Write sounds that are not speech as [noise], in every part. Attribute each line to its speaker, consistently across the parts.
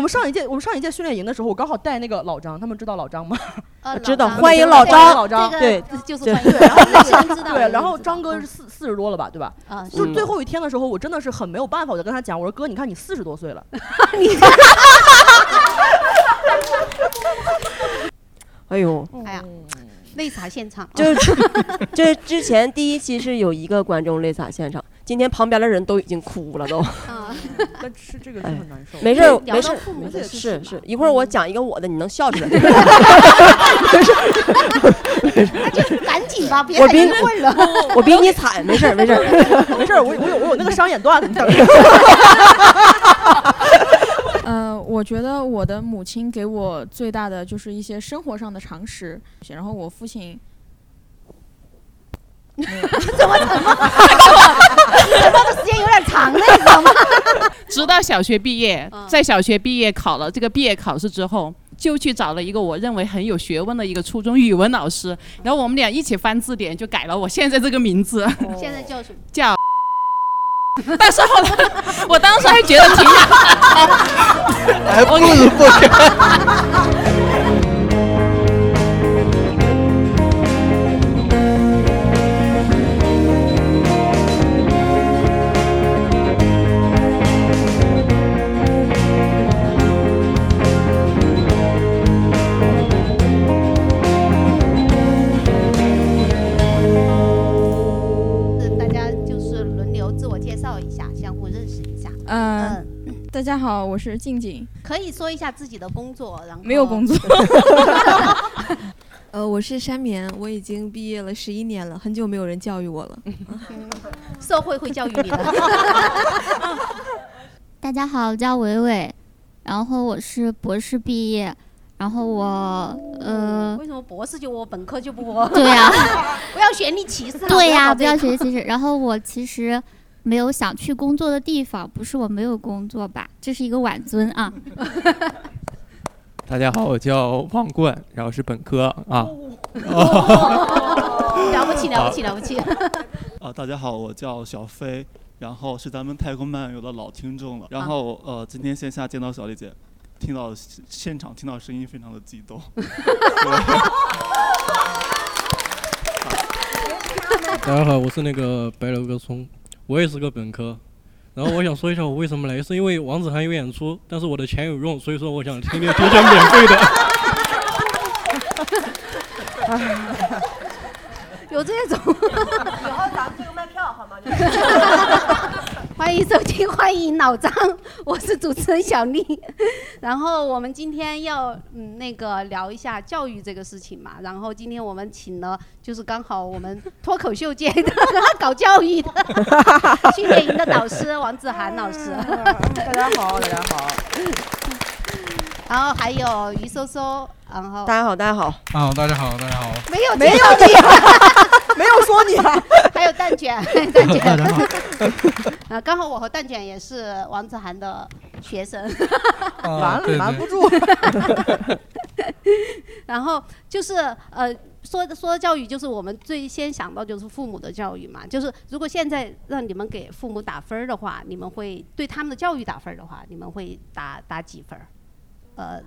Speaker 1: 们上一届我们上一届训练营的时候，我刚好带那个老张，他们知道老张吗？
Speaker 2: 呃
Speaker 1: 知
Speaker 2: 道
Speaker 1: 道，
Speaker 2: 老张
Speaker 1: 欢迎老张，老张，
Speaker 2: 这个
Speaker 1: 对，
Speaker 2: 就是
Speaker 1: 对
Speaker 2: 欢迎然后那个人知道那个
Speaker 1: 对，
Speaker 2: 人
Speaker 1: 然后
Speaker 2: 知道
Speaker 1: 张哥是四四十多了吧，对吧？
Speaker 2: 啊
Speaker 1: 就是最后一天的时候，我真的是很没有办法，我就跟他讲，我说哥，你看你四十多岁了，
Speaker 2: [laughs]
Speaker 3: 哎呦，
Speaker 2: 哎呀，泪洒现场，
Speaker 3: 嗯
Speaker 2: 啊
Speaker 3: 就是就是之
Speaker 2: [laughs]
Speaker 3: 前第一期是有一个观众泪洒现场，今天旁边的人都已经哭了都。
Speaker 2: 啊，
Speaker 1: 但是 [laughs] 嗯这个
Speaker 3: 哎，没事儿，没事儿，没事儿，是是，一会
Speaker 2: 嗯
Speaker 3: 儿我讲一个我的，你能
Speaker 2: [laughs]
Speaker 3: 笑出来。
Speaker 2: [laughs] 赶紧吧，别
Speaker 3: 我
Speaker 2: 在
Speaker 3: 比
Speaker 2: 这
Speaker 3: 你
Speaker 2: 混了。
Speaker 3: 我比你惨，没事 [laughs] 儿
Speaker 2: [laughs]
Speaker 3: 没事儿。
Speaker 1: [laughs] 没事儿，我有我有我有那个商演段子，你等着。
Speaker 4: [laughs] 嗯、我觉得我的母亲给我最大的就是一些生活上的常识，然后我父亲。
Speaker 2: 时间有点长了，你知道吗？
Speaker 5: [laughs] 直到小学毕业
Speaker 2: 嗯，
Speaker 5: 在小学毕业考了这个毕业考试之后，就去找了一个我认为很有学问的一个初中语文老师，然后我们俩一起翻字典，就改了我现在这个名
Speaker 2: 哦
Speaker 5: 字
Speaker 6: 哦
Speaker 2: 现在叫什么？
Speaker 5: 叫。 [laughs] 但是后来，我当时还觉得挺好。
Speaker 7: [laughs] 还不如不干。
Speaker 2: 是大家就是轮流自我介绍一下，相互认识一下。
Speaker 4: 嗯、
Speaker 2: 嗯，
Speaker 4: 大家好，我是静静，
Speaker 2: 可以说一下自己的工作，然后
Speaker 4: 没有工作。
Speaker 8: [laughs] 呃，我是山棉，我已经毕业了十一年了，很久没有人教育我了。啊
Speaker 2: 社会会教育
Speaker 6: [laughs]
Speaker 2: 你的。
Speaker 6: 大家好，我叫伟伟，然后我是博士毕业，然后我呃，
Speaker 2: 嗯为什么博士就我，本科就不我？
Speaker 6: 对呀、
Speaker 2: [laughs] 不要学历歧视啊。
Speaker 6: 对呀、
Speaker 2: 搞
Speaker 6: 不
Speaker 2: 这一
Speaker 6: 要
Speaker 2: 套
Speaker 6: 学习是。 [laughs] 然后我其实没有想去工作的地方，不是我没有工作吧，这是一个晚尊啊。
Speaker 7: 大家好，我叫王冠，然后是本科啊。
Speaker 2: 了不起，了不起，了不起！
Speaker 9: [laughs] 啊，大家好，我叫小飞，然后是咱们太空漫游的老听众
Speaker 2: 啊
Speaker 9: 了。然后呃，今天线下见到小丽姐，听到现现场听到声音，非常的激
Speaker 2: [laughs]
Speaker 9: 动。
Speaker 10: 大家好，我是那个白楼哥聪，我也是个本科。然后我想说一下我为什么来，是因为王子涵有演出，但是我的钱有用，所以说我想听听听讲免
Speaker 11: [laughs]
Speaker 10: 费的。
Speaker 2: [laughs] 有这种，
Speaker 1: 以后咱们这个卖票
Speaker 2: [laughs]
Speaker 1: 好吗？
Speaker 2: 欢迎收听，欢迎老张，我是主持人小丽。然后我们今天要嗯那个聊一下教育这个事情嘛。然后今天我们请了，就是刚好我们脱口秀界的搞教育的训练营的导
Speaker 3: [laughs]
Speaker 2: 师王子涵老师，
Speaker 1: 大家好，大家好。
Speaker 2: 然后还有于搜搜，然后
Speaker 3: 大家好，大家好，
Speaker 9: 啊，大家好，大家好，
Speaker 2: 没有
Speaker 1: 没有
Speaker 2: 听到你，[laughs]
Speaker 1: [laughs] 没有说你
Speaker 9: [laughs]
Speaker 1: 啊，
Speaker 2: 还有蛋
Speaker 1: [laughs]
Speaker 2: 卷，蛋卷。
Speaker 9: 大家好。
Speaker 2: [laughs] 啊，刚好我和蛋卷也是王子涵的学生，
Speaker 1: [laughs] 完了，瞒不住。
Speaker 2: [laughs] 然后就是呃，说说教育，就是我们最先想到就是父母的教育嘛，就是如果现在让你们给父母打分儿的话，你们会对他们的教育打分儿的话，你们会打打几分儿？呃，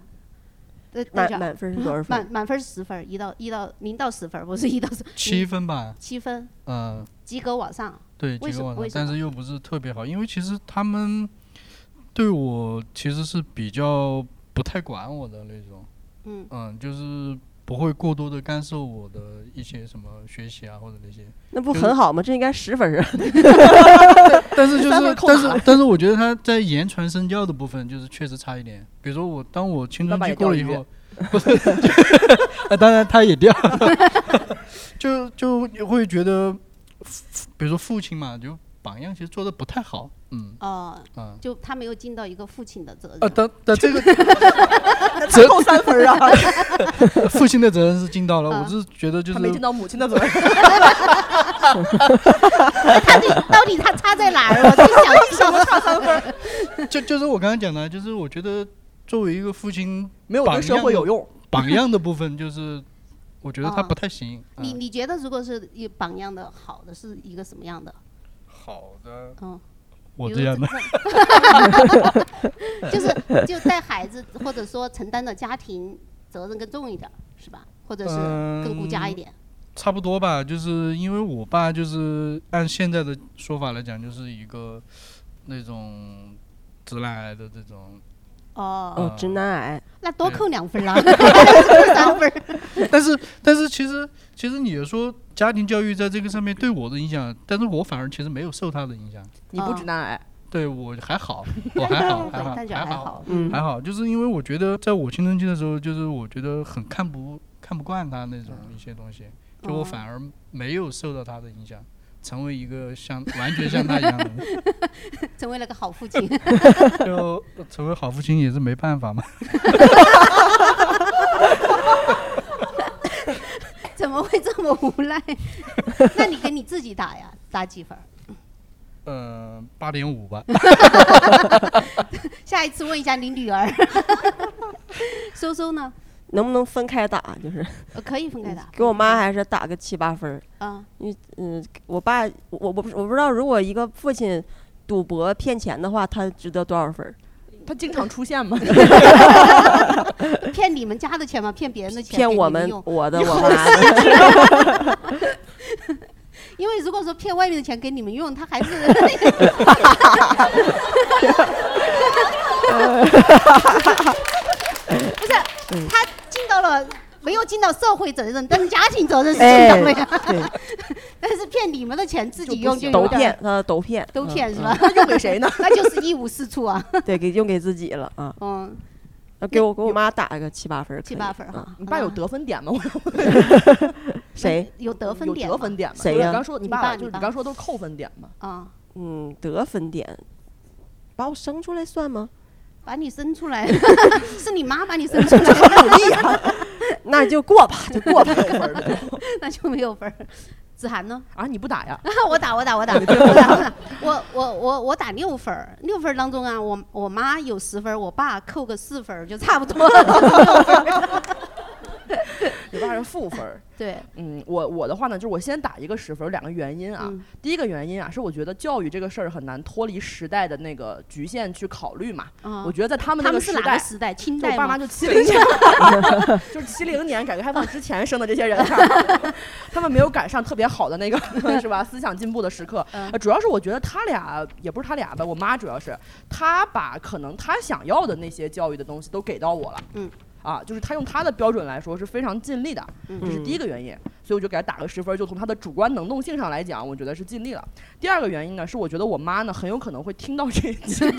Speaker 2: 对，蛋
Speaker 3: 满
Speaker 2: 卷
Speaker 3: 满分是多少分？
Speaker 2: 满满分十分儿，一到一到零到十分儿，不是一到十
Speaker 9: 七分吧，
Speaker 2: 七分，
Speaker 9: 嗯、
Speaker 2: 及格往上。
Speaker 9: 对，
Speaker 2: 为
Speaker 9: 几
Speaker 2: 什
Speaker 9: 个晚
Speaker 2: 为
Speaker 9: 上，
Speaker 2: 什
Speaker 9: 但
Speaker 2: 么
Speaker 9: 是又不是特别好，因为其实他们对我其实是比较不太管我的那种，
Speaker 2: 嗯
Speaker 9: 嗯，就是不会过多的干涉我的一些什
Speaker 3: 嗯
Speaker 9: 么学习啊或者那些，
Speaker 3: 那不很好吗？这应该十分啊！
Speaker 1: [laughs]
Speaker 9: 但是就
Speaker 1: 三
Speaker 9: 是
Speaker 1: 分，扣
Speaker 9: 但
Speaker 1: 满了
Speaker 9: 是但是，我觉得他在言传身教的部分就是确实差一点。比如说我，当我青春
Speaker 1: 爸爸
Speaker 9: 期
Speaker 1: 也
Speaker 9: 过了
Speaker 1: 钓
Speaker 9: 以
Speaker 1: 鱼
Speaker 9: 后， [laughs] 不是，啊当然他也掉， [laughs] 就就会觉得，比如说父亲嘛，就榜样其实做的不太好，嗯
Speaker 2: 哦、
Speaker 9: 啊。
Speaker 2: 就他没有尽到一个父亲的责任。 [laughs]
Speaker 9: 啊，但但
Speaker 1: [laughs]
Speaker 9: 这个
Speaker 1: 只扣三分啊，
Speaker 9: [laughs]
Speaker 1: 嗯
Speaker 9: 父亲的责任是尽到了，
Speaker 2: 啊
Speaker 9: 我是觉得就
Speaker 1: 他没尽
Speaker 9: 是
Speaker 1: 到 [laughs] 母亲的责任。
Speaker 2: 哎他这 [laughs] 到底他差在哪儿？我就想知道。
Speaker 9: 就 [laughs] 就是我刚刚讲的，就是我觉得作为一个父亲
Speaker 1: 没有对社会有用。
Speaker 9: 榜样的部分，就是我觉得他
Speaker 2: 啊
Speaker 9: 不太行。
Speaker 2: 你
Speaker 9: 嗯
Speaker 2: 你觉得如果是一榜样的好的是一个什么样的？
Speaker 9: 好的，
Speaker 2: 嗯，
Speaker 11: 我
Speaker 2: 比
Speaker 11: 这
Speaker 2: 如，
Speaker 11: 样的
Speaker 2: [laughs] 就是 [laughs] 就带孩子，或者说承担的家庭责任更重一点，是吧？或者是更顾家一点。
Speaker 11: 嗯差不多吧，就是因为我爸就是按现在的说法来讲，就是一个那种直男癌的这种。
Speaker 2: 哦
Speaker 3: 哦，直男癌，
Speaker 2: 那多扣两分啦，三分。 [laughs]
Speaker 11: 但是但是其实其实你说家庭教育在这个上面对我的影响，但是我反而其实没有受他的影响。
Speaker 1: [laughs] 你
Speaker 2: 哦
Speaker 1: 不直哎男癌，
Speaker 11: 对我还好，我
Speaker 2: [laughs]
Speaker 11: 还好，还好，
Speaker 1: 但是
Speaker 11: 还
Speaker 1: 还
Speaker 11: 好
Speaker 1: 好，
Speaker 11: 嗯，还好，就是因为我觉得在我青春期的时候，就是我觉得很看不看不惯他那种一些东西，就我
Speaker 2: 哦
Speaker 11: 反而没有受到他的影响，成为一个像完全像他一样的人，
Speaker 2: [laughs] 成为了个好父亲。
Speaker 11: [laughs] 就成为好父亲也是没办法嘛。
Speaker 2: [laughs] 怎么会这么无赖？那你给你自己打呀，打几分儿？
Speaker 11: 呃，八点五吧。 [laughs]
Speaker 2: 下一次问一下你女儿。 [laughs] 收收呢？
Speaker 3: 能不能分开打？就是
Speaker 2: 呃可以分开打。
Speaker 3: 嗯给我妈还是打个七八分儿
Speaker 2: 啊，
Speaker 3: 因为嗯，我爸我我不是我不知道，如果一个父亲赌博骗钱的话，他值得多少分儿？
Speaker 1: 他经常出现吗？
Speaker 2: 骗你们家的钱吗？骗别人的钱？
Speaker 3: 骗
Speaker 2: 给
Speaker 3: 我
Speaker 2: 你
Speaker 3: 们
Speaker 2: 用
Speaker 3: 我的
Speaker 2: 你
Speaker 3: 我
Speaker 2: 好
Speaker 3: 妈
Speaker 2: 心
Speaker 3: 的
Speaker 2: [laughs] 因为如果说骗外面的钱给你们用，他还
Speaker 3: [laughs]
Speaker 2: 是不是
Speaker 3: 嗯
Speaker 2: 他尽到了没有尽到社会责任，但是家庭责任是
Speaker 3: 哎
Speaker 2: 尽到了呀。 [laughs] 但是骗你们的钱自己用就
Speaker 3: 都
Speaker 2: 有点
Speaker 3: 骗，他都骗，
Speaker 2: 都骗是
Speaker 3: 嗯
Speaker 2: 吧？？ [laughs] 那就是一无是处啊。
Speaker 3: 嗯 [laughs] 对，给用给自己了啊。
Speaker 2: 嗯，
Speaker 3: 那给我给我妈打个七八分儿可以，
Speaker 2: 七八分儿哈
Speaker 3: 啊。
Speaker 1: 嗯你爸有得分点吗？ [laughs] 我想问
Speaker 3: 谁？
Speaker 2: 有得分点
Speaker 1: 有
Speaker 2: 吗
Speaker 1: 得分点吗？
Speaker 3: 谁
Speaker 1: 就是
Speaker 3: 呀
Speaker 1: 你刚说你
Speaker 2: 你
Speaker 1: 爸
Speaker 2: 爸
Speaker 1: 就
Speaker 2: 你
Speaker 1: 是你
Speaker 2: 爸
Speaker 1: 刚说都是扣分点嘛？
Speaker 2: 啊，
Speaker 3: 嗯，得分点，把我生出来算吗？
Speaker 2: 把你生出来， [laughs] 是你妈把你生
Speaker 3: [laughs]
Speaker 2: 出来 [laughs] 的，
Speaker 3: 啊那就过吧，就过吧。
Speaker 2: [laughs] 那就没有分儿。子涵呢？
Speaker 1: 啊，你不打呀？
Speaker 2: [laughs] 我打，我打，
Speaker 3: [laughs]
Speaker 2: 我打，我打，我打。 [laughs] 我我我我打六分儿，六分儿当中啊，我我妈有十分儿，我爸扣个四分儿就差不多
Speaker 3: [laughs]
Speaker 2: 了。
Speaker 1: 你爸是负分儿。
Speaker 2: [laughs] 对，
Speaker 1: 嗯，我我的话呢，就是我先打一个十分儿，有两个原因
Speaker 2: 嗯
Speaker 1: 啊。第一个原因啊，是我觉得教育这个事儿很难脱离时代的那个局限去考虑嘛。
Speaker 2: 啊
Speaker 1: 我觉得在他们
Speaker 2: 他
Speaker 1: 那
Speaker 2: 们是
Speaker 1: 时
Speaker 2: 哪
Speaker 1: 代，
Speaker 2: 个时代清
Speaker 1: 就我
Speaker 2: 代
Speaker 1: 爸
Speaker 2: 吗
Speaker 1: 妈就七
Speaker 2: [laughs]
Speaker 1: 零年，就是七零年改革开放之前生的这些人啊、
Speaker 2: [laughs]
Speaker 1: [laughs] 他们没有赶上特别好的那个是吧？思想进步的时刻。
Speaker 2: 嗯
Speaker 1: 呃主要是我觉得他俩也不是他俩吧，我妈主要是她把可能她想要的那些教育的东西都给到我了。
Speaker 2: 嗯。
Speaker 1: 啊，就是他用他的标准来说是非常尽力的，
Speaker 2: 嗯
Speaker 1: 这是第一个原因，所以我就给他打个十分，就从他的主观能动性上来讲，我觉得是尽力了。第二个原因呢，是我觉得我妈呢很有可能会听到这一期，
Speaker 2: [laughs]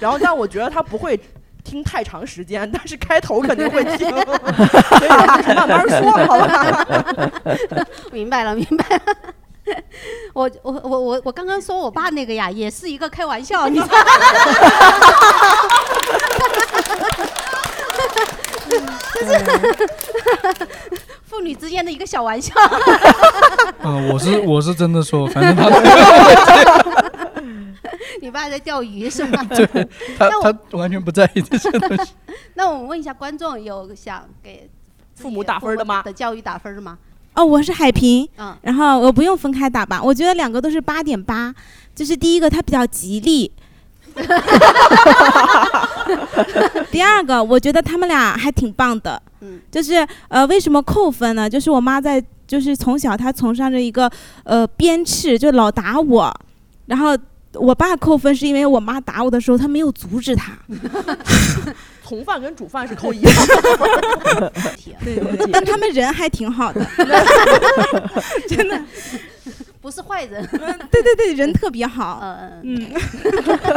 Speaker 1: 然后但我觉得她不会。听太长时间，但是开头肯定会
Speaker 2: [laughs]
Speaker 11: [laughs]
Speaker 1: 听，所以就是慢慢说，好吧？ [laughs]
Speaker 2: 明白了，明白了。 [laughs] 我我我我我刚刚说我爸那个呀，也是一个开玩笑，你知道吗。 [laughs] 就是
Speaker 11: 嗯
Speaker 2: 父女之间的一个小玩笑。 [laughs]
Speaker 11: 啊，我是我是真的说，反正他
Speaker 2: 你爸在钓鱼是吧？
Speaker 11: 对
Speaker 2: 那
Speaker 11: 他
Speaker 2: 我
Speaker 11: 他完全不在意这些东西。
Speaker 2: [laughs] 那我们问一下观众，有想给父母打分的吗？的教育打分的吗？
Speaker 12: 哦，我是海平，
Speaker 2: 嗯
Speaker 12: 然后我不用分开打吧，我觉得两个都是八点八，就是第一个它比较吉利， [laughs] 第二个我觉得他们俩还挺棒的，
Speaker 2: 嗯，
Speaker 12: 就是呃为什么扣分呢？就是我妈在就是从小她崇尚着一个呃鞭笞，就老打我，然后我爸扣分是因为我妈打我的时候他没有阻止他，
Speaker 1: 从犯跟主犯是扣一样的
Speaker 12: [laughs] 对对对，但他们人还挺好 [laughs] 的，真的。
Speaker 2: 不是坏人，
Speaker 12: 对对对，人特别好。
Speaker 2: 嗯
Speaker 12: 嗯，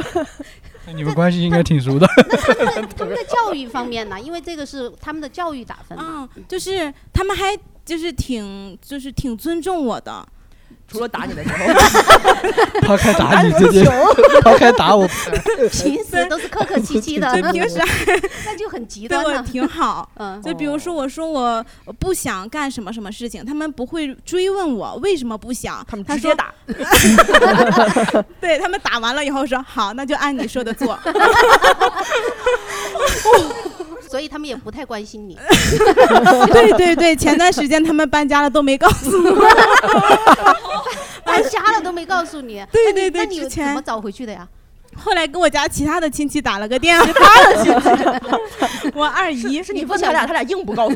Speaker 11: [laughs] 你们关系应该挺熟的。
Speaker 2: [laughs] 他们在教育方面呢，因为这个是他们的教育打分嘛。
Speaker 12: 嗯就是他们还就是挺就是挺尊重我的。
Speaker 1: 除了打
Speaker 12: [laughs]
Speaker 1: 你的时
Speaker 11: [laughs] 抛开打你这件
Speaker 12: 打你个球，
Speaker 11: [laughs] 抛开打我，
Speaker 3: [laughs]
Speaker 12: [laughs]
Speaker 2: 平时都是客客气气的
Speaker 12: 对，平时还
Speaker 2: [laughs] 那就很极
Speaker 12: 对
Speaker 2: 端
Speaker 12: 我
Speaker 2: 了。
Speaker 12: 挺好。
Speaker 2: 嗯
Speaker 12: 就比如说我说我我不想干什么什么事情，他们不会追问我为什么不想，他们直接
Speaker 1: 打。
Speaker 12: [laughs] 对他们打完了以后说好，那就按你说的
Speaker 2: [laughs]
Speaker 12: 做。
Speaker 2: 所以他们也不太关心你。 [laughs]
Speaker 12: 对对对，前段时间他们搬家了都没告诉我。
Speaker 2: [laughs]
Speaker 12: [laughs]
Speaker 2: 搬家了都没告诉你。
Speaker 12: 对
Speaker 2: 那你
Speaker 12: 对对
Speaker 2: 那你
Speaker 12: 之
Speaker 2: 怎
Speaker 12: 前
Speaker 2: 么找回去的呀？
Speaker 12: 后来跟我家其他的亲戚打了个电
Speaker 2: [laughs]
Speaker 12: 话，他的亲戚， [laughs] 我二姨
Speaker 1: 是你问他俩他俩硬不告诉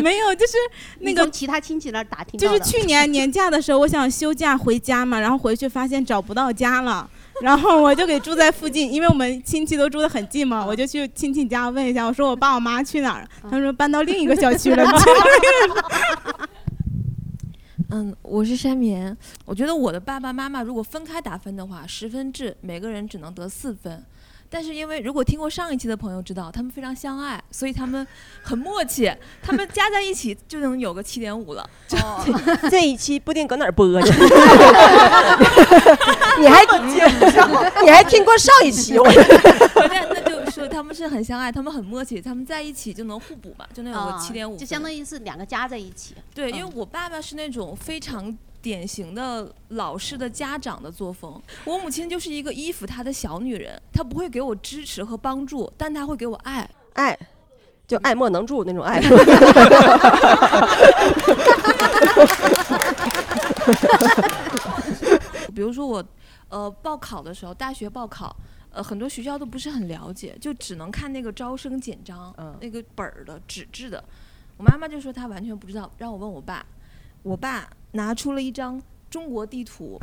Speaker 12: [laughs]
Speaker 2: [laughs]
Speaker 12: 没有，就是那个
Speaker 2: 从其他亲戚那儿打听
Speaker 12: 就
Speaker 2: 到
Speaker 12: 是
Speaker 2: 的。
Speaker 12: 去年 [laughs] 年假的时候，我想休假回家嘛，然后回去发现找不到家了。然后我就给住在附近，因为我们亲戚都住得很近
Speaker 2: 嗯
Speaker 12: 嘛，我就去亲戚家问一下，我说我爸我妈去哪儿了？他们说搬到另一个小区了。
Speaker 8: 嗯，我是山棉。我觉得我的爸爸妈妈如果分开打分的话，十分制每个人只能得四分。但是因为如果听过上一期的朋友知道，他们非常相爱，所以他们很默契，他们加在一起就能有个七点五了。就
Speaker 2: 哦
Speaker 3: 这一期不定搁哪儿播
Speaker 2: [laughs]
Speaker 3: [laughs] 去。你还你还听过上一
Speaker 2: [laughs]
Speaker 3: 期？我
Speaker 8: 那那就说他们是很相爱，他们很默契，他们在一起就能互补嘛，就能有个
Speaker 2: 啊
Speaker 8: 七点五，
Speaker 2: 就相当于是两个加在一起。
Speaker 8: 对，
Speaker 2: 嗯
Speaker 8: 因为我爸爸是那种非常典型的老式的家长的作风，我母亲就是一个依附他的小女人，她不会给我支持和帮助，但她会给我爱。
Speaker 3: 爱，就爱莫能助那种
Speaker 11: [laughs]
Speaker 3: 爱。
Speaker 8: [laughs] 比如说我，呃，报考的时候，大学报考，呃，很多学校都不是很了解，就只能看那个招生简章，那个本儿的纸质的。我妈妈就说她完全不知道，让我问我爸，我爸拿出了一张中国地图，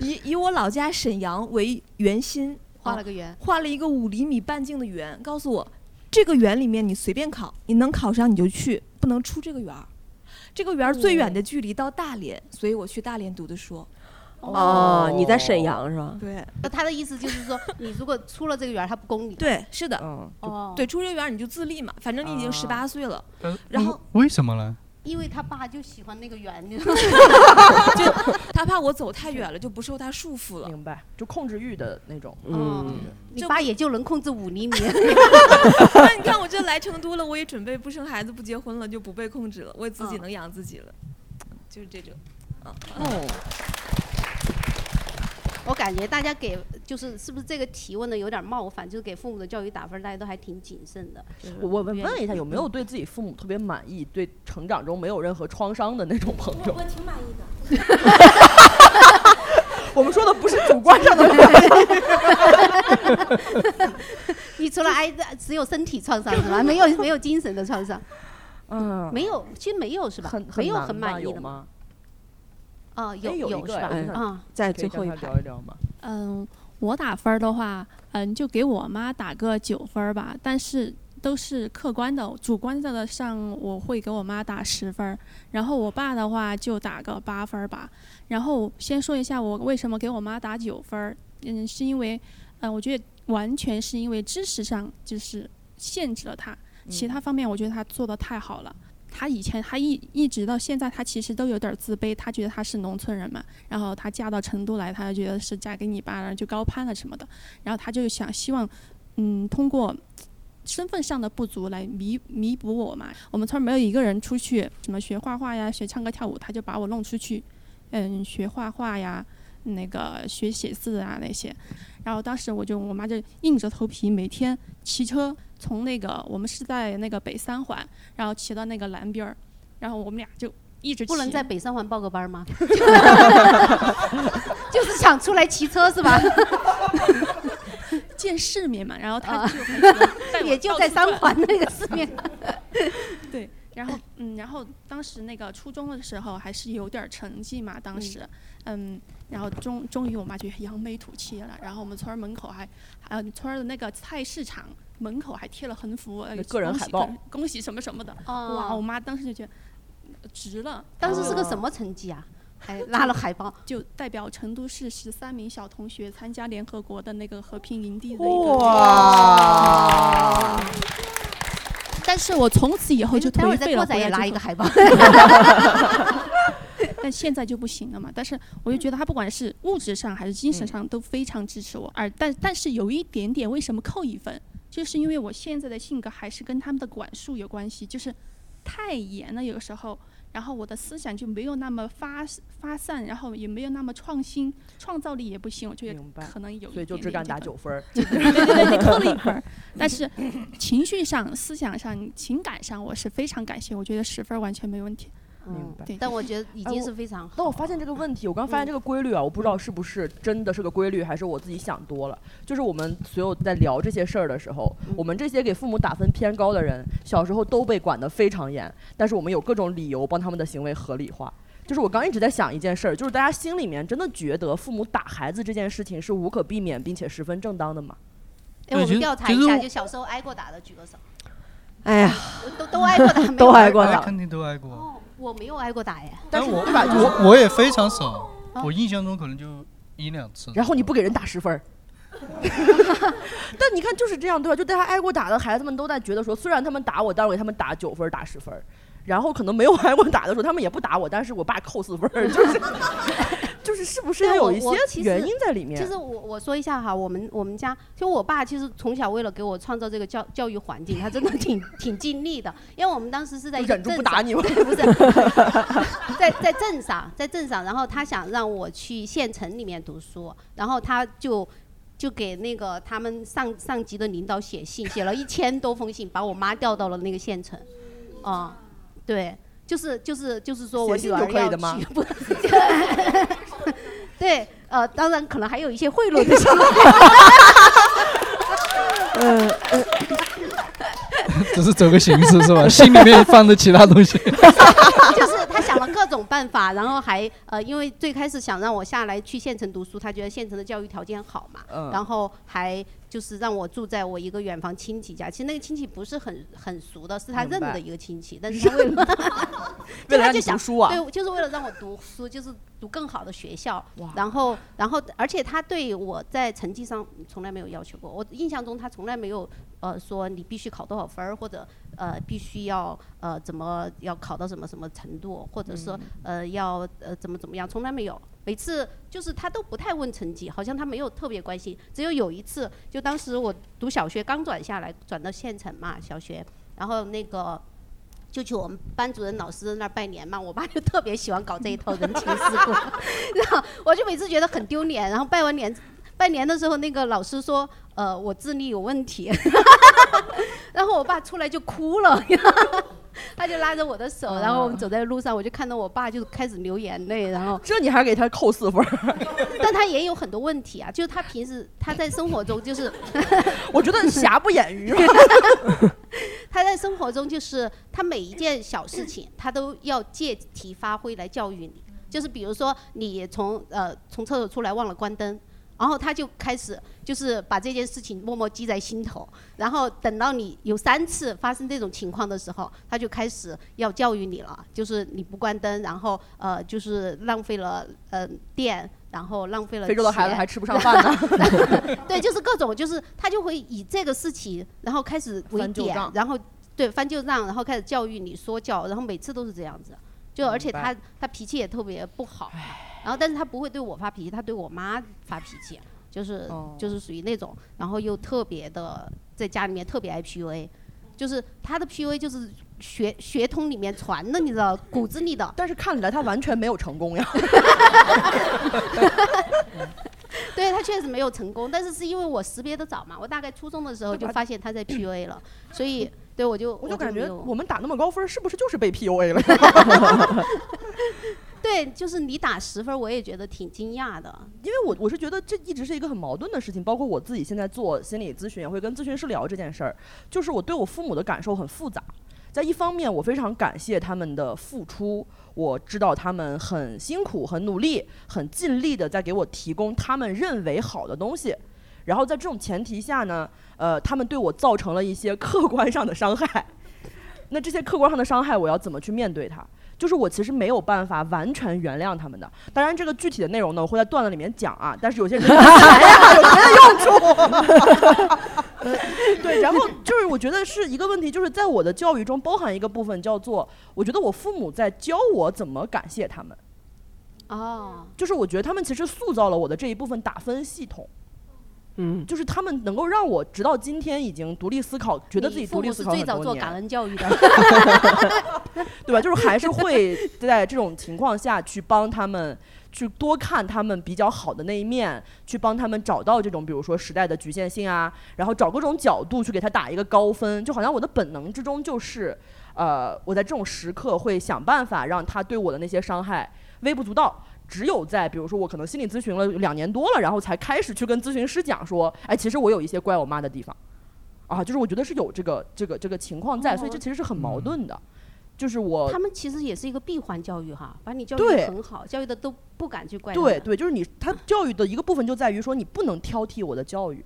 Speaker 8: 以以我老家沈阳为圆心，
Speaker 2: 画
Speaker 8: 啊
Speaker 2: 了个圆
Speaker 8: 画了一个五厘米半径的圆，告诉我这个圆里面你随便考，你能考上你就去，不能出这个圆儿。这个圆儿最远的距离到大连，所以我去大连读的书。
Speaker 3: 哦，你在沈阳是吧？
Speaker 8: 对，
Speaker 2: 那他的意思就是说，你如果出了这个园儿，他不公你。
Speaker 8: 对，是的。
Speaker 3: 嗯
Speaker 8: [laughs]
Speaker 2: 哦，
Speaker 8: 对，出这个园儿你就自立嘛，反正你已经十
Speaker 3: 啊
Speaker 8: 八岁了。
Speaker 11: 然
Speaker 3: 嗯
Speaker 11: 后为什么呢？
Speaker 2: 因为他爸就喜欢那个园，就
Speaker 8: [laughs] 他
Speaker 2: [laughs]
Speaker 8: 怕我走太远了，就不受他束缚了。
Speaker 1: 明白，就控制欲的那种。
Speaker 3: 嗯，
Speaker 2: 你爸也就能控制五厘米。
Speaker 8: [laughs]
Speaker 2: [laughs]
Speaker 8: 那你看我这来成都了，我也准备不生孩子、不结婚了，就不被控制了，我也自己能养自己了，就是这种。嗯
Speaker 1: 哦，
Speaker 2: 我感觉大家给就是是不是这个提问的有点冒犯，就是给父母的教育打分，大家都还挺谨慎的。就是
Speaker 1: 我我
Speaker 2: 不
Speaker 1: 问
Speaker 2: 愿意
Speaker 1: 问一下，有没有对自己父母特别满意，对成长中没有任何创伤的那种朋友？
Speaker 13: 挺满意的。
Speaker 1: [laughs] 我们说的不是主观上的满意。
Speaker 2: [laughs] 你除了挨打，只有身体创伤是
Speaker 1: [laughs]
Speaker 2: 吧？没有没有精神的创伤。
Speaker 1: 嗯
Speaker 2: 没有，其实没有是吧？没有很满意的吗？
Speaker 1: 吗？
Speaker 2: 啊，
Speaker 1: 哎有一
Speaker 2: 有
Speaker 1: 个
Speaker 2: 是吧
Speaker 1: 哎？
Speaker 2: 啊，
Speaker 3: 在
Speaker 1: 可以
Speaker 3: 最后
Speaker 1: 跟
Speaker 3: 一
Speaker 1: 他
Speaker 3: 排
Speaker 1: 聊一聊吗？
Speaker 13: 嗯，我打分儿的话，嗯，就给我妈打个九分儿吧，但是都是客观的，主观的上我会给我妈打十分儿，然后我爸的话就打个八分儿吧。然后先说一下我为什么给我妈打九分儿，嗯，是因为，呃，我觉得完全是因为知识上就是限制了她，其他方面我觉得她做的太好了。她以前，她一一直到现在，她其实都有点儿自卑。她觉得她是农村人嘛，然后她嫁到成都来，她就觉得是嫁给你爸，然后就高攀了什么的。然后她就想希望，嗯，通过身份上的不足来弥弥补我嘛。我们村儿没有一个人出去什么学画画呀、学唱歌跳舞，她就把我弄出去，嗯，学画画呀，嗯那个学写字啊那些。然后当时我就我妈就硬着头皮每天骑车从那个我们是在那个北三环，然后骑到那个南边儿，然后我们俩就一直
Speaker 2: 不能
Speaker 13: 骑
Speaker 2: 在北三环报个班
Speaker 13: [laughs]
Speaker 2: 吗？ [laughs] 就是想出来骑车是吧？
Speaker 13: [laughs] 见世面嘛，然后他
Speaker 2: 啊
Speaker 13: 就
Speaker 2: [laughs]
Speaker 13: 很喜欢带我
Speaker 2: 也就
Speaker 13: 到
Speaker 2: 在
Speaker 13: 处
Speaker 2: 三
Speaker 13: 转
Speaker 2: 环那个世面。
Speaker 13: [laughs] 对，然后嗯，然后当时那个初中的时候还是有点儿成绩嘛，当时嗯然后终终于我妈就扬眉吐气了，然后我们村儿门口还还有村儿的那个菜市场门口还贴了横幅，呃
Speaker 1: 那个人
Speaker 13: 恭
Speaker 1: 海
Speaker 13: 喜
Speaker 1: 报
Speaker 13: 恭恭喜什么什么的，
Speaker 2: 哦
Speaker 13: 哇，我妈当时就觉得呃值了。哦
Speaker 2: 当时是
Speaker 1: 哦
Speaker 2: 个什么成绩啊？还拉了海报，
Speaker 13: 就代表成都市十三名小同学参加联合国的那个和平营地的一个。
Speaker 1: 哇！
Speaker 13: 但是我从此以后就
Speaker 2: 嗯待会儿
Speaker 13: 颓
Speaker 2: 在
Speaker 13: 废了。
Speaker 2: 过载也
Speaker 13: 回来之
Speaker 2: 拉
Speaker 13: 后
Speaker 2: 一个海报
Speaker 13: [laughs]
Speaker 1: [laughs]
Speaker 13: 但现在就不行了嘛。但是我就觉得他不管是物质上还是精
Speaker 1: 嗯
Speaker 13: 神上都非常支持我，而但但是有一点点为什么扣一分，就是因为我现在的性格还是跟他们的管束有关系，就是太严了，有时候。然后我的思想就没有那么发发散，然后也没有那么创新，创造力也不行，我觉得可能有一点点
Speaker 1: 所以就只敢打
Speaker 13: 这个
Speaker 1: 九分儿
Speaker 13: 对对对对，对扣了一分儿。但是情绪上、思想上、情感上，我是非常感谢，我觉得十分儿完全没问题。
Speaker 1: 明白
Speaker 2: 但我觉得已
Speaker 1: 嗯哎
Speaker 2: 经
Speaker 1: 我
Speaker 2: 是非常好。嗯
Speaker 1: 但我发现这个问题，我刚发现这个规律啊，我不知道是不是真的是个规律，还是我自己想多了。就是我们所有在聊这些事儿的时候，
Speaker 2: 嗯
Speaker 1: 我们这些给父母打分偏高的人，小时候都被管得非常严，但是我们有各种理由帮他们的行为合理化。就是我刚一直在想一件事儿，就是大家心里面真的觉得父母打孩子这件事情是无可避免并且十分正当的吗？
Speaker 2: 哎，
Speaker 1: 对
Speaker 2: 我
Speaker 1: 其
Speaker 2: 们
Speaker 1: 实
Speaker 2: 调查
Speaker 1: 其
Speaker 2: 一
Speaker 1: 实
Speaker 2: 下，
Speaker 1: 我
Speaker 2: 就小时候挨过打的举个手。
Speaker 3: 哎呀，
Speaker 2: 都都挨过打，没有
Speaker 3: 都挨过
Speaker 11: 哎
Speaker 3: 打
Speaker 11: 肯定都挨过。
Speaker 2: 我没有挨过打呀。
Speaker 11: 但我
Speaker 2: 对吧？就是
Speaker 11: 我我也非常少，我印象中可能就一两
Speaker 2: 嗯
Speaker 11: 次。
Speaker 1: 然后你不给人打十分
Speaker 2: [laughs]
Speaker 1: 儿。但你看就是这样，对吧？就大家挨过打的孩子们都在觉得说，虽然他们打我，但是我给他们打九分儿、打十分儿。然后可能没有挨过打的时候，他们也不打我，但是我爸扣四
Speaker 2: [laughs]
Speaker 1: 分儿，就是就是是不是
Speaker 2: 对
Speaker 1: 有
Speaker 2: 我
Speaker 1: 一
Speaker 2: 我
Speaker 1: 些
Speaker 2: 其实
Speaker 1: 原因在里面？
Speaker 2: 其实我我说一下哈，我们我们家就我爸其实从小为了给我创造这个教教育环境，他真的挺挺尽力的。因为我们当时是在一个
Speaker 1: 忍住不
Speaker 2: 镇
Speaker 1: 打
Speaker 2: 上
Speaker 1: 你
Speaker 2: [laughs]
Speaker 1: 吗
Speaker 2: 对，不是，在在镇上，在镇上，然后他想让我去县城里面读书，然后他就。就给那个他们上上级的领导写信，写了一千多封信，把我妈调到了那个县城，啊、对，就是就是就是说我
Speaker 1: 写信
Speaker 2: 女儿
Speaker 1: 就可以
Speaker 2: 要
Speaker 1: 的吗
Speaker 2: 去不 [laughs] 对，呃，当然可能还有一些贿赂的行为。
Speaker 1: 呃
Speaker 3: 嗯，
Speaker 11: [laughs] 只是走个形式是吧？心里面放的其他东西。
Speaker 2: 就是他想了各种办法，然后还呃，因为最开始想让我下来去县城读书，他觉得县城的教育条件好嘛，
Speaker 1: 嗯
Speaker 2: 然后还就是让我住在我一个远房亲戚家。其实那个亲戚不是很很熟的，是他认
Speaker 1: 明白
Speaker 2: 的一个 [laughs] 亲戚，但是他为
Speaker 12: [laughs]
Speaker 1: [laughs]
Speaker 2: 了就
Speaker 1: 为了
Speaker 2: 他
Speaker 1: 让
Speaker 2: 就
Speaker 1: 你
Speaker 2: 想
Speaker 1: 读书啊
Speaker 2: 对，就是为了让我读书，就是读更好的学校。然后，然后，而且他对我在成绩上从来没有要求过。我印象中他从来没有呃说你必须考多少分儿，或者呃必须要呃怎么要考到什么什么程度，或者说、
Speaker 1: 嗯
Speaker 2: 呃要呃怎么怎么样，从来没有。每次就是他都不太问成绩，好像他没有特别关心。只有有一次，就当时我读小学刚转下来，转到县城嘛，小学，然后那个。就去我们班主任老师那儿拜年嘛，我爸就特别喜欢搞这一套人情世
Speaker 1: [laughs]
Speaker 2: 故，然后我就每次觉得很丢脸。然后拜完年，拜年的时候，那个老师说，呃，我智力有问题， [laughs] 然后我爸出来就哭了， [laughs] 他就拉着我的手，然后我们走在路上，我就看到我爸就开始流眼泪，然后
Speaker 1: 这你还给他扣四分儿？ [laughs]
Speaker 2: 但他也有很多问题啊，就是他平时他在生活中就是， [laughs]
Speaker 1: 我觉得瑕不掩瑜嘛。
Speaker 2: 他在生活中就是他每一件小事情，他都要借题发挥来教育你。就是比如说你从呃从厕所出来忘了关灯，然后他就开始就是把这件事情默默记在心头，然后等到你有三次发生这种情况的时候，他就开始要教育你了，就是你不关灯，然后呃就是浪费了呃电，然后浪费了
Speaker 1: 非洲的孩子
Speaker 2: 钱
Speaker 1: 还吃不上饭呢。
Speaker 2: [laughs] 对，就是各种，就是他就会以这个事情，然后开始为
Speaker 1: 翻旧
Speaker 2: 点
Speaker 1: 账，
Speaker 2: 然后对翻旧账，然后开始教育你说教，然后每次都是这样子。就而且
Speaker 1: 明
Speaker 2: 他
Speaker 1: 白
Speaker 2: 他脾气也特别不好，然后但是他不会对我发脾气，他对我妈发脾气，就是、
Speaker 1: 哦
Speaker 2: 就是属于那种，然后又特别的在家里面特别爱 PUA，就是他的 PUA 就是血血统里面传的，你知道骨子里的。
Speaker 1: 但是看起来他完全没有成功呀。
Speaker 2: 对他确实没有成功，但是是因为我识别的早嘛，我大概初中的时候
Speaker 1: 对
Speaker 2: 就
Speaker 1: 吧
Speaker 2: 发现他在 PUA 了，所以对我就
Speaker 1: 我就感
Speaker 2: 没
Speaker 1: 觉
Speaker 2: 有
Speaker 1: 我们打那么高分儿，是不是就是被 PUA 了？
Speaker 2: 对，就是你打十分儿，我也觉得挺惊讶的。
Speaker 1: 因为我我是觉得这一直是一个很矛盾的事情，包括我自己现在做心理咨询，也会跟咨询师聊这件事儿，就是我对我父母的感受很复杂。在一方面，我非常感谢他们的付出，我知道他们很辛苦、很努力、很尽力的在给我提供他们认为好的东西。然后在这种前提下呢，呃，他们对我造成了一些客观上的伤害。那这些客观上的伤害，我要怎么去面对它？就是我其实没有办法完全原谅他们的。当然，这个具体的内容呢，我会在段子里面讲啊。但是 [laughs] 有些人哎呀，有什么用处？ [laughs] 对，然后就是我觉得是一个问题，就是在我的教育中包含一个部分叫做，我觉得我父母在教我怎么感谢他们。
Speaker 2: 哦，
Speaker 1: 就是我觉得他们其实塑造了我的这一部分打分系统。
Speaker 3: 嗯，
Speaker 1: 就是他们能够让我直到今天已经独立思考，觉得自己
Speaker 2: 你父
Speaker 1: 独立
Speaker 2: 母
Speaker 1: 思
Speaker 2: 是
Speaker 1: 考很
Speaker 2: 最早
Speaker 1: 多年，
Speaker 2: 做感恩教育的，
Speaker 1: [laughs] 对吧？就是还是会在这种情况下去帮他们，去多看他们比较好的那一面，去帮他们找到这种比如说时代的局限性啊，然后找各种角度去给他打一个高分，就好像我的本能之中就是。呃，我在这种时刻会想办法让他对我的那些伤害微不足道。只有在比如说我可能心理咨询了两年多了，然后才开始去跟咨询师讲说，哎，其实我有一些怪我妈的地方，啊，就是我觉得是有这个这个这个情况在，所以这其实是很矛盾的。就是我
Speaker 2: 他们其实也是一个闭环教育哈，把你教育
Speaker 1: 对
Speaker 2: 得很好，教育的都不敢去怪他
Speaker 1: 对
Speaker 2: 们。
Speaker 1: 对，就是你他
Speaker 2: 嗯
Speaker 1: 教育的一个部分就在于说你不能挑剔我的教育，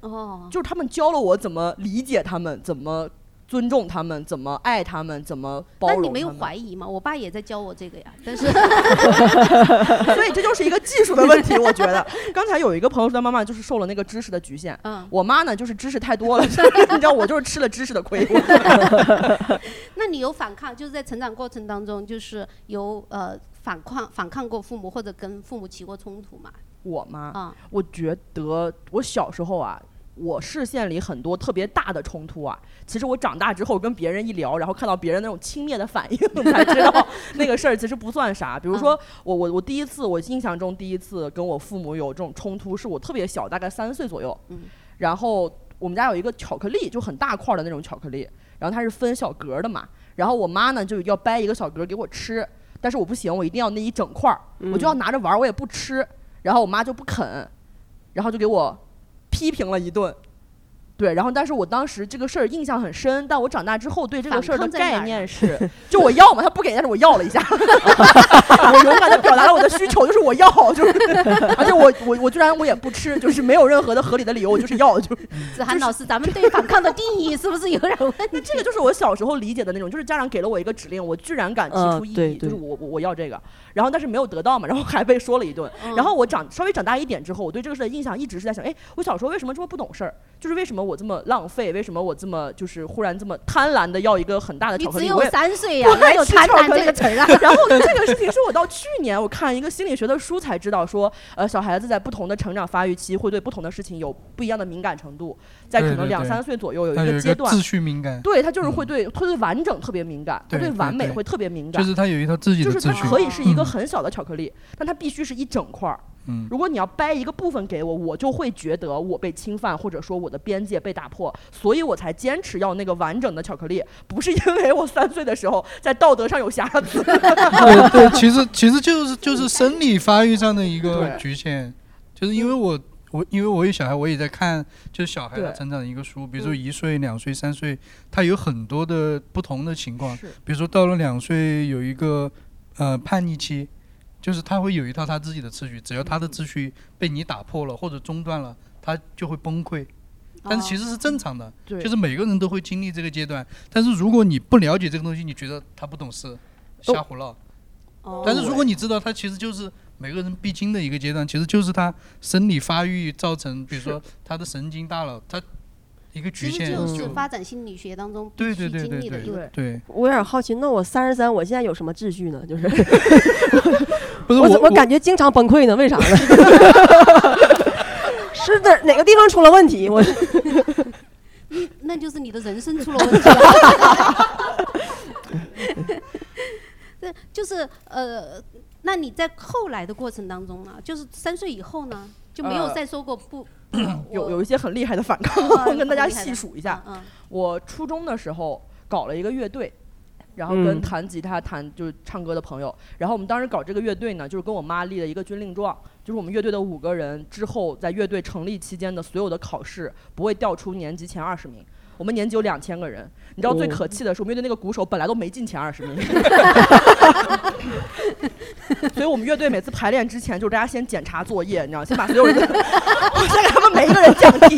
Speaker 2: 哦，
Speaker 1: 就是他们教了我怎么理解他们，怎么尊重他们，怎么爱他们，怎么包
Speaker 2: 那
Speaker 1: 容。
Speaker 2: 你没有怀？疑吗？我爸也在教我这个呀，但是
Speaker 1: [laughs]
Speaker 2: [laughs]
Speaker 1: 所以这就是一个技术的问题，我觉得。刚才有一个朋友说，他妈妈就是受了那个知识的局限。
Speaker 2: 嗯
Speaker 1: 我妈呢，就是知识太多
Speaker 2: [laughs]
Speaker 1: 了，你知道，我就是吃了知识的亏。 [laughs] 我
Speaker 2: [laughs] 那你有反抗，就是在成长过程当中，就是有呃反抗反抗过父母或者跟父母起过冲突嘛？
Speaker 1: 我妈，
Speaker 2: 啊
Speaker 1: 我觉得我小时候啊，我视线里很多特别大的冲突啊，其实我长大之后跟别人一聊，然后看到别人那种轻蔑的反应， [laughs] 才知道那个事儿其实不算啥。比如说，我我我第一次，我印象中第一次跟我父母有这种冲突，是我特别小，大概三岁左右。
Speaker 2: 嗯
Speaker 1: 然后我们家有一个巧克力，就很大块儿的那种巧克力，然后它是分小格儿的嘛，然后我妈呢就要掰一个小格儿给我吃，但是我不行，我一定要那一整块儿，
Speaker 2: 嗯
Speaker 1: 我就要拿着玩儿，我也不吃，然后我妈就不肯，然后就给我批评了一顿。对，然后但是我当时这个事儿印象很深，但我长大之后对这个事儿的
Speaker 2: 反抗在哪儿
Speaker 1: 概
Speaker 2: 呢
Speaker 1: 念是，就我要嘛，他不给，但是我要了一下， [laughs] 我勇敢的表达了我的需求，就是我要， [laughs] 就是，而且我我我居然我也不吃，就是没有任何的合理的理由，我就是要，就是。
Speaker 3: 嗯
Speaker 2: 子涵老师，咱们对反抗的定义是不是有点问题？ [laughs]
Speaker 1: 那这个就是我小时候理解的那种，就是家长给了我一个指令，我居然敢提
Speaker 3: 嗯
Speaker 1: 出异议，
Speaker 3: 对
Speaker 1: 就是
Speaker 3: 对
Speaker 1: 我我我要这个，然后但是没有得到嘛，然后还被说了一顿。
Speaker 3: 嗯
Speaker 1: [laughs] 然后我长稍微长大一点之后，我对这个事的印象一直是在想，哎，我小时候为什么这么不懂事儿？就是为什么我这么浪费？为什么我这么就是忽然这么贪婪的要一个很大的
Speaker 2: 你
Speaker 1: 巧克
Speaker 2: 只
Speaker 1: 力？
Speaker 2: 有
Speaker 1: 我也
Speaker 2: 三岁呀
Speaker 1: 我还
Speaker 2: 哪有
Speaker 1: 吃
Speaker 2: 贪
Speaker 1: 巧
Speaker 2: 婪
Speaker 1: 克
Speaker 2: 这
Speaker 1: 力
Speaker 2: 个词儿啊
Speaker 1: [laughs] 然后这个事情是我到去年我看一个心理学的书才知道说，呃，小孩子在不同的成长发育期会对不同的事情有不一样的敏感程度， [laughs] 在可
Speaker 11: 对
Speaker 1: 能
Speaker 11: 对
Speaker 1: 两
Speaker 11: 对
Speaker 1: 三岁左右有一
Speaker 11: 它有一
Speaker 1: 个
Speaker 11: 个
Speaker 1: 阶段
Speaker 11: 秩序敏感嗯
Speaker 1: 对他就是会对会对完整特别敏感，他
Speaker 11: 对
Speaker 1: 对
Speaker 11: 对
Speaker 1: 完美
Speaker 11: 对
Speaker 1: 会特别敏感，
Speaker 11: 就是它有一套自己的
Speaker 1: 就是它
Speaker 11: 秩序
Speaker 1: 可以是一个
Speaker 11: 嗯
Speaker 1: 很小的巧克力，但它必须是一整块儿。
Speaker 11: 嗯
Speaker 1: 如果你要掰一个部分给我，我就会觉得我被侵犯，或者说我的边界被打破，所以我才坚持要那个完整的巧克力，不是因为我三岁的时候在道德上有瑕疵。
Speaker 11: [laughs] 对对，其实其实就是就是生理发育上的一个
Speaker 1: 对
Speaker 11: 局限，就是因为我我因为我有小孩，我也在看就是小孩
Speaker 1: 对
Speaker 11: 他成长的一个书，比如说
Speaker 1: 嗯
Speaker 11: 一岁、两岁、三岁，他有很多的不同的情况
Speaker 1: 是，
Speaker 11: 比如说到了两岁有一个呃叛逆期。就是他会有一套他自己的秩序，只要他的秩序被你打破了或者中断了，他就会崩溃。但是其实是正常的，
Speaker 1: 哦对
Speaker 11: 就是每个人都会经历这个阶段。但是如果你不了解这个东西，你觉得他不懂事，瞎胡闹。但是如果你知道，它其实就是每个人必经的一个阶段，其实就是他生理发育造成，比如说他的神经大脑，他一个
Speaker 2: 其
Speaker 11: 局
Speaker 2: 实
Speaker 11: 限
Speaker 2: 就是发展心理学当中必须经历的一个。
Speaker 11: 对，
Speaker 3: 我有点好奇，那我三十三，我现在有什么秩序呢？就是
Speaker 11: [laughs] 不是
Speaker 3: 我怎
Speaker 11: 我
Speaker 3: 么感觉经常崩溃呢？为啥
Speaker 11: [laughs]
Speaker 3: 呢？是哪哪个地方出了问题？我
Speaker 2: 你那就是你的人生出了问题了。 [laughs] 对，就是呃，那你在后来的过程当中呢，就是三岁以后呢，就没有
Speaker 1: 呃
Speaker 2: 再说过不。
Speaker 1: 有有一些很厉害的反抗，
Speaker 2: 哦
Speaker 1: [laughs] 跟大
Speaker 2: 嗯
Speaker 1: 家
Speaker 2: 很厉害的
Speaker 1: 细数一下。
Speaker 2: 嗯嗯
Speaker 1: 我初中的时候搞了一个乐队，然后
Speaker 3: 嗯
Speaker 1: 跟弹吉他、弹就是唱歌的朋友。然后我们当时搞这个乐队呢，就是跟我妈立了一个军令状，就是我们乐队的五个人之后在乐队成立期间的所有的考试不会调出年级前二十名。我们年级有两千个人，你知道最
Speaker 3: 哦
Speaker 1: 可气的是，我们乐队那个鼓手本来都没进前二十名， [laughs] 所以我们乐队每次排练之前，就是大家先检查作业，你知道，先把所有人，先给他们每一个人讲题，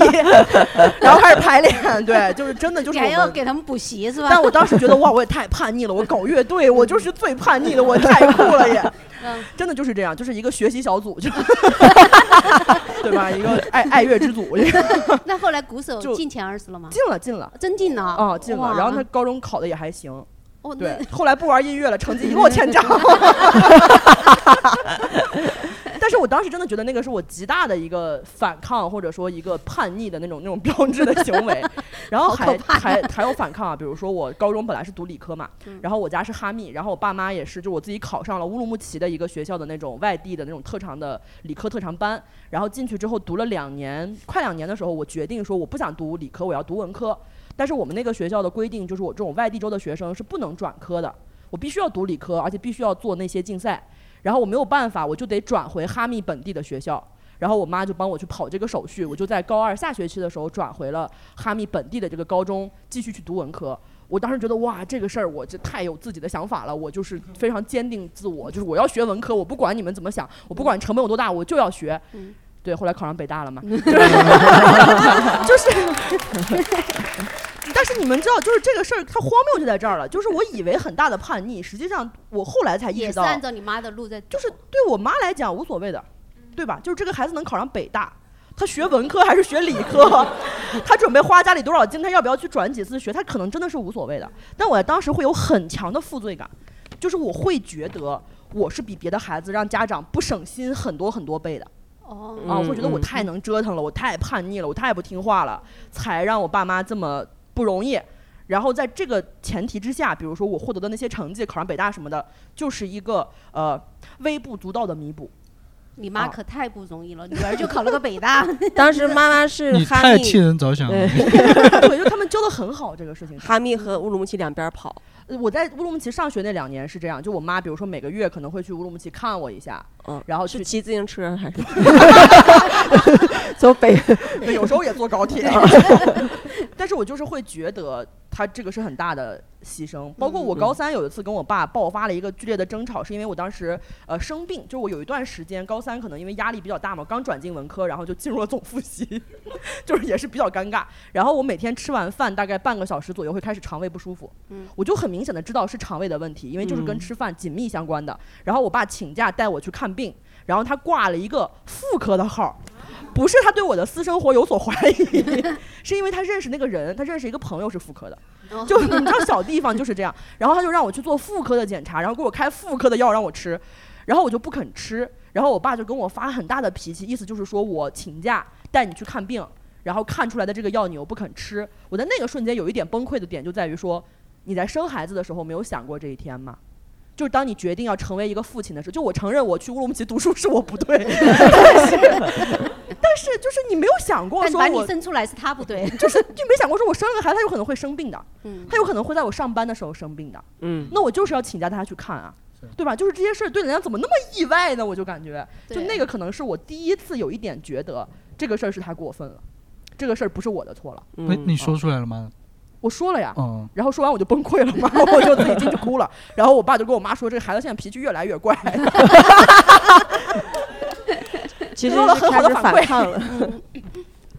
Speaker 1: 然后开始排练。对，就是真的哎就是
Speaker 2: 你还
Speaker 1: 我
Speaker 2: 要 [laughs]
Speaker 1: 们
Speaker 2: 给他们补习是吧？
Speaker 1: 但我当时觉得哇，我也太叛逆了！我搞乐队，我就是最叛逆的，我太酷了也。真的就是这样，就是一个学习小组，就 [laughs] 对吧？一个爱爱乐之组，这个
Speaker 2: [laughs] 那后来鼓手
Speaker 1: 就
Speaker 2: 进前二十了吗？
Speaker 1: 进了进了，
Speaker 2: 真进了
Speaker 1: 啊、进了。
Speaker 2: 哇
Speaker 1: 然后他高中考的也还行，
Speaker 2: 哦那
Speaker 1: 对。
Speaker 2: [laughs]
Speaker 1: 后来不玩音乐了，成绩一落千丈。但但是我当时真的觉得那个是我极大的一个反抗，或者说一个叛逆的那种那种标志的行
Speaker 2: [laughs]
Speaker 1: 为。然后还还还有反抗啊，比如说我高中本来是读理科嘛，然后我家是哈密，然后我爸妈也是，就我自己考上了乌鲁木齐的一个学校的那种外地的那种特长的理科特长班，然后进去之后读了两年，快两年的时候，我决定说我不想读理科，我要读文科。但是我们那个学校的规定就是，我这种外地州的学生是不能转科的，我必须要读理科，而且必须要做那些竞赛。然后我没有办法，我就得转回哈密本地的学校。然后我妈就帮我去跑这个手续，我就在高二下学期的时候转回了哈密本地的这个高中，继续去读文科。我当时觉得哇，这个事儿我这太有自己的想法了，我就是非常坚定自我，就是我要学文科，我不管你们怎么想，我不管成本有多大，我就要学。
Speaker 13: 嗯
Speaker 1: 对，后来考上北大了嘛，就是就是，但是你们知道，就是这个事儿它荒谬就在这儿了，就是我以为很大的叛逆，实际上我后来才意
Speaker 2: 也
Speaker 1: 识
Speaker 2: 是
Speaker 1: 到，
Speaker 2: 按照你妈的路在走，
Speaker 1: 就是对我妈来讲无所谓的，对吧？就是这个孩子能考上北大，他学文科还是学理科， [laughs] 他准备花家里多少金，他要不要去转几次学，他可能真的是无所谓的。但我当时会有很强的负罪感，就是我会觉得我是比别的孩子让家长不省心很多很多倍的。
Speaker 2: 哦
Speaker 1: 啊，我会觉得我太能折腾了，我太叛逆了，我太不听话了，才让我爸妈这么不容易。然后在这个前提之下，比如说我获得的那些成绩，考上北大什么的，就是一个呃微不足道的弥补。啊
Speaker 2: 你妈可太不容易了，女儿就考了个北
Speaker 1: [laughs]
Speaker 2: 大。
Speaker 3: 当时妈妈是
Speaker 11: 你
Speaker 3: 哈
Speaker 11: 太
Speaker 3: 密
Speaker 11: 替人着想
Speaker 3: [laughs]
Speaker 11: 了
Speaker 1: 对，就他们教的很好这个事情。
Speaker 3: 哈密和乌鲁木齐两边跑，
Speaker 1: 呃我在乌鲁木齐上学那两年是这样，就我妈比如说每个月可能会去乌鲁木齐看我一下，
Speaker 3: 嗯，
Speaker 1: 然后
Speaker 3: 去骑自行车还是走北？
Speaker 1: 对，有时候也坐高铁。但是我就是会觉得他这个是很大的牺牲。包括我高三有一次跟我爸爆发了一个剧烈的争吵，是因为我当时呃生病，就是我有一段时间高三可能因为压力比较大嘛，刚转进文科，然后就进入了总复习，就是也是比较尴尬。然后我每天吃完饭大概半个小时左右会开始肠胃不舒服，
Speaker 2: 嗯
Speaker 1: 我就很明显的知道是肠胃的问题，因为就是跟
Speaker 2: 嗯
Speaker 1: 吃饭紧密相关的。然后我爸请假带我去看病，然后他挂了一个妇科的号儿，不是他对我的私生活有所怀疑， [laughs] 是因为他认识那个人，他认识一个朋友是妇科的，就你知道小地方就是这样。 [laughs] 然后他就让我去做妇科的检查，然后给我开妇科的药让我吃，然后我就不肯吃，然后我爸就跟我发很大的脾气，意思就是说我请假带你去看病，然后看出来的这个药你又不肯吃。我在那个瞬间有一点崩溃的点就在于说，你在生孩子的时候没有想过这一天吗？就是当你决定要成为一个父亲的时候，就我承认我去乌鲁木齐读书是我不对，但是但是就是你没有想过
Speaker 2: 但
Speaker 1: 说
Speaker 2: 把
Speaker 1: 我
Speaker 2: 你生出来是他不对，
Speaker 1: 就是就没想过说我生了个孩子，他有可能会生病的，
Speaker 2: 嗯
Speaker 1: 他有可能会在我上班的时候生病的，
Speaker 3: 嗯
Speaker 1: 那我就是要请假带他去看啊，对吧？就是这些事儿对人家怎么那么意外呢？我就感觉，就
Speaker 2: 对
Speaker 1: 那个可能是我第一次有一点觉得这个事儿是他过分了，这个事儿不是我的错了。
Speaker 11: 哎，你说出来了 [laughs] 吗？
Speaker 1: 我说了呀，
Speaker 11: 嗯
Speaker 1: 然后说完我就崩溃了
Speaker 11: [laughs]
Speaker 1: 嘛，我就自己进去哭了。然后我爸就跟我妈说，这个孩子现在脾气越来越怪。
Speaker 3: [laughs] 其实
Speaker 1: 得到了很好的
Speaker 3: 是开始
Speaker 1: 反馈
Speaker 3: 反
Speaker 2: [laughs]
Speaker 3: 抗了。
Speaker 2: 嗯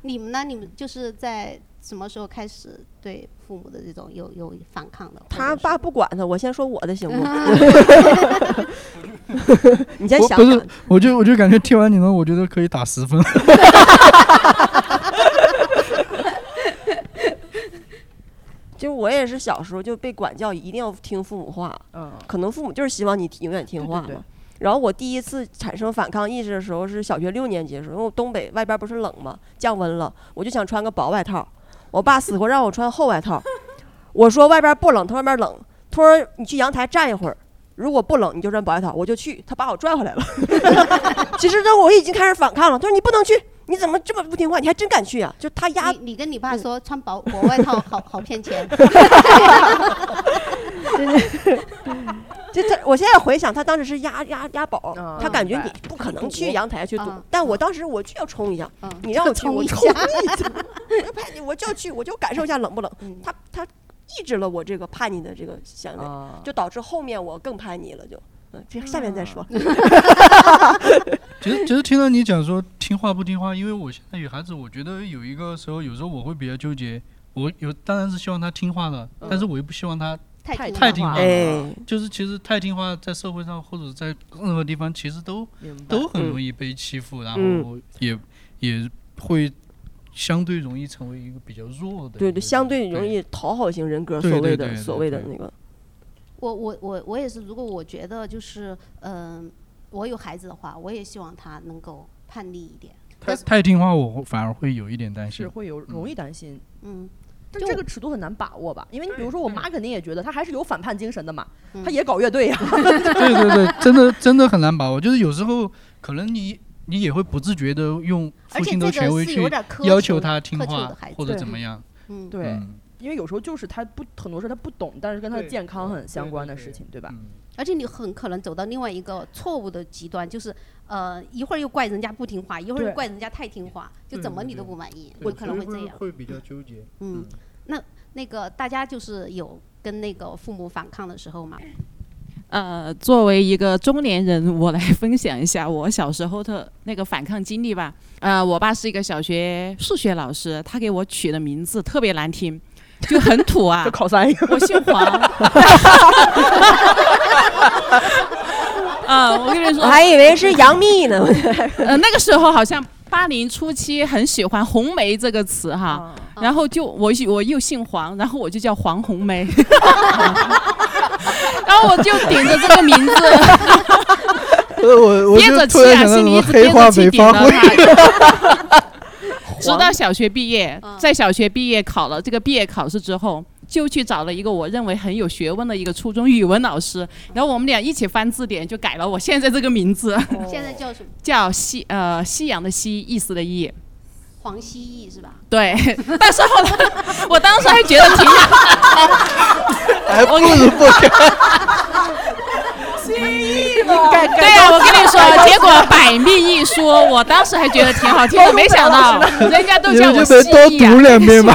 Speaker 2: 你们呢？你们就是在什么时候开始对父母的这种有有反抗的？
Speaker 3: 他爸不管他，我先说我的行不？
Speaker 1: 啊
Speaker 3: [laughs] 你先
Speaker 11: 我
Speaker 3: 想
Speaker 11: 不
Speaker 3: 想 [laughs]
Speaker 11: 是，，我就我就感觉听完你们，我觉得可以打十分。 [laughs]
Speaker 3: [laughs] 就我也是小时候就被管教，一定要听父母话。
Speaker 1: 嗯，
Speaker 3: 可能父母就是希望你永远听话嘛。
Speaker 1: 对
Speaker 3: 然后我第一次产生反抗意识的时候是小学六年级的时候，因为东北外边不是冷嘛，降温了，我就想穿个薄外套，我爸死活让我穿厚外套。我说外边不冷，他外边冷，他说你去阳台站一会儿，如果不冷你就穿薄外套，我就去，他把我拽
Speaker 1: [laughs]
Speaker 3: 回来了。 [laughs] 其实这我已经开始反抗了，他说你不能去，你怎么这么不听话？你还真敢去啊？就他压
Speaker 2: 你跟你爸
Speaker 1: 嗯
Speaker 2: 说穿薄薄外套好好骗钱，
Speaker 1: [laughs]
Speaker 3: [laughs] 就他，我现在回想，他当时是压压压宝，他感觉
Speaker 1: 明白
Speaker 3: 你不可能去阳台去堵
Speaker 2: 嗯，
Speaker 3: 但我当时我就要冲一下，你让我去，
Speaker 2: 冲
Speaker 3: 我
Speaker 2: 一
Speaker 3: 冲
Speaker 2: 下
Speaker 3: 一下， [laughs] 我就怕你，我就要去，我就感受一下冷不冷。他他抑制了我这个叛逆的这个行为，就导致后面我更叛逆了，就。嗯，这下面再说。 [laughs]
Speaker 11: 其实其实听到你讲说听话不听话，因为我现在有孩子，我觉得有一个时候，有时候我会比较纠结。我有当然是希望他听话的，但是我又不希望他
Speaker 2: 太
Speaker 11: 太听话了。
Speaker 3: 嗯哎
Speaker 11: 就是其实太听话，在社会上或者在任何地方，其实都
Speaker 1: 明白
Speaker 11: 都很容易被欺负，然后
Speaker 3: 嗯
Speaker 11: 也也会相对容易成为一个比较弱的。
Speaker 3: 对对，相对容易讨好型人格，
Speaker 11: 对
Speaker 3: 所
Speaker 11: 对
Speaker 3: 谓
Speaker 11: 对
Speaker 3: 的
Speaker 11: 对
Speaker 3: 所谓的那个，
Speaker 2: 我我我我也是，如果我觉得就是嗯、我有孩子的话，我也希望他能够叛逆一点。
Speaker 11: 太太听话，我反而会有一点担
Speaker 1: 是
Speaker 11: 心。
Speaker 1: 会有容易担心。
Speaker 2: 嗯，
Speaker 1: 但这个尺度很难把握吧？因为你比如说，我妈肯定也觉得她还是有反叛精神的嘛，她也搞乐队呀。
Speaker 11: 对对
Speaker 1: [laughs]
Speaker 11: 对，真的真的很难把握。就是有时候可能你你也会不自觉的用父亲的权威去要求他听话或者怎么样。
Speaker 2: 嗯，
Speaker 1: 对，因为有时候就是他不很多事他不懂，但是跟他的健康很相关的事情，对吧？
Speaker 11: 嗯
Speaker 2: 而且你很可能走到另外一个错误的极端，就是呃，一会儿又怪人家不听话，一会儿又
Speaker 14: 对
Speaker 2: 怪人家太听话，就
Speaker 14: 对
Speaker 2: 怎么
Speaker 14: 对
Speaker 2: 你
Speaker 14: 嗯对
Speaker 2: 都不满意，
Speaker 14: 对
Speaker 2: 有可能
Speaker 14: 所
Speaker 2: 会
Speaker 14: 以
Speaker 2: 这样。
Speaker 14: 会比较纠结。
Speaker 2: 嗯，那那个大家就是有跟那个父母反抗的时候嘛？
Speaker 5: 呃，作为一个中年人，我来分享一下我小时候的那个反抗经历吧。呃，我爸是一个小学数学老师，他给我取的名字特别难听，就很土啊。就
Speaker 1: 考三，
Speaker 5: 我姓黄。啊，我跟你说，
Speaker 3: 我还以为是杨幂呢。
Speaker 5: 呃，那个时候好像八零初期很喜欢“红梅”这个词
Speaker 3: 啊
Speaker 5: 哈，然后就我喜我又姓黄，然后我就叫黄红
Speaker 3: [laughs]
Speaker 5: 梅，然后我就顶着这个名字，
Speaker 14: [laughs] 我我
Speaker 5: 憋着
Speaker 14: 就突
Speaker 5: 气
Speaker 14: 然想到什
Speaker 5: 啊，心里一
Speaker 14: 么
Speaker 5: 直
Speaker 14: 黑
Speaker 5: 憋
Speaker 14: 化
Speaker 5: 着气
Speaker 14: 北
Speaker 5: 顶
Speaker 14: 方
Speaker 5: 着
Speaker 14: 会，
Speaker 5: 它。 [laughs] 直到小学毕业，在小学毕业考了这个毕业考试之后，就去找了一个我认为很有学问的一个初中语文老师，然后我们俩一起翻字典，就改了我现在这个名字，
Speaker 2: 现在叫什么？
Speaker 5: [laughs] 叫夕呃夕阳的夕，意思的意。
Speaker 2: 黄蜥蜴是吧？
Speaker 5: 对， [laughs] 但是后来我当时还觉得挺
Speaker 14: [laughs] 还不如不
Speaker 5: 意对啊，我跟你说，结果百密一疏，我当时还觉得挺好听的，没想到人家都
Speaker 14: 你
Speaker 5: 叫
Speaker 14: 们
Speaker 5: 我
Speaker 14: 就没
Speaker 5: 蜥
Speaker 14: 多
Speaker 5: 蜴啊
Speaker 14: 读两遍吗？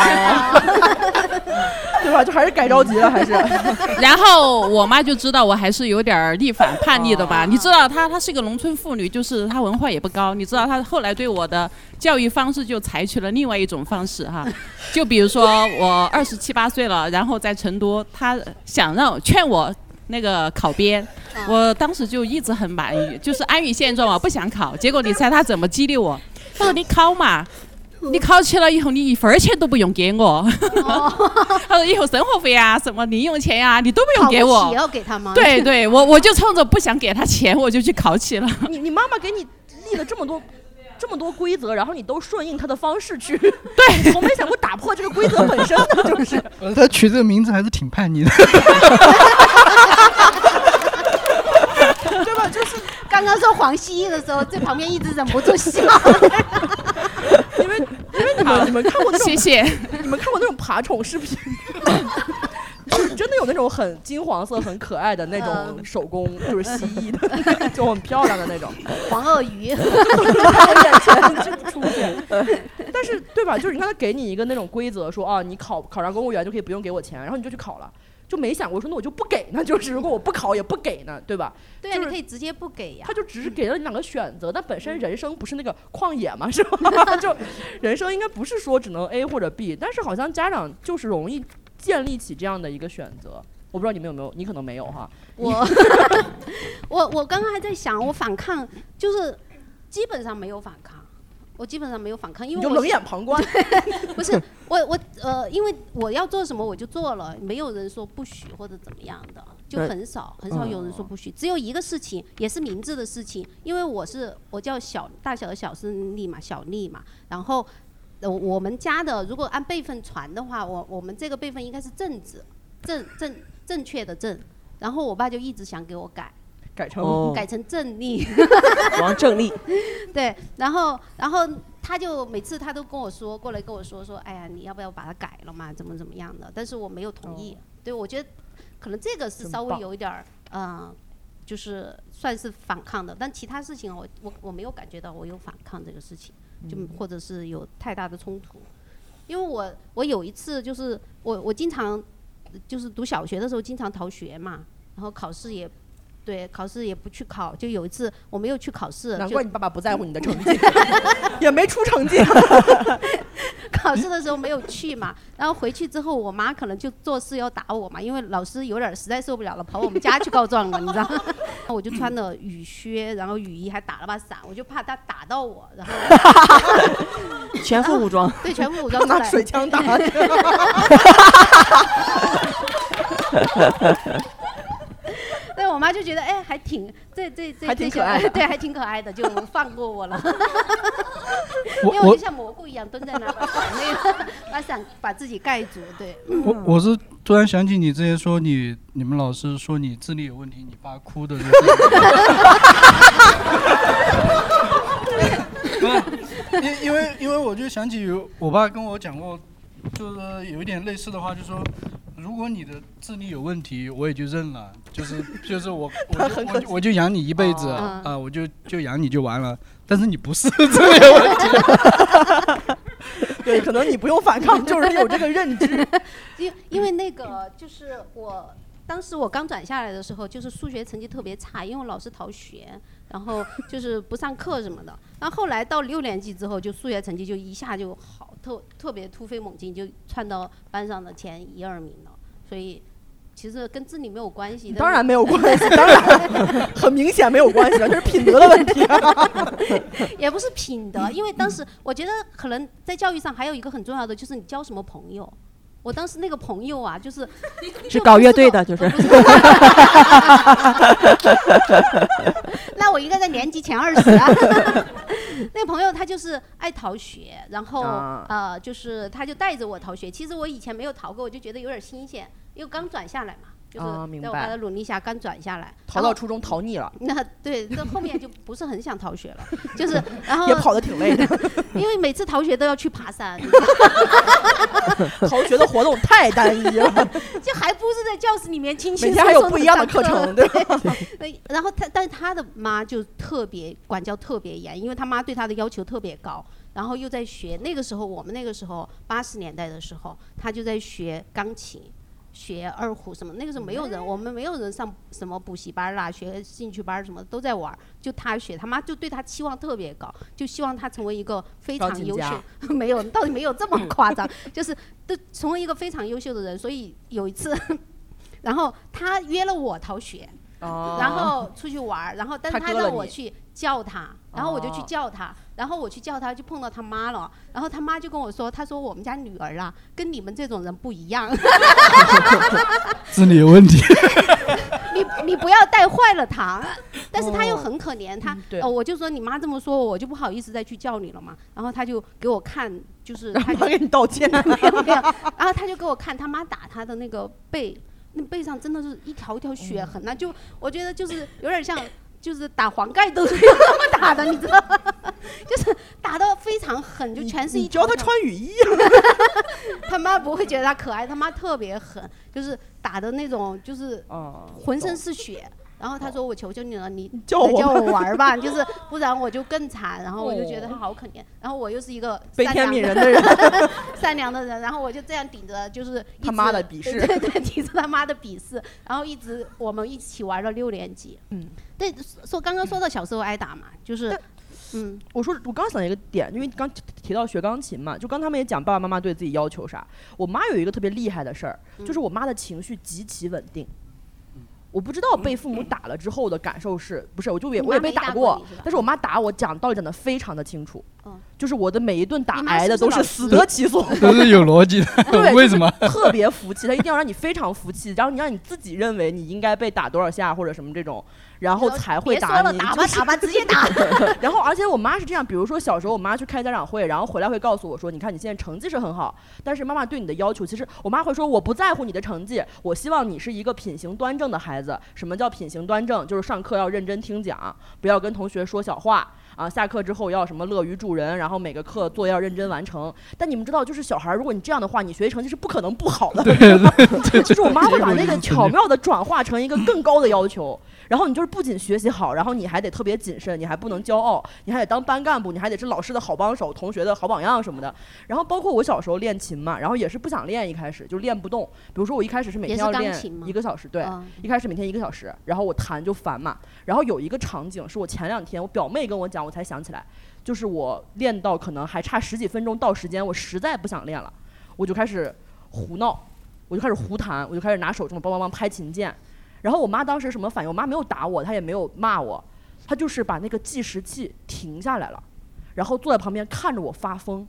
Speaker 1: 对吧？就还是改着急了，啊还是。
Speaker 5: 然后我妈就知道我还是有点儿逆反叛逆的吧。你知道她，她是个农村妇女，就是她文化也不高。你知道她后来对我的教育方式就采取了另外一种方式哈，就比如说我二十七八岁了，然后在成都，她想让劝我。那个考编，我当时就一直很满意，就是安于现状啊，不想考。结果你猜她怎么激励我？她说：“你考嘛， [laughs] 你考起了以后，你一分儿钱都不用给我。
Speaker 2: 哦
Speaker 5: [laughs] 他说以后生活费啊、什么零用钱啊，你都不用
Speaker 2: 考
Speaker 5: 给
Speaker 2: 不
Speaker 5: 我
Speaker 2: 起。要给他吗？
Speaker 5: 对对，我我就冲着不想给他钱，我就去考起了。
Speaker 1: [laughs] 你你妈妈给你立了这么多。这么多规则，然后你都顺应她的方式去， [laughs]
Speaker 5: 对，
Speaker 1: 从没想过打破这个规
Speaker 14: 嗯
Speaker 1: 则 [laughs] 本身的，
Speaker 5: [laughs]
Speaker 1: 就是
Speaker 11: 呃 [laughs] 他取这个名字还是挺叛逆的。
Speaker 2: [laughs] 对吧？就是刚刚说黄蜥蜴的时候，在旁边一直忍不住 [laughs] 笑。
Speaker 1: 因为你们你们看过那种
Speaker 5: 谢谢，
Speaker 1: [laughs] 你们看过那种爬虫视频吗， [laughs] 就是真的有那种很金黄色、很可爱的那
Speaker 5: 嗯
Speaker 1: 种手工，就是蜥蜴的， [laughs] 就很漂亮的那种。
Speaker 2: 黄鳄
Speaker 1: [laughs]
Speaker 2: 鱼
Speaker 1: 出现， [laughs] 但是对吧？就是你看他给你一个那种规则，说啊，你考考上公务员就可以不用给我钱，然后你就去考了，就没想过说那我就不给呢， [laughs] 就是如果我不考也不给呢，对吧？
Speaker 2: 对啊，你可以直接不给呀嗯
Speaker 1: 他。就只是给了你两个选择，但本身人生不是那个旷野嘛，是吧？ [laughs] 就人生应该不是说只能 A 或者 B，但是好像家长就是容易建立起这样的一个选择。我不知道你们有没有，你可能没有哈。 [laughs]
Speaker 2: 我我我刚刚还在想，我反抗就是基本上没有反抗，我基本上没有反抗，因
Speaker 1: 你
Speaker 2: 为
Speaker 1: 就
Speaker 2: 我
Speaker 1: 冷
Speaker 2: 是
Speaker 1: 眼旁观，
Speaker 2: 不是我我呃，因为我要做什么我就做了，没有人说不许或者怎么样的，就
Speaker 14: 对
Speaker 2: 很少很少有人
Speaker 1: 嗯
Speaker 2: 说不许。只有一个事情，也是明智的事情，因为我是我叫小大小的小是丽嘛，小丽嘛，然后。呃，我们家的如果按辈分传的话，我我们这个辈分应该是正子，正正正确的正。然后我爸就一直想给我改，
Speaker 1: 改成、
Speaker 2: 改成正
Speaker 1: [laughs]
Speaker 2: 立，
Speaker 3: 王正立，
Speaker 2: [laughs] 对，然后然后他就每次他都跟我说，过来跟我说说，哎呀，你要不要把它改了嘛？怎么怎么样的？但是我没有同意。对，我觉得可能这个是
Speaker 14: 真
Speaker 2: 稍微
Speaker 14: 哦棒
Speaker 2: 有一点儿，嗯、就是算是反抗的，但其他事情我我我没有感觉到我有反抗这个事情，就、
Speaker 14: 嗯
Speaker 2: 或者是有太大的冲突。因为我我有一次就是我我经常就是读小学的时候经常逃学嘛，然后考试也对考试也不去考，就有一次我没有去考试，
Speaker 1: 难
Speaker 2: 就
Speaker 1: 怪你爸爸不在乎你的成
Speaker 2: [laughs]
Speaker 1: 绩，也没出成绩。
Speaker 2: 考试的时候没有去嘛，然后回去之后，我妈可能就做事要打我嘛，因为老师有点儿实在受不了了，跑我们家去告状了，你知道吗？ [laughs] 我就穿的雨靴，然后雨衣还打了把伞，我就怕她打到我，然后
Speaker 3: 全副武装。
Speaker 2: 啊对全副武装
Speaker 3: [laughs]
Speaker 2: 出
Speaker 1: [laughs] 拿
Speaker 2: 来
Speaker 1: 水枪打
Speaker 2: [laughs] 对我妈妈就觉得哎，还挺这这这
Speaker 1: 还挺
Speaker 2: 这小
Speaker 1: 可爱的
Speaker 2: 对，还挺可爱的，就放过我了。 [laughs] 因
Speaker 11: 我
Speaker 2: 为我
Speaker 11: 我
Speaker 2: 就像蘑菇一样蹲在那儿，把伞那个 [laughs] 把伞把自己盖住，对。
Speaker 1: 嗯
Speaker 11: 我我是突然想起你之前说你你们老师说你智力有问题，你爸哭的、就是。
Speaker 1: [laughs]
Speaker 11: 不是因因为因为我就想起我爸跟我讲过，就是有一点类似的话，就说如果你的智力有问题，我也就认了，就是就
Speaker 1: [laughs]
Speaker 11: 是我我就我就我就养你一辈子
Speaker 1: 哦
Speaker 11: 啊、
Speaker 1: 嗯
Speaker 11: 我就就养你就完了。但是你不是 [laughs] 智力有问题，
Speaker 1: 对，可能你不用反抗，就是有这个认
Speaker 2: [laughs]
Speaker 1: 知。
Speaker 2: 因因为那个就是我当时我刚转下来的时候，就是数学成绩特别差，因为我老是逃学，然后就是不上课什么的。然后后来到六年级之后，就数学成绩就一下就好，特特别突飞猛进，就窜到班上的前一二名了。所以其实跟智力没有关系。
Speaker 1: 当然没有关系，当然很明显没有关系了，这是品德的问题。啊
Speaker 2: [laughs] 也不是品德，
Speaker 3: 嗯
Speaker 2: 因为当时我觉得可能在教育上还有一个很重要的就是你交什么朋友。我当时那个朋友啊，就是
Speaker 3: [laughs] 是搞乐队的，就是。
Speaker 2: [laughs] 那我应该在年级前二十啊。 [laughs] 那个朋友他就是爱逃学，然后、
Speaker 1: 啊
Speaker 2: 呃，就是他就带着我逃学。其实我以前没有逃过，我就觉得有点新鲜，因为刚转下来嘛，就是
Speaker 3: 哦
Speaker 1: 啊明
Speaker 2: 在我
Speaker 1: 白
Speaker 2: 爸的努力下刚转下来。
Speaker 1: 逃到初中逃腻了，
Speaker 2: 那对，这后面就不是很想逃学了，就是然后
Speaker 1: 也跑得挺累的，
Speaker 2: 因为每次逃学都要去爬
Speaker 1: [laughs]
Speaker 2: 山，
Speaker 1: 逃学的活动太单一了。
Speaker 2: 就还不是在教室里面轻轻
Speaker 1: 每天还有不一样的课程
Speaker 2: 对
Speaker 1: 对 [laughs]
Speaker 2: 吧？ [laughs] 对然后他，但是他的妈就特别管教特别严，因为他妈对他的要求特别高，然后又在学那个时候，我们那个时候八十年代的时候，他就在学钢琴。学二胡什么，那个时候没有人，我们没有人上什么补习班啦，学兴趣班什么的都在玩儿，就他学，他妈就对他期望特别高，就希望他成为一个非
Speaker 1: 钢
Speaker 2: 常
Speaker 1: 琴
Speaker 2: 优
Speaker 1: 家
Speaker 2: 秀， [laughs] 没有，倒没有这么夸张，就是都成为一个非常优秀的人。所以有一次， [laughs] 然后他约了我逃学，
Speaker 1: 哦
Speaker 2: 然 [laughs] 后出去玩儿，然后但是
Speaker 1: 他
Speaker 2: 他
Speaker 1: 割了
Speaker 2: 让我
Speaker 1: 你
Speaker 2: 去叫他，然后我就去
Speaker 1: 哦
Speaker 2: 叫他，然后我去叫他就碰到他妈了，然后他妈就跟我说，他说我们家女儿啊跟你们这种人不一样， [laughs]
Speaker 11: 智力有问题。
Speaker 2: 你你不要带坏了他，
Speaker 1: [laughs]
Speaker 2: 但是他又很可怜，他、
Speaker 1: 嗯对
Speaker 2: 呃我就说你妈这么说我，我就不好意思再去叫你了嘛。然后他就给我看，就是他就
Speaker 1: 给你道歉，
Speaker 2: [laughs] 没有没有。然后他就给我看他妈打他的那个背，那背上真的是一条一条
Speaker 1: 嗯
Speaker 2: 血痕呐、就我觉得就是有点像。就是打黄盖 [laughs] 都是这么打的，你知道吗，就是打的非常狠，就全是一
Speaker 1: 你教
Speaker 2: 条
Speaker 1: 他
Speaker 2: 条
Speaker 1: 穿雨衣，啊
Speaker 2: [laughs] 他妈不会觉得他可爱，他妈特别狠，就是打的那种，就是浑身是血。然后他说：“我求求你了，你
Speaker 1: 叫我
Speaker 2: 来教
Speaker 1: 吧
Speaker 2: 我玩儿
Speaker 1: [laughs]
Speaker 2: 吧，就是不然我就更惨。”然后我就觉得他好可怜。然后我又是一个
Speaker 1: 哦悲
Speaker 2: 善
Speaker 1: 天
Speaker 2: 良
Speaker 1: 悯人的人
Speaker 2: [laughs] 善良的人。然后我就这样顶着，就是一
Speaker 1: 他妈
Speaker 2: 直
Speaker 1: 的鄙
Speaker 2: 对
Speaker 1: 视
Speaker 2: 对对，顶着他妈的鄙视。然后一直我们一起玩到六年级。
Speaker 1: 嗯，
Speaker 2: 对，说刚刚说到小时候挨打嘛，就是， [laughs] 嗯，
Speaker 1: 我说我刚想一个点，因为刚提提到学钢琴嘛，就刚他们也讲爸爸妈妈对自己要求啥。我妈有一个特别厉害的事儿，
Speaker 2: 嗯
Speaker 1: 就是我妈的情绪极其稳定。我不知道被父母打了之后的感受是不是，我就也
Speaker 2: 嗯你妈
Speaker 1: 我也被
Speaker 2: 没打
Speaker 1: 过
Speaker 2: 过你是吧，
Speaker 1: 但是我妈打我讲道理讲的非常的清楚，
Speaker 2: 嗯
Speaker 1: 就是我的每一顿打
Speaker 2: 妈
Speaker 1: 挨的
Speaker 2: 是不
Speaker 1: 都
Speaker 2: 是
Speaker 1: 是
Speaker 2: 老
Speaker 1: 死
Speaker 2: 师
Speaker 1: 得其所，
Speaker 11: [laughs] 都
Speaker 1: [laughs]
Speaker 11: 是有逻辑的 [laughs]
Speaker 1: 对，
Speaker 11: 为什么
Speaker 1: 就是
Speaker 2: [laughs]
Speaker 1: 特别服气？他一定要让你非常服气，然后你让你自己认为你应该被打多少下或者什么这种，然后才会
Speaker 2: 别
Speaker 1: 打
Speaker 2: 说了
Speaker 1: 你。
Speaker 2: 打吧打吧直接打。
Speaker 1: 然后，而且我妈是这样，比如说小时候我妈去开家长会，然后回来会告诉我说：“你看你现在成绩是很好，但是妈妈对你的要求，其实我妈会说我不在乎你的成绩，我希望你是一个品行端正的孩子。什么叫品行端正？就是上课要认真听讲，不要跟同学说小话。”啊，下课之后要什么乐于助人，然后每个课作业要认真完成。但你们知道，就是小孩儿，如果你这样的话，你学习成绩是不可能不好的。就是我妈会把那个巧妙的转化成一个更高的要求，然后你就是不仅学习好，然后你还得特别谨慎，你还不能骄傲，你还得当班干部，你还得是老师的好帮手、同学的好榜样什么的。然后包括我小时候练琴嘛，然后也是不想练，一开始就练不动。比如说我一开始是每
Speaker 2: 也
Speaker 1: 天
Speaker 2: 是
Speaker 1: 要
Speaker 2: 钢
Speaker 1: 练
Speaker 2: 琴吗
Speaker 1: 一个小时，对，
Speaker 2: 嗯
Speaker 1: 一开始每天一个小时，然后我弹就烦嘛。然后有一个场景是我前两天我表妹跟我讲，我才想起来，就是我练到可能还差十几分钟到时间，我实在不想练了，我就开始胡闹，我就开始胡弹，我就开始拿手这么梆梆梆拍琴键。然后我妈当时什么反应？我妈没有打我，她也没有骂我，她就是把那个计时器停下来了，然后坐在旁边看着我发疯。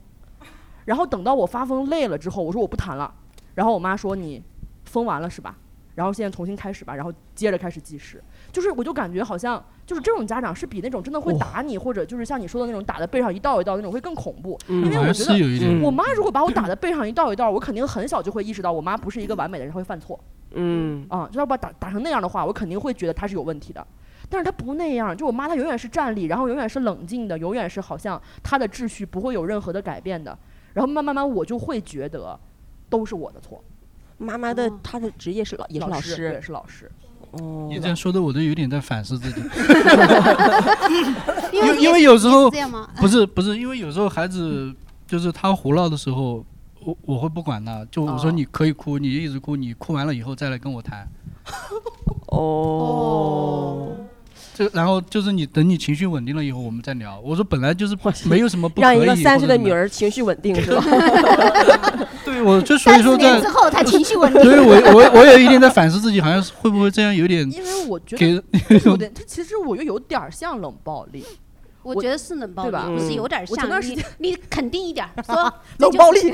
Speaker 1: 然后等到我发疯累了之后，我说我不弹了。然后我妈说你疯完了是吧？然后现在重新开始吧，然后接着开始计时。就是我就感觉好像就是这种家长是比那种真的会打你，或者就是像你说的那种打在背上一道一道那种会更恐怖。
Speaker 11: 嗯
Speaker 1: 因为我觉
Speaker 11: 好像是有一点嗯
Speaker 1: 得我妈如果把我打在背上一道一道，我肯定很小就会意识到我妈不是一个完美的人，她会犯错。
Speaker 3: 嗯
Speaker 1: 啊，就要把打打成那样的话，我肯定会觉得她是有问题的。但是她不那样，就我妈她永远是站立，然后永远是冷静的，永远是好像她的秩序不会有任何的改变的。然后慢慢慢，我就会觉得都是我的错。嗯
Speaker 3: 妈妈的她的职业是老也是
Speaker 1: 老
Speaker 3: 师，
Speaker 1: 也是老师。
Speaker 3: 哦
Speaker 11: 你这样说的我都有点在反思自己，
Speaker 2: 因
Speaker 11: 为
Speaker 2: 为
Speaker 11: 因为有时候
Speaker 2: 这样吗？
Speaker 11: 不是不是，因为有时候孩子就是他胡闹的时候，我我会不管他，就我说你可以哭，你一直哭，你哭完了以后再来跟我谈。
Speaker 3: [laughs] 哦，
Speaker 11: 这然后就是你等你情绪稳定了以后，我们再聊。我说本来就是没有什么不可
Speaker 3: [laughs] 让
Speaker 11: 以。
Speaker 3: 一个三岁的
Speaker 11: 或者
Speaker 3: 女儿情绪
Speaker 2: [laughs]
Speaker 3: 稳定是吧？
Speaker 11: 对，我
Speaker 3: [laughs]
Speaker 11: 就所以说
Speaker 3: 30年
Speaker 11: 在
Speaker 3: 之后她情绪稳定
Speaker 11: 所以我我我有一点在反思自己，好像是会不会这样有点
Speaker 1: 因为我觉
Speaker 11: 给 [laughs]
Speaker 1: 得这有点，它其实我觉得有点儿像冷暴力。
Speaker 2: 我觉得是冷暴力
Speaker 1: 对吧，
Speaker 2: 不是有点
Speaker 1: 我前段
Speaker 2: 像
Speaker 1: 时
Speaker 2: 你
Speaker 1: 间，
Speaker 2: 你肯定一点儿说
Speaker 1: 冷暴力。
Speaker 2: [laughs]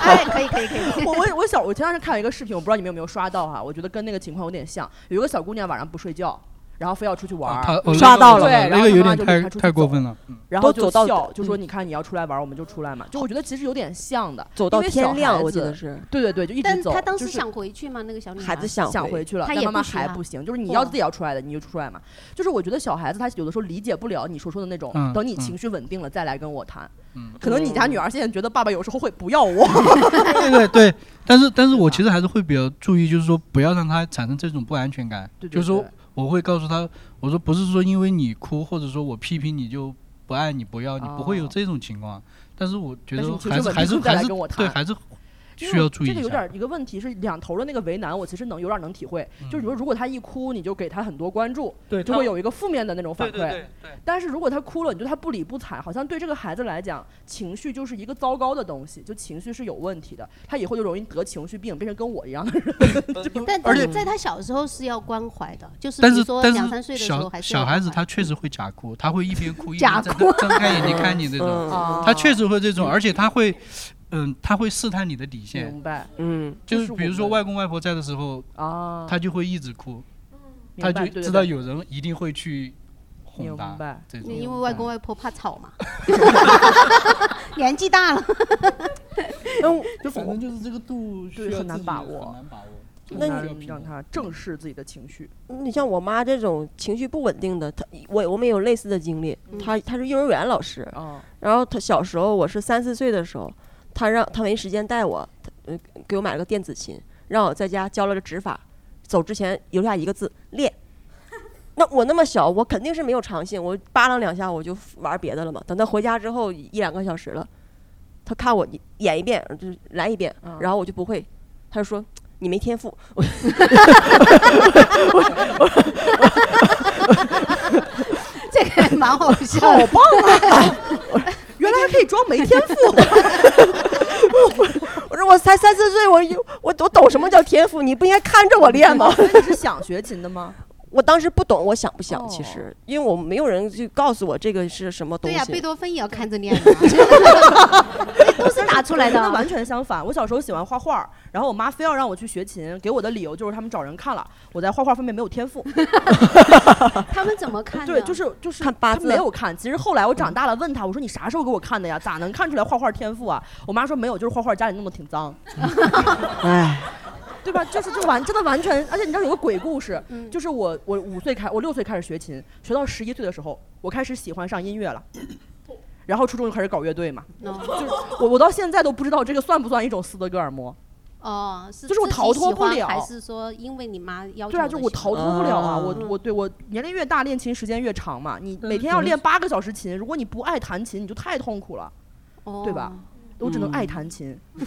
Speaker 2: 哎，可以可以可以。
Speaker 1: 我我我小我前段时间看了一个视频，我不知道你们有没有刷到哈、我觉得跟那个情况有点像。有一个小姑娘晚上不睡觉，然后非要出去玩儿，
Speaker 11: 他我
Speaker 1: 对，然
Speaker 11: 啊哦那
Speaker 1: 后
Speaker 11: 个
Speaker 1: 她
Speaker 11: 有
Speaker 1: 妈就
Speaker 11: 点
Speaker 1: 领
Speaker 11: 太
Speaker 1: 她出去
Speaker 11: 太过
Speaker 1: 走
Speaker 11: 分了。嗯
Speaker 1: 然后
Speaker 3: 都
Speaker 1: 就
Speaker 3: 走到
Speaker 1: 笑，就
Speaker 2: 嗯
Speaker 1: 说你看你要出来玩儿，我们就出来嘛。就我觉得其实有点像的，
Speaker 3: 走到
Speaker 1: 因为小
Speaker 3: 天亮
Speaker 1: 孩
Speaker 3: 我记
Speaker 1: 子
Speaker 3: 得是
Speaker 1: 对对对，就一
Speaker 2: 但
Speaker 1: 直走。
Speaker 2: 她当
Speaker 1: 就
Speaker 2: 时
Speaker 1: 是
Speaker 2: 想回去吗？那个小女孩
Speaker 1: 想回去了，
Speaker 2: 她
Speaker 1: 但
Speaker 2: 也
Speaker 1: 妈妈
Speaker 2: 行
Speaker 1: 还
Speaker 2: 啊
Speaker 1: 不行，就是你要
Speaker 2: 哇
Speaker 1: 自己要出来的，你就出来嘛。就是我觉得小孩子他有的时候理解不了你所说的那种
Speaker 11: 嗯，
Speaker 1: 等你情
Speaker 11: 嗯
Speaker 1: 绪稳定了再来跟我谈。
Speaker 11: 嗯
Speaker 1: 可能你家女儿现在觉得爸爸有时候会不要我，
Speaker 11: 对对对，但是但是我其实还是会比较注意，就是说不要让他产生这种不安全感。
Speaker 1: 对对
Speaker 11: 就是说我会告诉他，我说不是说因为你哭或者说我批评你就不爱你不要你，不会有这种情况。但是我 [laughs] 觉
Speaker 1: 哦但是你
Speaker 11: 得
Speaker 1: 情
Speaker 11: 还
Speaker 1: 绪稳定
Speaker 11: 是还是
Speaker 1: 后再
Speaker 11: 还
Speaker 1: 来
Speaker 11: 是
Speaker 1: 跟我
Speaker 11: 对
Speaker 1: 谈
Speaker 11: 还是
Speaker 1: 因
Speaker 11: 需
Speaker 1: 为
Speaker 11: 要
Speaker 1: 我
Speaker 11: 注意
Speaker 1: 这个
Speaker 11: 一
Speaker 1: 有
Speaker 11: 下
Speaker 1: 点。一个问题是两头的那个为难，我其实能有点能体会。就是你说，如果他一哭，你就给他很多关注，
Speaker 11: 嗯对
Speaker 1: 就
Speaker 11: 他
Speaker 1: 会有一个负面的那种反馈。
Speaker 11: 对对对
Speaker 1: 但是如果他哭了，你对他不理不睬，好像对这个孩子来讲，情绪就是一个糟糕的东西，就情绪是有问题的，他以后就容易得情绪病，变成跟我一样的人。 [laughs]
Speaker 2: [laughs] 但
Speaker 11: 而且
Speaker 2: 但在她小时候是要关怀的，就是比
Speaker 11: 但
Speaker 2: 如
Speaker 11: 是
Speaker 2: 说
Speaker 11: 但
Speaker 2: 两三岁
Speaker 11: 是
Speaker 2: 的时候
Speaker 11: 小
Speaker 2: 还是
Speaker 11: 小孩子他确实会假哭，他会一
Speaker 1: [laughs]
Speaker 11: 边哭一
Speaker 2: 假
Speaker 11: 边在
Speaker 2: 哭
Speaker 11: 睁开眼睛看你那
Speaker 2: 嗯
Speaker 11: 种
Speaker 2: 嗯，
Speaker 11: 他确实会这种，而且他会，嗯，他会试探你的底线。
Speaker 1: 明白？
Speaker 3: 嗯，
Speaker 11: 就是比如说外公外婆在的时候，
Speaker 1: 啊，
Speaker 11: 他就会一直哭，
Speaker 1: 嗯明
Speaker 11: 他
Speaker 1: 白
Speaker 11: 就
Speaker 1: 对对
Speaker 11: 知道
Speaker 1: 对
Speaker 11: 有人一定会去哄
Speaker 1: 明
Speaker 11: 他
Speaker 1: 白。
Speaker 11: 这种
Speaker 2: 你因为外公外婆怕吵
Speaker 11: [laughs]
Speaker 2: 嘛，年纪
Speaker 1: [laughs]
Speaker 2: 大了。
Speaker 11: 就反正就是这个度需
Speaker 1: 对
Speaker 11: 要
Speaker 1: 很难
Speaker 11: 自己
Speaker 1: 把
Speaker 11: 很
Speaker 1: 握，
Speaker 11: 难把握
Speaker 1: 就
Speaker 3: 那
Speaker 1: 很难
Speaker 3: 你
Speaker 1: 让他正视自己的情绪。
Speaker 3: [laughs] 你像我妈这种情绪不稳定的，她我我们也有类似的经历。
Speaker 2: 嗯
Speaker 3: 她她是幼儿园老师，
Speaker 11: 哦
Speaker 3: 然后她小时候我是三四岁的时候，她让她没时间带我，她呃给我买了个电子琴，让我在家教了个指法，走之前留下一个字练。 [laughs] 那我那么小，我肯定是没有长性，我扒拉两下我就玩别的了嘛。等她回家之后一两个小时了，她看我演一遍呃就是来一遍，
Speaker 1: 啊
Speaker 3: 然后我就不会，她就说你没天赋。 [laughs] 我
Speaker 2: 这个蛮好笑，
Speaker 1: 好棒啊！ [laughs] 原来还可以装没天赋。
Speaker 3: 我说我才三四岁，我有我我懂什么叫天
Speaker 1: [laughs]
Speaker 3: 赋？你不应该看着我练吗？
Speaker 1: 那你是想学琴的吗？
Speaker 3: [laughs]
Speaker 1: 哦
Speaker 3: 我当时不懂，我想不想？其实，因为我没有人去告诉我这个是什么东
Speaker 2: 对
Speaker 3: 西。
Speaker 2: 呀、贝多芬也要看着念的， [laughs] 都是拿出来的
Speaker 1: 那完全相反。我小时候喜欢画画，然后我妈非要让我去学琴，给我的理由就是他们找人看了我在画画方面没有天赋。 [laughs]
Speaker 2: 他们怎么看的？
Speaker 1: 对，就是就是看八嗯没有看。其实后来我长大了，问他我说你啥时候给我看的呀？咋能看出来画画天赋啊？我妈说没有，就是画画家里弄得挺脏。 [laughs]
Speaker 3: 哎，
Speaker 1: 对吧？就是就完，真的完全，而且你知道有个鬼故事，
Speaker 2: 嗯
Speaker 1: 就是我我五岁开，我六岁开始学琴，学到十一岁的时候，我开始喜欢上音乐了。 [coughs] 然后初中就开始搞乐队嘛， [laughs] 就是我我到现在都不知道这个算不算一种斯德哥尔摩？
Speaker 2: 哦，是
Speaker 1: 就是我
Speaker 2: 自己
Speaker 1: 逃脱
Speaker 2: 喜
Speaker 1: 不
Speaker 2: 欢
Speaker 1: 了
Speaker 2: 还是说因为你妈要求？
Speaker 1: 对啊，就是我逃脱不了啊！我
Speaker 2: 嗯
Speaker 1: 我对我年龄越大，练琴时间越长嘛。你
Speaker 2: 嗯
Speaker 1: 每天要练八个小时琴，如果你不爱弹琴，你就太痛苦了，对吧？我只能
Speaker 2: 嗯
Speaker 1: 爱弹琴。
Speaker 11: [laughs]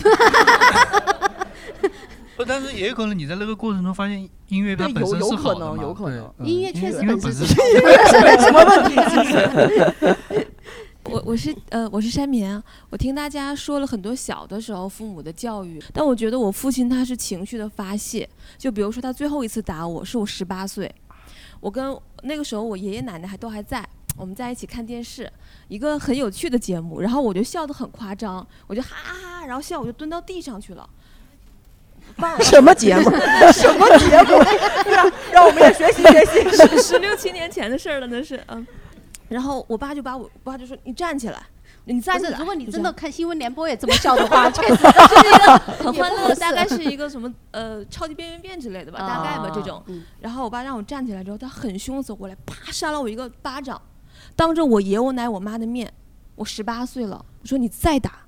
Speaker 11: 不，但是也有可能你在那个过程中发现音乐它
Speaker 1: 对
Speaker 11: 本
Speaker 1: 有
Speaker 11: 身
Speaker 1: 有
Speaker 11: 是
Speaker 1: 可
Speaker 11: 好的
Speaker 1: 能
Speaker 11: 嘛
Speaker 1: 有可
Speaker 11: 对
Speaker 1: 能
Speaker 11: 嗯
Speaker 1: 音
Speaker 11: 乐
Speaker 1: 乐确实
Speaker 11: 音乐
Speaker 1: 本
Speaker 11: 本
Speaker 1: 身
Speaker 11: 身
Speaker 1: 是
Speaker 11: 是
Speaker 1: 好的 [laughs] [laughs] 什么问题其实 [laughs]
Speaker 8: [laughs] 我我是呃我是山民啊，我听大家说了很多小的时候父母的教育，但我觉得我父亲他是情绪的发泄，就比如说他最后一次打我是我十八岁，我跟那个时候我爷爷奶奶还都还在，我们在一起看电视，一个很有趣的节
Speaker 1: 啊
Speaker 8: 目，然后我就笑得很夸张，我就哈哈哈，然后笑我就蹲到地上去了。
Speaker 3: [laughs] 什么节
Speaker 1: [laughs]
Speaker 3: 目？
Speaker 8: [laughs] 什么节目 [laughs] 让让我们也学习学习 [laughs] 十十六七年前的事儿了，那是嗯。然后我爸就把我，我爸就说：“你站起来，你站
Speaker 2: 不
Speaker 8: 起
Speaker 2: 是
Speaker 8: 来。”
Speaker 2: 如果你
Speaker 8: 就
Speaker 2: 真
Speaker 8: 这
Speaker 2: 的
Speaker 8: 样
Speaker 2: 看新闻联播也这么笑的
Speaker 1: [laughs]
Speaker 8: [laughs]
Speaker 2: 话，确实
Speaker 8: 就是一个 [laughs] 很
Speaker 2: 也
Speaker 8: 欢
Speaker 2: 不
Speaker 8: 乐
Speaker 2: 合
Speaker 8: 的，
Speaker 2: 适
Speaker 8: 大概是一个什么呃超级变变变之类的吧，大概吧这种
Speaker 2: 啊嗯。
Speaker 8: 然后我爸让我站起来之后，他很凶地走过来，啪扇了我一个巴掌，当着我爷、我奶、我妈的面，我十八岁了，我说你再打，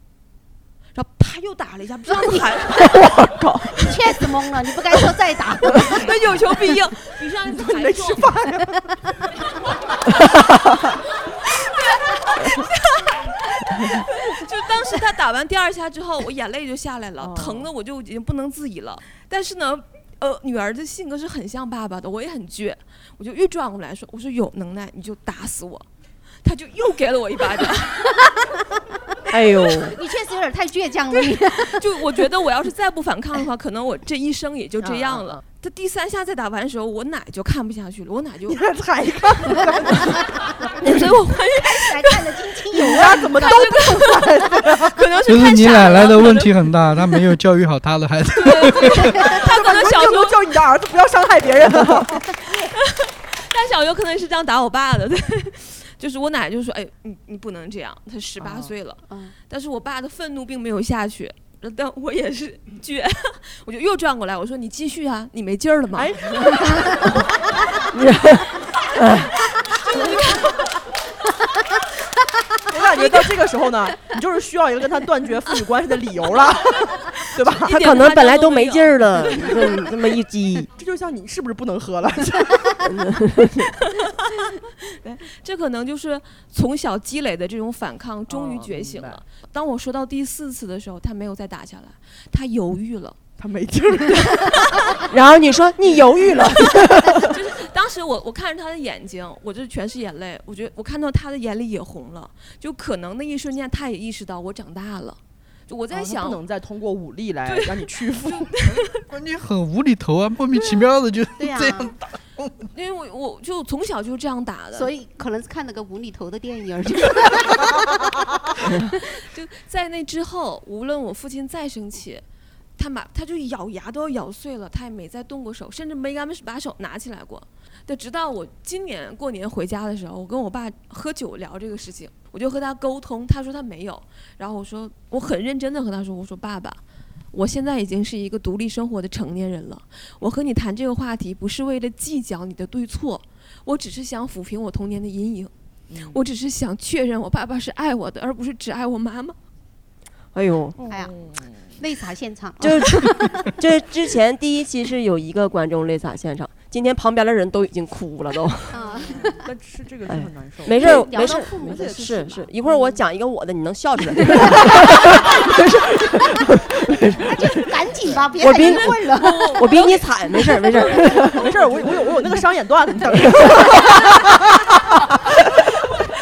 Speaker 8: 然后啪又打了一下，不让喊，
Speaker 1: [laughs]
Speaker 2: 你确实懵了，你不该说再打，
Speaker 8: [laughs] 那有求必应，比上一次还重。
Speaker 2: [laughs]
Speaker 8: [laughs] 就当时他打完第二下之后，我眼泪就下来了，疼的我就已经不能自已了。但是呢，呃，女儿的性格是很像爸爸的，我也很倔，我就又转过来说：“我说有能耐你就打死我。”他就又给了我一巴
Speaker 2: [laughs]
Speaker 8: 掌。
Speaker 3: 哎呦，
Speaker 2: 你确实有点太倔强了。你
Speaker 8: [laughs] 就我觉得我要是再不反抗的话，可能我这一生也就这样了。他第三下再打完的时候，我奶就看不下去了，我奶就
Speaker 1: 太
Speaker 8: 看不下去 [laughs] 了，所以我怀
Speaker 2: 疑看得津津有味
Speaker 8: 啊，怎么都不可能是
Speaker 11: 就是
Speaker 8: 太
Speaker 11: 你
Speaker 8: 傻
Speaker 11: 奶奶
Speaker 8: 了
Speaker 11: 的问题很大，她没有教育好她的孩子。 [laughs]
Speaker 8: 他可能小时候
Speaker 1: 叫你的儿子不要伤害别人。
Speaker 8: 他小时候可能是这样打我爸的，对，就是我奶奶就说：“哎，你你不能这样，他十八岁了。但是我爸的愤怒并没有下去，但我也是倔， [laughs] 我就又转过来，我说：“你继续啊，你没劲儿了
Speaker 1: 哎
Speaker 8: 吗？”
Speaker 1: [laughs] 我感觉到这个时候呢，你就是需要一个跟他断绝父女关系的理由了， [laughs] 对吧？ [laughs]
Speaker 3: 他可能本来都没劲儿
Speaker 2: [laughs]
Speaker 3: 了，这么这么一激， [laughs]
Speaker 1: 这就像你是不是不能喝了？ [laughs]
Speaker 8: 对， [laughs] 这可能就是从小积累的这种反抗，终于觉醒了。当我说到第四次的时候，他没有再打下来，他犹豫了，
Speaker 1: 他没劲儿。
Speaker 3: 然后你说你犹豫了， [laughs]
Speaker 8: 就是当时我我看着他的眼睛，我这全是眼泪，我觉得我看到他的眼里也红了，就可能那一瞬间他也意识到我长大了。就我在
Speaker 1: 哦他
Speaker 8: 想，
Speaker 1: 不能再通过武力来让你屈服。
Speaker 11: 关键很无厘头啊，莫名其妙
Speaker 1: [laughs]
Speaker 11: 的就
Speaker 2: 对呀、
Speaker 11: 这样。
Speaker 8: 因为我我就从小就这样打的，
Speaker 2: 所以可能是看了个无厘头的电影儿。
Speaker 8: [laughs] 就在那之后，无论我父亲再生气，他把他就咬牙都要咬碎了，他也没再动过手，甚至没敢把手拿起来过。但直到我今年过年回家的时候，我跟我爸喝酒聊这个事情，我就和他沟通，他说他没有，然后我说我很认真的和他说，我说爸爸。我现在已经是一个独立生活的成年人了，我和你谈这个话题不是为了计较你的对错，我只是想抚平我童年的阴影，我只是想确认我爸爸是爱我的，而不是只爱我妈妈。
Speaker 3: 哎呦，
Speaker 2: 哎呀，泪洒现场。啊 [laughs]
Speaker 3: 就是就是之前第一期是有一个观众泪洒现场，今天旁边的人都已经
Speaker 1: [laughs]
Speaker 3: 哭了都。
Speaker 2: 啊
Speaker 1: 但是这个是
Speaker 3: 哎
Speaker 1: 很难受。，
Speaker 3: 没事
Speaker 1: 对
Speaker 3: 儿，
Speaker 1: 聊
Speaker 3: 没事
Speaker 1: 到
Speaker 3: 儿
Speaker 1: 父母，
Speaker 3: 没
Speaker 1: 这
Speaker 3: 事儿，
Speaker 1: 也是
Speaker 3: 是是，一会儿我讲一个我的，你能笑出来。
Speaker 2: [laughs] 赶紧吧，别
Speaker 3: 我
Speaker 2: 再
Speaker 3: 比
Speaker 2: 去问了。
Speaker 3: 我比你惨，没事儿没事儿。
Speaker 1: [laughs] 没事儿，我我有我有那个商演段子，你等着。
Speaker 8: [laughs]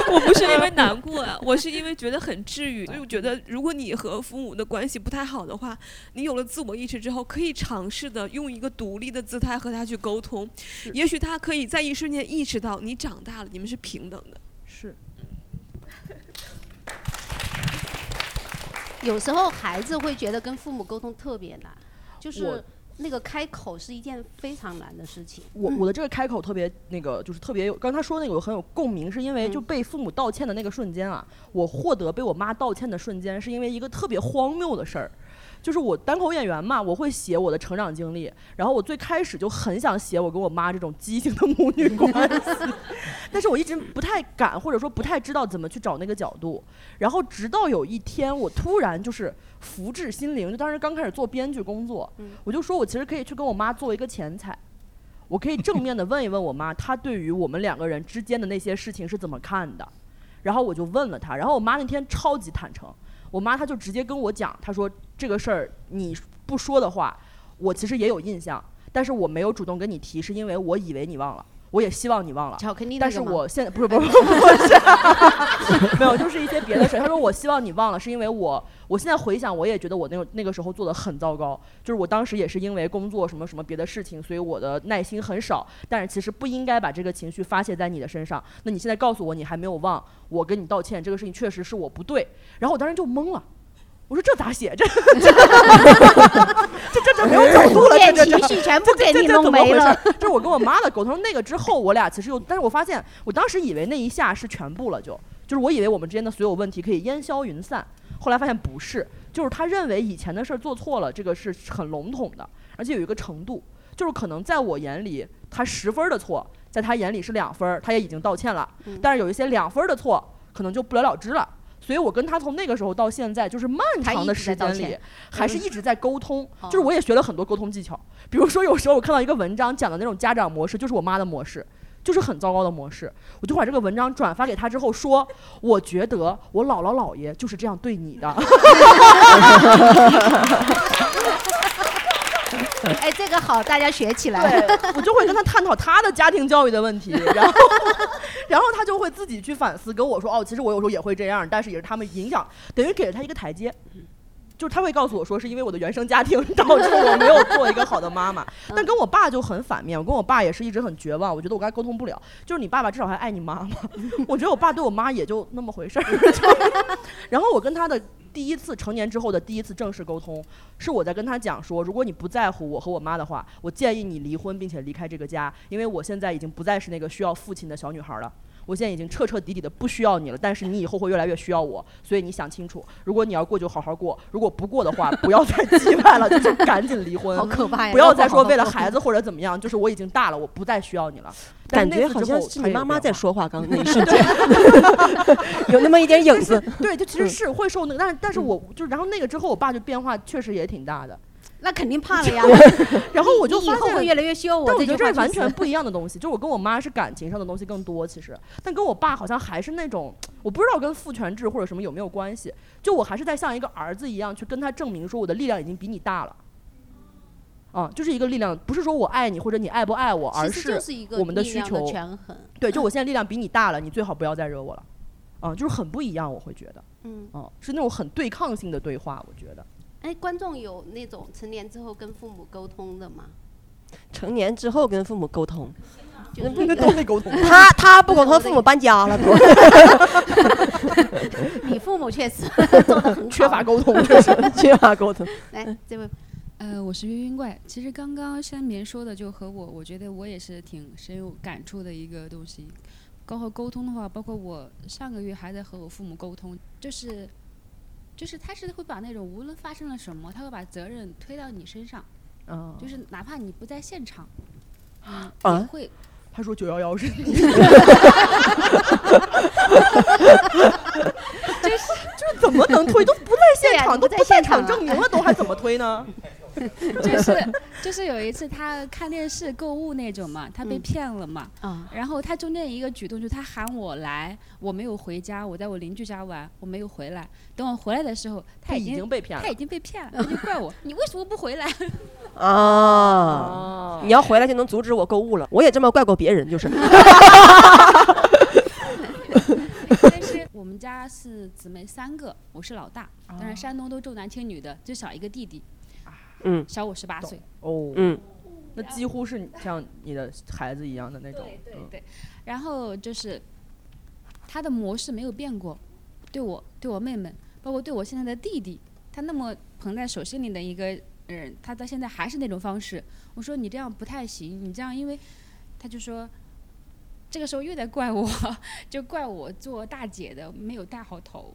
Speaker 8: 我不是因为难过啊，我是因为觉得很治愈，就觉得如果你和父母的关系不太好的话，你有了自我意识之后，可以尝试的用一个独立的姿态和他去沟通，也许他可以在一瞬间意识到你长大了，你们是平等的。
Speaker 1: 是，
Speaker 2: 有时候孩子会觉得跟父母沟通特别难，就
Speaker 1: 我
Speaker 2: 是那个开口是一件非常难的事情。
Speaker 1: 我我的这个开口特别那个，就是特别有，刚才说那个我很有共鸣，是因为就被父母道歉的那个瞬间啊，我获得被我妈道歉的瞬间，是因为一个特别荒谬的事儿。就是我单口演员嘛，我会写我的成长经历，然后我最开始就很想写我跟我妈这种畸形的母女关系，但是我一直不太敢，或者说不太知道怎么去找那个角度。然后直到有一天，我突然就是福至心灵，就当时刚开始做编剧工作，我就说我其实可以去跟我妈做一个前采。我可以正面的问一问我妈，她对于我们两个人之间的那些事情是怎么看的。然后我就问了她，然后我妈那天超级坦诚，我妈她就直接跟我讲，她说这个事儿你不说的话，我其实也有印象，但是我没有主动跟你提，是因为我以为你忘了。我也希望你忘了，
Speaker 2: 巧克力那
Speaker 1: 但
Speaker 2: 个
Speaker 1: 是
Speaker 2: 吗
Speaker 1: 我现在不是不是不是不是，没有，就是一些别的事儿。她说我希望你忘了，是因为我我现在回想，我也觉得我那个那个时候做的很糟糕，就是我当时也是因为工作什么什么别的事情，所以我的耐心很少。但是其实不应该把这个情绪发泄在你的身上。那你现在告诉我你还没有忘，我跟你道歉，这个事情确实是我不对。然后我当时就懵了。我说这咋写？这这这这这没有走路了，这这这
Speaker 2: 情绪全部给
Speaker 1: 这
Speaker 2: 你
Speaker 1: 这
Speaker 2: 弄
Speaker 1: 怎么
Speaker 2: 没
Speaker 1: 回事
Speaker 2: 了。
Speaker 1: 就是我跟我妈的沟通，那个之后我俩其实又，但是我发现我当时以为那一下是全部了就，就是我以为我们之间的所有问题可以烟消云散，后来发现不是，就是他认为以前的事儿做错了，这个是很笼统的，而且有一个程度，就是可能在我眼里他十分儿的错，在他眼里是两分儿，他也已经道歉了，
Speaker 2: 嗯
Speaker 1: 但是有一些两分儿的错可能就不了了之了。所以我跟他从那个时候到现在，就是漫
Speaker 2: 他
Speaker 1: 长
Speaker 2: 一
Speaker 1: 的
Speaker 2: 直
Speaker 1: 时
Speaker 2: 在道
Speaker 1: 间里
Speaker 2: 歉，嗯
Speaker 1: 还是一直在沟通。
Speaker 2: 哦
Speaker 1: 就是我也学了很多沟通技巧，比如说有时候我看到一个文章讲的那种家长模式，就是我妈的模式。就是很糟糕的模式，我就把这个文章转发给他之后说，我觉得我姥姥姥爷就是这样对你的。
Speaker 2: [laughs] 哎，这个好，大家学起来。
Speaker 1: 对，我就会跟他探讨他的家庭教育的问题，然后，然后他就会自己去反思，跟我说，哦，其实我有时候也会这样，但是也是他们影响，等于给了他一个台阶。就是他会告诉我说，是因为我的原生家庭 [laughs] 导致我没有做一个好的妈妈。但跟我爸就很反面，我跟我爸也是一直很绝望，我觉得我跟他沟通不了。就是你爸爸至少还爱你妈 [laughs] 妈，我觉得我爸对我妈也就那么回事儿。然后我跟他的第一次成年之后的第一次正式沟通，是我在跟他讲说，如果你不在乎我和我妈的话，我建议你离婚并且离开这个家，因为我现在已经不再是那个需要父亲的小女孩了。我现在已经彻彻底底的不需要你了，但是你以后会越来越需要我，所以你想清楚，如果你要过就好好过，如果不过的话，不
Speaker 2: [laughs]
Speaker 1: 要再羁绊了，就是赶紧离婚，
Speaker 2: 好可怕呀
Speaker 1: 不要再说
Speaker 2: 要不好好
Speaker 1: 为了
Speaker 2: 过
Speaker 1: 孩子或者怎么样，就是我已经大了，我不再需要你了。但
Speaker 3: 感
Speaker 1: 是那
Speaker 3: 觉
Speaker 1: 次
Speaker 3: 好
Speaker 1: 之
Speaker 3: 像
Speaker 1: 后
Speaker 3: 是
Speaker 1: 他
Speaker 3: 你
Speaker 1: 也
Speaker 3: 妈
Speaker 1: 有
Speaker 3: 妈
Speaker 1: 变 [laughs]
Speaker 3: 在
Speaker 1: 化
Speaker 3: 说话，刚刚那一瞬间有那么一点影子。
Speaker 1: 对，就其实
Speaker 3: 嗯
Speaker 1: 是会受那个，但是但
Speaker 2: 嗯
Speaker 1: 是我就然后那个之后，我爸就变化确实也挺大的。
Speaker 2: 那肯定怕了呀 [laughs]
Speaker 1: 然后 [laughs] 我就
Speaker 2: 你以
Speaker 1: 发
Speaker 2: 后
Speaker 1: 现
Speaker 2: 会越来越需要我
Speaker 1: 但我
Speaker 2: 这
Speaker 1: 觉得
Speaker 2: 句
Speaker 1: 这
Speaker 2: 话
Speaker 1: 是完
Speaker 2: 就是
Speaker 1: 全
Speaker 2: [laughs]
Speaker 1: 不一样的东西。就是我跟我妈是感情上的东西更多，其实，但跟我爸好像还是那种，我不知道跟父权制或者什么有没有关系。就我还是在像一个儿子一样去跟他证明说，我的力量已经比你大了。啊，就是一个力量，不是说我爱你或者你爱不爱我，而
Speaker 2: 其实就是一个
Speaker 1: 我们的
Speaker 2: 力
Speaker 1: 需
Speaker 2: 量的
Speaker 1: 求
Speaker 2: 权衡
Speaker 1: 对，就我现在力量比你大了，你最好不要再惹我了。啊，就是很不一样，我会觉得，
Speaker 2: 嗯
Speaker 1: 哦、是那种很对抗性的对话，我觉得。
Speaker 2: 哎，观众有那种成年之后跟父母沟通
Speaker 1: [laughs]
Speaker 2: 的吗？ [laughs]
Speaker 3: 成年之后跟父母沟通，
Speaker 2: 就是
Speaker 3: 那
Speaker 2: 都没
Speaker 1: 沟通
Speaker 3: 他他不沟通，父母搬家了 [laughs] 都。
Speaker 2: 你父母确实
Speaker 1: [laughs]
Speaker 2: 做的很好
Speaker 1: 缺乏沟
Speaker 2: [laughs]
Speaker 1: 通
Speaker 3: [laughs] 缺乏沟通。
Speaker 2: 来，这位
Speaker 15: 呃，我是晕晕怪。其实刚刚山棉说的，就和我，我觉得我也是挺深有感触的一个东西。刚和沟通的话，包括我上个月还在和我父母沟通，就是，就是他是会把那种无论发生了什么，他会把责任推到你身上，
Speaker 3: 哦
Speaker 1: 嗯
Speaker 15: 就是哪怕你不在现场，嗯，也
Speaker 1: 啊
Speaker 15: 会
Speaker 1: 他说九幺幺是你，
Speaker 15: 真是
Speaker 1: 就是怎么能推？都不在现场，都不在场证明了，都还怎么推呢？
Speaker 15: 就是 [laughs] 就是有一次他看电视购物那种嘛，他被
Speaker 1: 嗯
Speaker 15: 骗了嘛，
Speaker 2: 啊
Speaker 15: 然后他中间一个举动就是他喊我来，我没有回家，我在我邻居家玩，我没有回来。等我回来的时候，他
Speaker 1: 他
Speaker 15: 已
Speaker 1: 已
Speaker 15: 经
Speaker 1: 经被骗了
Speaker 15: 他已经被骗了，他就怪我，你为什么不回来？
Speaker 3: 啊，你要回来就能阻止我购物了。我也这么怪过别人，就是。
Speaker 15: 但是我们家是姊妹三个，我是老大，当然山东都重男轻女的，就少一个弟弟，
Speaker 3: 嗯
Speaker 15: 小我十八岁。
Speaker 1: 哦，
Speaker 3: 嗯，
Speaker 1: 那几乎是你像你的孩子一样的那种，嗯对对
Speaker 15: 对，然后就是他的模式没有变过，对我、对我妹妹，包括对我现在的弟弟，他那么捧在手心里的一个人，他到现在还是那种方式。我说你这样不太行，你这样因为，他就说。这个时候又在怪我， [laughs] 就怪我做大姐的没有带好头。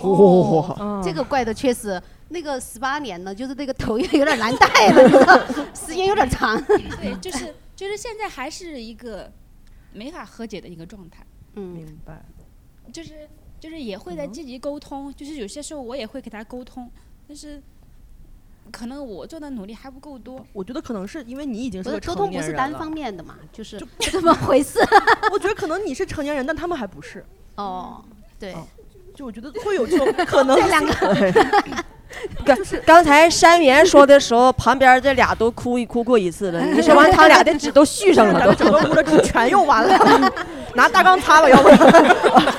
Speaker 2: 哦这个怪的确实，那个十八年了，就是那个头有有点难戴
Speaker 1: [laughs]
Speaker 2: 了，你知道时间有点长。
Speaker 15: 对，就是就是现在还是一个没法和解的一个状态。
Speaker 2: 嗯，
Speaker 1: 明白。
Speaker 15: 就是就是也会在积极沟通，就是有些时候我也会给他沟通，但是可能我做的努力还不够多。
Speaker 1: 我觉得可能是因为你已经是
Speaker 15: 不
Speaker 1: 个
Speaker 15: 是
Speaker 1: 成
Speaker 15: 沟通
Speaker 1: 年
Speaker 15: 不是
Speaker 1: 人
Speaker 15: 单
Speaker 1: 了
Speaker 15: 方
Speaker 2: 面的 [laughs] 嘛，就是怎么回事？
Speaker 1: 我觉得可能你是成年人，但他们还不是。嗯
Speaker 2: 哦，对，
Speaker 1: 就我觉得会有这种可
Speaker 2: [laughs]
Speaker 1: 能
Speaker 2: 这两个
Speaker 1: [laughs]
Speaker 3: 刚刚才山岩说的时候，旁边这俩都哭一哭过一次了。你说完，他俩的纸都续上了，都
Speaker 1: 整个屋的纸全用完
Speaker 3: [laughs]
Speaker 1: 了，拿大缸擦吧，要不然。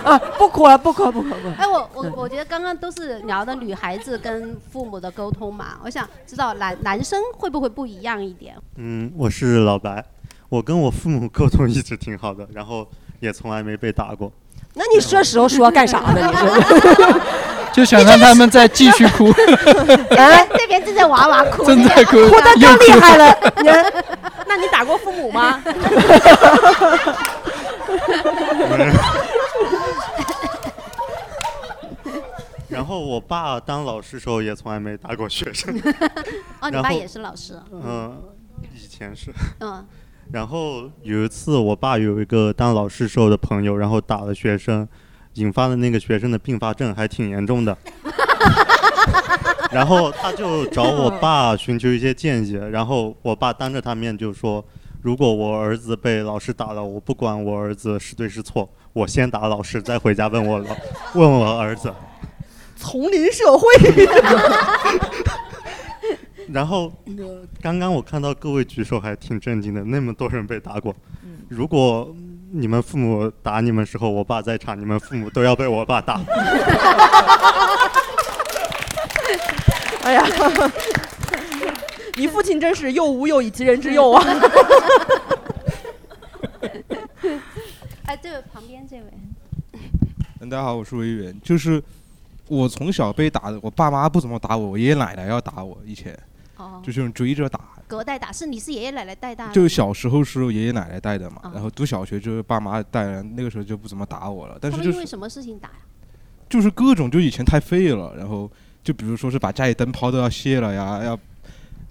Speaker 3: 啊，不哭了，不哭了，不哭啊了。不哭了
Speaker 2: 哎，我我我觉得刚刚都是聊的女孩子跟父母的沟通嘛，我想知道男男生会不会不一样一点？
Speaker 16: 嗯，我是老白，我跟我父母沟通一直挺好的，然后也从来没被打过。
Speaker 3: 那你这时候说干啥呢？你说
Speaker 11: 就想让他们再继续
Speaker 1: [laughs]
Speaker 11: 哭。
Speaker 2: 哎，这边正在哇哇哭，
Speaker 11: 正在哭
Speaker 1: [laughs]
Speaker 2: 这边。
Speaker 11: 哭得更厉害了
Speaker 3: 你
Speaker 1: 那你打过父母吗？
Speaker 16: 然后我爸当老师时候也从来没打过学生
Speaker 2: 哦你
Speaker 16: 然
Speaker 2: 爸
Speaker 16: 后
Speaker 2: 也是老师
Speaker 16: 嗯，以前是。
Speaker 2: 嗯。 [laughs]
Speaker 16: 然后
Speaker 17: 哦
Speaker 16: 有一次，我爸有一个当老师时候的朋友，然后打了学生，引发了那个学生的并发症，还挺严重的。然后他就找我爸寻求一些建议，然后我爸当着他面就说：“如果我儿子被老师打了，我不管我儿子是对是错，我先打老师，再回家问我老问我儿子。”
Speaker 1: [laughs] 丛林社会。 [laughs]
Speaker 16: [laughs] 然后刚刚我看到各位举手，还挺震惊的，那么多人被打过。如果你们父母打你们时候，我爸在场，你们父母都要被我爸打。
Speaker 1: 哎呀，你父亲真是又无又以其人之幼啊！
Speaker 2: 哎，这位旁边这位，
Speaker 18: 嗯，大家好，我是维远。就是我从小被打的，我爸妈不怎么打我，我爷爷奶奶要打我。以前
Speaker 2: 哦，嗯
Speaker 18: 就这种追着打，
Speaker 2: 隔代打是你是爷爷奶奶带大的，
Speaker 18: 就小时候是爷爷奶奶带的嘛
Speaker 2: 哦，
Speaker 18: 然后读小学就是爸妈带的，那个时候就不怎么打我了。但
Speaker 2: 他
Speaker 18: 是
Speaker 2: 们
Speaker 18: 就
Speaker 2: 因为
Speaker 18: 是
Speaker 2: 什么事情打呀？
Speaker 18: 就是各种，就以前太废了，然后就比如说是把家里灯泡都要卸了呀，要。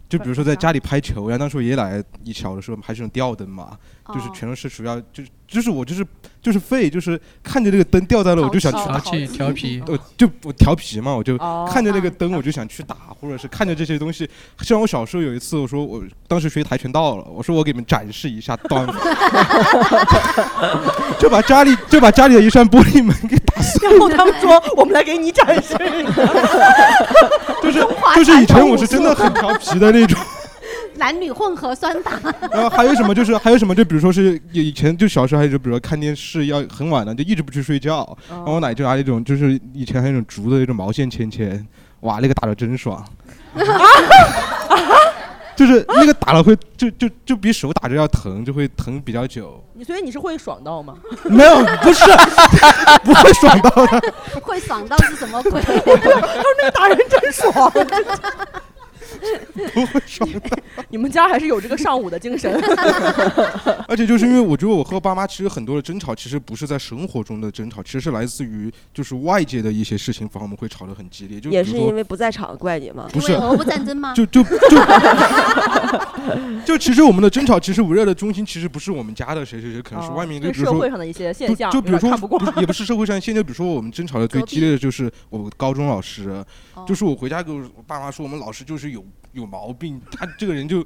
Speaker 18: 就比如说在家里拍球呀，那时候爷爷奶奶一小的时候还是那种吊灯嘛，就是
Speaker 11: 哦
Speaker 18: 全都是主要就是就是我就是就是废，就是看着那个灯掉在那，我就想去
Speaker 11: 淘气
Speaker 18: 打
Speaker 11: 调皮
Speaker 18: 我就我调皮嘛，我就
Speaker 11: 哦
Speaker 18: 看着那个灯我就想去打，或者是看着这些东西。像我小时候有一次，我说我当时学跆拳道了，我说我给你们展示一下段子， [laughs] 就把家里就把家里的一扇玻璃门给打碎
Speaker 1: 然后他们说：“我们来给你展示。”
Speaker 18: [laughs] 就是就是以前我是真的很调皮的那种。
Speaker 2: 男女混合双打，
Speaker 18: 然后还有什么就是还有什么就比如说是以前就小时候还有就比如说看电视要很晚了就一直不去睡觉，
Speaker 1: 哦
Speaker 18: 然后我奶就拿那种就是以前还有那种竹的那种毛线签签，哇那个打的
Speaker 1: [laughs]
Speaker 18: 真爽，就是那个打了会就就就比手打着要疼，就会疼比较久。
Speaker 1: 你 [laughs] 所以你是会爽到吗？
Speaker 18: [laughs] 没有不是不会爽到
Speaker 1: [laughs]
Speaker 18: 的，
Speaker 2: 会爽到是什么鬼？
Speaker 1: 他说那个打人真爽，
Speaker 18: [laughs] 不会爽
Speaker 1: 到。 [laughs] 你们家还是有这个上午的精神。
Speaker 18: [laughs] 而且就是因为我觉得我和爸妈其实很多的争吵，其实不是在生活中的争吵，其实是来自于就是外界的一些事情，反而我们会吵得很激烈。就
Speaker 3: 也
Speaker 18: 比
Speaker 3: 是
Speaker 18: 如说
Speaker 3: 因为不在场怪你吗？
Speaker 18: 不是因为俄乌战
Speaker 2: 争吗
Speaker 18: 就就 [laughs] 就就 [laughs] 其实我们的争吵，其实围绕的中心其实不是我们家的谁谁谁，可能是
Speaker 1: 哦
Speaker 18: 外面一
Speaker 1: 对
Speaker 18: 个，比如
Speaker 1: 社
Speaker 18: 说
Speaker 1: 会上的一些现
Speaker 18: 不
Speaker 1: 象
Speaker 18: 就比如
Speaker 1: 有点
Speaker 18: 说
Speaker 1: 看不
Speaker 18: 不是
Speaker 1: 惯 [laughs]
Speaker 18: 也不是社会上现在，比如说我们争吵的最
Speaker 1: 隔壁
Speaker 18: 激烈的就是我高中老师，就是我回家跟我爸妈说，我们老师就是有有毛病，他这个人就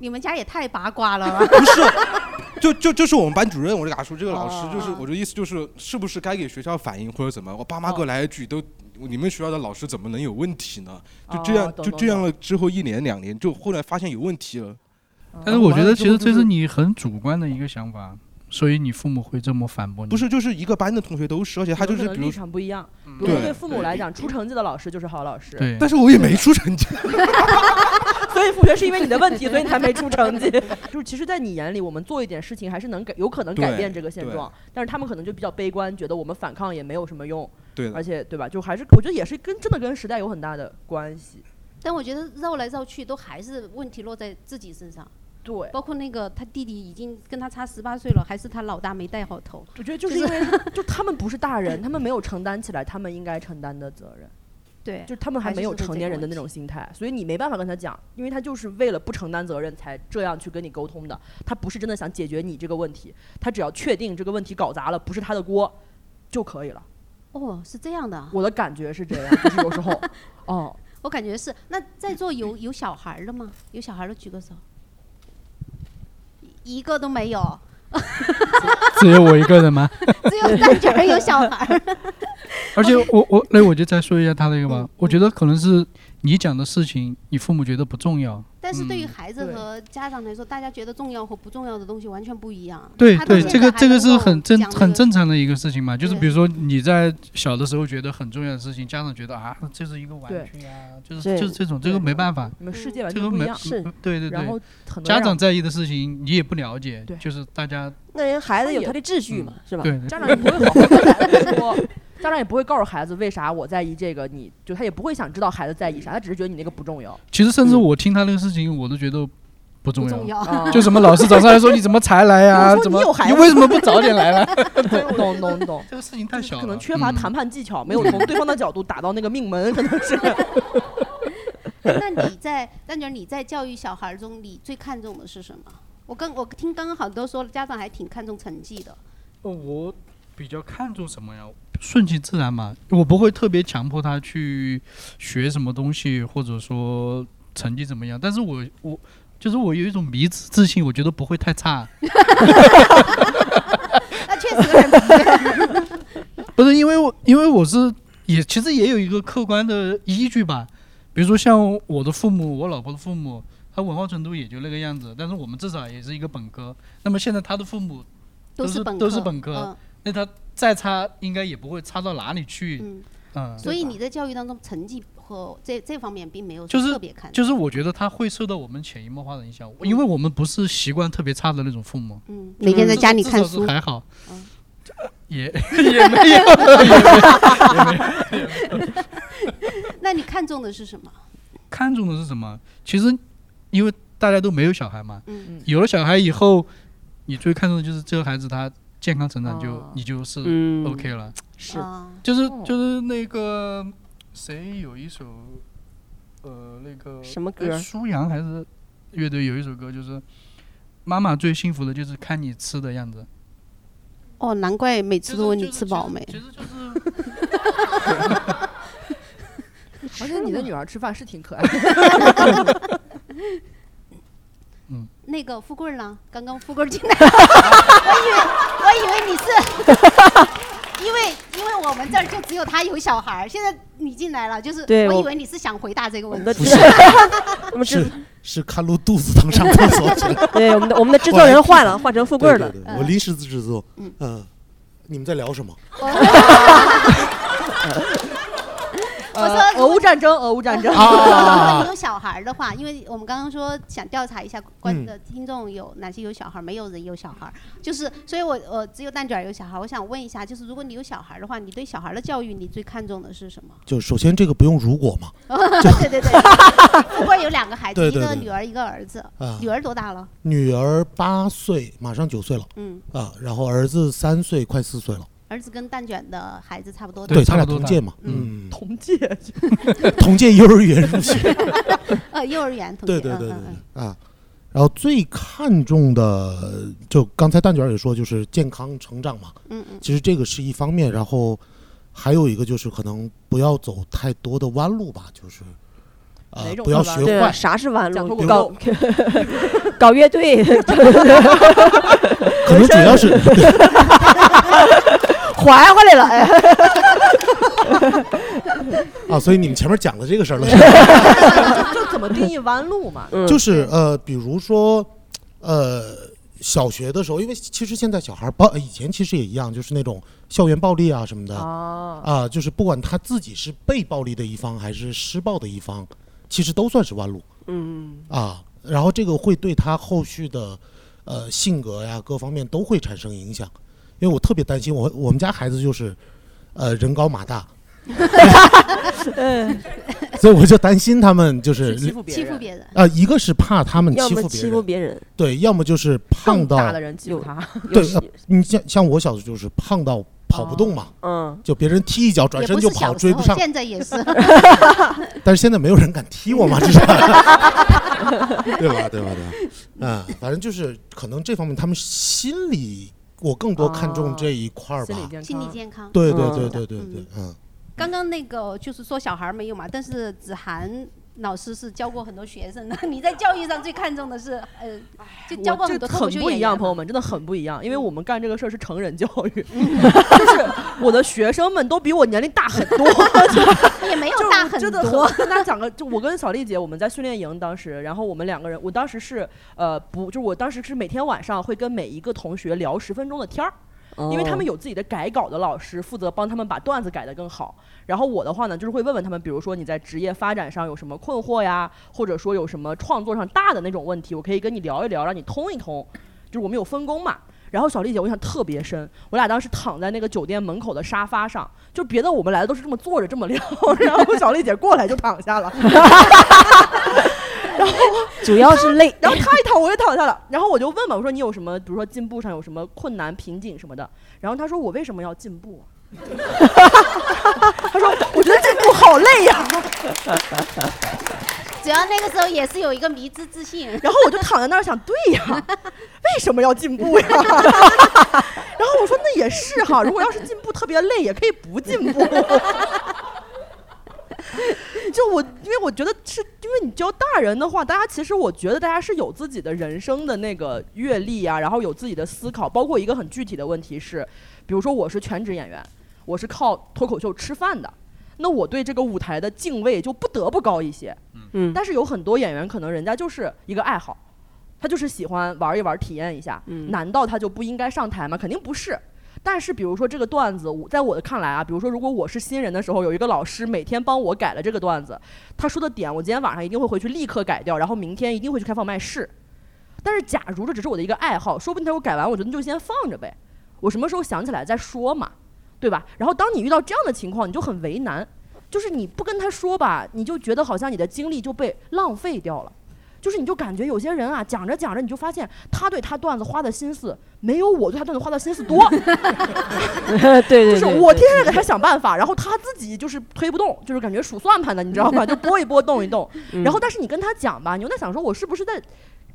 Speaker 2: 你们家也太八卦了吧？
Speaker 18: 就就就是我们班主任，我就跟他说，这个老
Speaker 11: 哦
Speaker 18: 师就是我的意思就是，是不是该给学校反映或者怎么？我爸
Speaker 11: 哦
Speaker 18: 妈给我来一句都。你们学校的老师怎么能有问题呢？就这样
Speaker 11: 哦，懂
Speaker 18: 就
Speaker 11: 懂
Speaker 18: 这样了。之后一年两年，就后来发现有问题了。
Speaker 11: [laughs] 但是我觉得其实这
Speaker 18: 你。
Speaker 11: 是你很主观的一个想法，所以你父母会这么反驳你。
Speaker 18: 不是，就是一个班的同学都是，而且他就
Speaker 1: 可
Speaker 18: 是
Speaker 1: 能
Speaker 18: 比
Speaker 1: 立
Speaker 18: 如，
Speaker 1: 场不一样。
Speaker 18: 嗯
Speaker 1: 比如说
Speaker 18: 对
Speaker 1: 对父母来讲，出成绩的老师就是好老师。
Speaker 18: 对但是我也没出成绩。
Speaker 1: [laughs] 所以复学是因为你的问题，所以你才没出成
Speaker 18: [laughs]
Speaker 1: 绩。就是其实，在你眼里，我们做一点事情还是能改，有可能改
Speaker 18: 对
Speaker 1: 变这个现
Speaker 18: 对
Speaker 1: 状。但是他们可能就比较悲观，觉得我们反抗也没有什么用。
Speaker 18: 对的
Speaker 1: 而且对吧？就还是我觉得也是跟真的跟时代有很大的关系。
Speaker 2: 但我觉得绕来绕去都还是问题落在自己身上。
Speaker 1: 对，
Speaker 2: 包括那个他弟弟已经跟他差十八岁了，还是他老大没带好头。
Speaker 1: 我觉得就是因为 [laughs] 就他们不是大人，他们没有承担起来他们应该承担的责任。
Speaker 2: 对
Speaker 1: 就是他们还
Speaker 2: 还是
Speaker 1: 没有
Speaker 2: 会这
Speaker 1: 成年
Speaker 2: 个
Speaker 1: 人的
Speaker 2: 问
Speaker 1: 那种心态，所以你没办法跟他讲，因为他就是为了不承担责任才这样去跟你沟通的。他不是真的想解决你这个问题，他只要确定这个问题搞砸了不是他的锅就可以
Speaker 3: [laughs]
Speaker 1: 了。
Speaker 2: 哦，是这样的啊，
Speaker 1: 我的感觉是这样， [laughs] 就是有时
Speaker 3: [laughs]
Speaker 1: 候，哦，
Speaker 2: 我感觉是。那在座有有小孩儿的吗？有小孩儿的举个手，一个都没有，
Speaker 11: [laughs] 只有我一个人吗？
Speaker 2: 只
Speaker 11: [laughs]
Speaker 2: 有蛋卷儿有小孩儿。
Speaker 11: 而且我我那我就再说一下他那个吧，我觉得可能是你讲的事情，你父母觉得不重要，
Speaker 2: 但是
Speaker 11: 嗯
Speaker 2: 对于孩子和家长来说，大家觉得重要和不重要的东西完全不一样。
Speaker 11: 对
Speaker 2: 他到
Speaker 11: 对，
Speaker 2: 现
Speaker 11: 这
Speaker 2: 在
Speaker 11: 个
Speaker 2: 还
Speaker 11: 这个
Speaker 2: 能
Speaker 11: 是
Speaker 2: 够
Speaker 11: 很正
Speaker 2: 讲这
Speaker 11: 很
Speaker 2: 个
Speaker 11: 正常的一个事情嘛，就是
Speaker 2: 对
Speaker 11: 比如说你在小的时候觉得很重要的事情，家长觉得啊，这是一个玩
Speaker 1: 对
Speaker 11: 具啊，就是就是这种，这个没办法，
Speaker 1: 你们世界完
Speaker 11: 这
Speaker 1: 全
Speaker 11: 个
Speaker 1: 不一
Speaker 11: 没嗯
Speaker 1: 样，
Speaker 11: 对对
Speaker 1: 然后
Speaker 11: 对
Speaker 1: 很，多
Speaker 11: 家
Speaker 1: 让
Speaker 11: 长在意的事情你也不了解
Speaker 1: 对，
Speaker 11: 就是大家嗯
Speaker 3: 那人孩子有
Speaker 1: 也
Speaker 3: 他的秩序嘛，是吧？
Speaker 1: 对嗯家长也不会好好跟孩子说， [laughs] 家长也不会告诉孩子为啥我在意这个，你就他也不会想知道孩子在意啥，他只是觉得你那个不重要。
Speaker 11: 其实甚至我听他那个事情，我都觉得不重
Speaker 1: 不重要啊
Speaker 11: 就什么老师早上来说你怎么才来
Speaker 1: [laughs]
Speaker 11: 呀、
Speaker 1: 我说
Speaker 11: 怎
Speaker 1: 你
Speaker 11: 么
Speaker 1: 有孩
Speaker 11: 你
Speaker 1: 子
Speaker 11: 为什么不早点来
Speaker 1: [laughs]
Speaker 11: 啊了？
Speaker 1: 懂懂懂，
Speaker 11: 这个事情太小
Speaker 1: 可能缺乏谈判技巧，没有从对方的角度打到那个命门，可能是。
Speaker 2: 那你在蛋卷，你在教育小孩儿中，你最看重的是什么？我刚我听刚刚好多说了，家长还挺看重成绩的。
Speaker 11: [laughs] 我比较看重什么呀？顺其自然嘛，我不会特别强迫他去学什么东西，或者说成绩怎么样。但是我我就是我有一种迷之自信，我觉得不会太差。
Speaker 2: [laughs] 那确实有点 [laughs] 不对
Speaker 11: 不是因为我，因为我是也其实也有一个客观的依据吧，比如说像我的父母，我老婆的父母，他文化程度也就那个样子，但是我们至少也是一个本科。那么现在他的父母
Speaker 2: 都
Speaker 11: 是
Speaker 2: 是本
Speaker 11: 都是
Speaker 2: 科
Speaker 11: 本科，
Speaker 2: 嗯
Speaker 11: 那他再差应该也不会差到哪里去。
Speaker 2: 嗯
Speaker 11: 嗯，
Speaker 2: 所以你在教育当中，成绩和这这方面并没有
Speaker 11: 就
Speaker 2: 特
Speaker 11: 是
Speaker 2: 别看重。
Speaker 11: 就是我觉得他会受到我们潜移默化的影响，因为我们不是习惯特别差的那种父母。
Speaker 2: 嗯每天在家里
Speaker 11: 至
Speaker 2: 看
Speaker 11: 至少是
Speaker 2: 书
Speaker 11: 还好。
Speaker 2: 嗯
Speaker 11: 也
Speaker 3: [laughs]
Speaker 11: [laughs] 也没有，也没有。也没有
Speaker 2: [laughs] 那你看重的是什么？
Speaker 11: 看重的是什么？其实，因为大家都没有小孩嘛，
Speaker 2: 嗯嗯
Speaker 11: 有了小孩以后，你最看重的就是这个孩子他健康成长就，
Speaker 2: 哦
Speaker 11: 你就是
Speaker 14: 嗯
Speaker 11: OK 了。
Speaker 14: 是啊
Speaker 11: 就是
Speaker 3: 哦
Speaker 11: 就是那个谁有一首，呃，那个
Speaker 3: 什么
Speaker 11: 哎
Speaker 3: 歌？
Speaker 11: 舒扬还是乐队有一首歌，就是妈妈最幸福的就是看你吃的样子。
Speaker 2: 哦，难怪每次都问你吃饱没。
Speaker 11: [laughs]
Speaker 1: 而且你的女儿吃饭是挺可爱的。
Speaker 11: 嗯
Speaker 2: 那个富贵儿呢？刚刚富贵儿进来， [laughs] 我以为我以为你是，因 [laughs] 为因为我们这儿就只有他有小孩儿，现在你进来了，就是
Speaker 3: 对
Speaker 2: 我以
Speaker 3: 我
Speaker 2: 为你是想回答这个问
Speaker 3: 我
Speaker 2: 题
Speaker 3: 们。 [laughs]
Speaker 2: [laughs]
Speaker 3: 我们。
Speaker 17: 是是看露肚子疼上厕所去了
Speaker 3: [laughs] 对我们的我们的制作人换了换成富贵儿了
Speaker 17: 对对对我临时制作。嗯，你们在聊什么？
Speaker 2: 哦
Speaker 1: [laughs]
Speaker 2: 我说
Speaker 1: [laughs] 呃俄乌战争，俄乌战争。
Speaker 17: 哦
Speaker 2: [laughs] 如果
Speaker 1: 啊
Speaker 2: 你有小孩儿的话，因为我们刚刚说想调查一下观
Speaker 1: 嗯
Speaker 2: 的听众有哪些有小孩儿，没有人有小孩儿，就是，所以我我只有蛋卷儿有小孩儿，我想问一下，就是如果你有小孩儿的话，你对小孩儿的教育你最看重的是什么？
Speaker 17: [laughs]
Speaker 2: [laughs]
Speaker 17: 就首先这个不用如果嘛，
Speaker 2: 对对对，不过有两个孩子，
Speaker 17: 对
Speaker 2: 一
Speaker 17: 对
Speaker 2: 个
Speaker 17: 对
Speaker 2: 女儿，一个儿子
Speaker 17: 啊，
Speaker 2: 女儿多大了？
Speaker 17: 女儿八岁，马上九岁了，
Speaker 2: 嗯
Speaker 17: 啊，然后儿子三岁，快四岁了，
Speaker 2: 儿子跟蛋卷的孩子差不多大，
Speaker 17: 对他俩同届嘛，嗯，
Speaker 1: 同届，
Speaker 17: [laughs] 同届幼儿园入学，
Speaker 2: [laughs] 呃，幼儿园同
Speaker 17: 对
Speaker 2: 届，
Speaker 17: 对对对
Speaker 2: 嗯嗯
Speaker 17: 对啊。然后最看重的，就刚才蛋卷儿也说，就是健康成长嘛。
Speaker 2: 嗯嗯
Speaker 17: 其实这个是一方面，然后还有一个就是可能不要走太多的弯路吧，就是呃
Speaker 3: 哪种
Speaker 17: 不要
Speaker 3: 弯
Speaker 17: 学
Speaker 3: 路啊对
Speaker 17: 坏。
Speaker 3: 啥是弯
Speaker 17: 讲
Speaker 3: 路
Speaker 17: 脱？口
Speaker 3: 搞
Speaker 17: 秀
Speaker 3: [laughs] 搞乐队，
Speaker 2: [laughs]
Speaker 17: 可能主要
Speaker 3: [laughs]
Speaker 17: 是
Speaker 3: 还回来了。哎，嗯
Speaker 17: 啊，所以你们前面讲的这个事儿了。
Speaker 1: [laughs]
Speaker 3: [laughs]
Speaker 1: 就怎么定义弯路嘛？
Speaker 3: 嗯
Speaker 17: 就是呃，比如说呃，小学的时候，因为其实现在小孩儿暴，呃以前其实也一样，就是那种校园暴力啊什么的
Speaker 3: 哦
Speaker 2: 哦
Speaker 1: 啊、
Speaker 17: 就是不管他自己是被暴力的一方还是施暴的一方，其实都算是弯路
Speaker 3: 嗯，
Speaker 17: 啊。然后这个会对他后续的呃性格呀各方面都会产生影响，因为我特别担心我我们家孩子就是呃人高马
Speaker 2: [laughs]
Speaker 17: 大， [laughs] 所以我就担心他们就是
Speaker 2: 欺负别人欺负别人
Speaker 17: 啊，一个是怕他们
Speaker 3: 要
Speaker 17: 欺
Speaker 3: 么
Speaker 17: 负别
Speaker 3: 欺
Speaker 17: 人，
Speaker 3: 负别人，
Speaker 17: 对，要么就是胖到
Speaker 1: 大的人欺负他，
Speaker 17: 对，呃你像像我小时候就是胖到跑不动嘛，
Speaker 3: 嗯，
Speaker 17: 就别人踢一脚转
Speaker 2: 也
Speaker 17: 身
Speaker 2: 不
Speaker 17: 就是跑，
Speaker 2: 小
Speaker 17: 追
Speaker 2: 时
Speaker 17: 不
Speaker 2: 候，
Speaker 17: 上。
Speaker 2: 现在
Speaker 17: [laughs]
Speaker 2: 也是。
Speaker 17: 但是现在没有人敢踢我嘛，至少， [laughs] 对吧？对吧？对吧？啊，反正就是可能这方面他们心理，我更多看重这一块儿吧。
Speaker 2: 哦心理健康，
Speaker 17: 对对对对对对，嗯，
Speaker 2: 刚刚那个就是说小孩儿没有嘛，但是子涵老师是教过很多学生的。你在教育上最看重的是，呃，就教过
Speaker 1: 我
Speaker 2: 很多
Speaker 1: 这
Speaker 2: 脱
Speaker 1: 很
Speaker 2: 口秀
Speaker 1: 不
Speaker 2: 演员
Speaker 1: 一样，
Speaker 2: 嘛。
Speaker 1: 朋友们，真的很不一样，
Speaker 2: 嗯
Speaker 1: 因为我们干这个事儿是成人教育，
Speaker 2: [laughs]
Speaker 1: 就是我的学生们都比我年龄大很多，就
Speaker 2: [laughs] 也没有
Speaker 1: 就
Speaker 2: 大
Speaker 1: 我
Speaker 2: 很
Speaker 1: 真的
Speaker 2: 多
Speaker 1: 跟大家讲个，就我跟小丽姐我们在训练营当时，然后我们两个人，我当时是呃不，就是我当时是每天晚上会跟每一个同学聊十分钟的天儿。因为他们
Speaker 5: 哦
Speaker 1: 有自己的改稿的老师负责帮他们把段子改得更好。然后我的话呢，就是会问问他们，比如说你在职业发展上有什么困惑呀，或者说有什么创作上大的那种问题，我可以跟你聊一聊，让你通一通。就是我们有分工嘛。然后小丽姐，我印象特别深，我俩当时躺在那个酒店门口的沙发上，就别的我们来的都是这么坐着这么聊， [laughs] 然后小丽姐过来就躺下了，然后
Speaker 19: [laughs] 主要是累。
Speaker 1: 然后她一躺我也躺下了，然后我就问嘛，我说你有什么，比如说进步上有什么困难瓶颈什么的，然后她说我为什么要进步
Speaker 19: [laughs]
Speaker 1: 啊？她说我觉得进步好累呀、
Speaker 2: 主要那个时候也是有一个迷之自 [laughs] 信。
Speaker 1: 然后我就躺在那儿想，对呀，为什么要进步呀？ [laughs] 然后我说那也是哈，如果要是进步特别累，也可以不进步。 [laughs] 就我，因为我觉得是因为你教大人的话，大家其实我觉得大家是有自己的人生的那个阅历啊，然后有自己的思考，包括一个很具体的问题是，比如说我是全职演员，我是靠脱口秀吃饭的，那我对这个舞台的敬畏就不得不高一些。
Speaker 3: 嗯
Speaker 1: 但是有很多演员可能人家就是一个爱好，他就是喜欢玩一玩、体验一下。难道他就不应该上台吗？肯定不是。但是比如说这个段子，我在我的看来啊，比如说如果我是新人的时候，有一个老师每天帮我改了这个段子，他说的点我今天晚上一定会回去立刻改掉，然后明天一定会去开放麦试。但是假如这只是我的一个爱好，说不定他给我改完，我觉得就先放着呗，我什么时候想起来再说嘛，对吧？然后当你遇到这样的情况，你就很为难，就是你不跟他说吧，你就觉得好像你的精力就被浪费掉了。就是你就感觉有些人啊，讲着讲着你就发现他对他段子花的心思没有我对他段子花的心思多，
Speaker 3: 嗯
Speaker 19: 对
Speaker 17: [laughs]
Speaker 19: 对对，
Speaker 1: 就是我天天给他想办法，然后他自己就是推不动，就是感觉数算盘的，你知道吧？就拨一拨，动一动。
Speaker 19: 嗯
Speaker 1: 然后，但是你跟他讲吧，你又在想说，我是不是在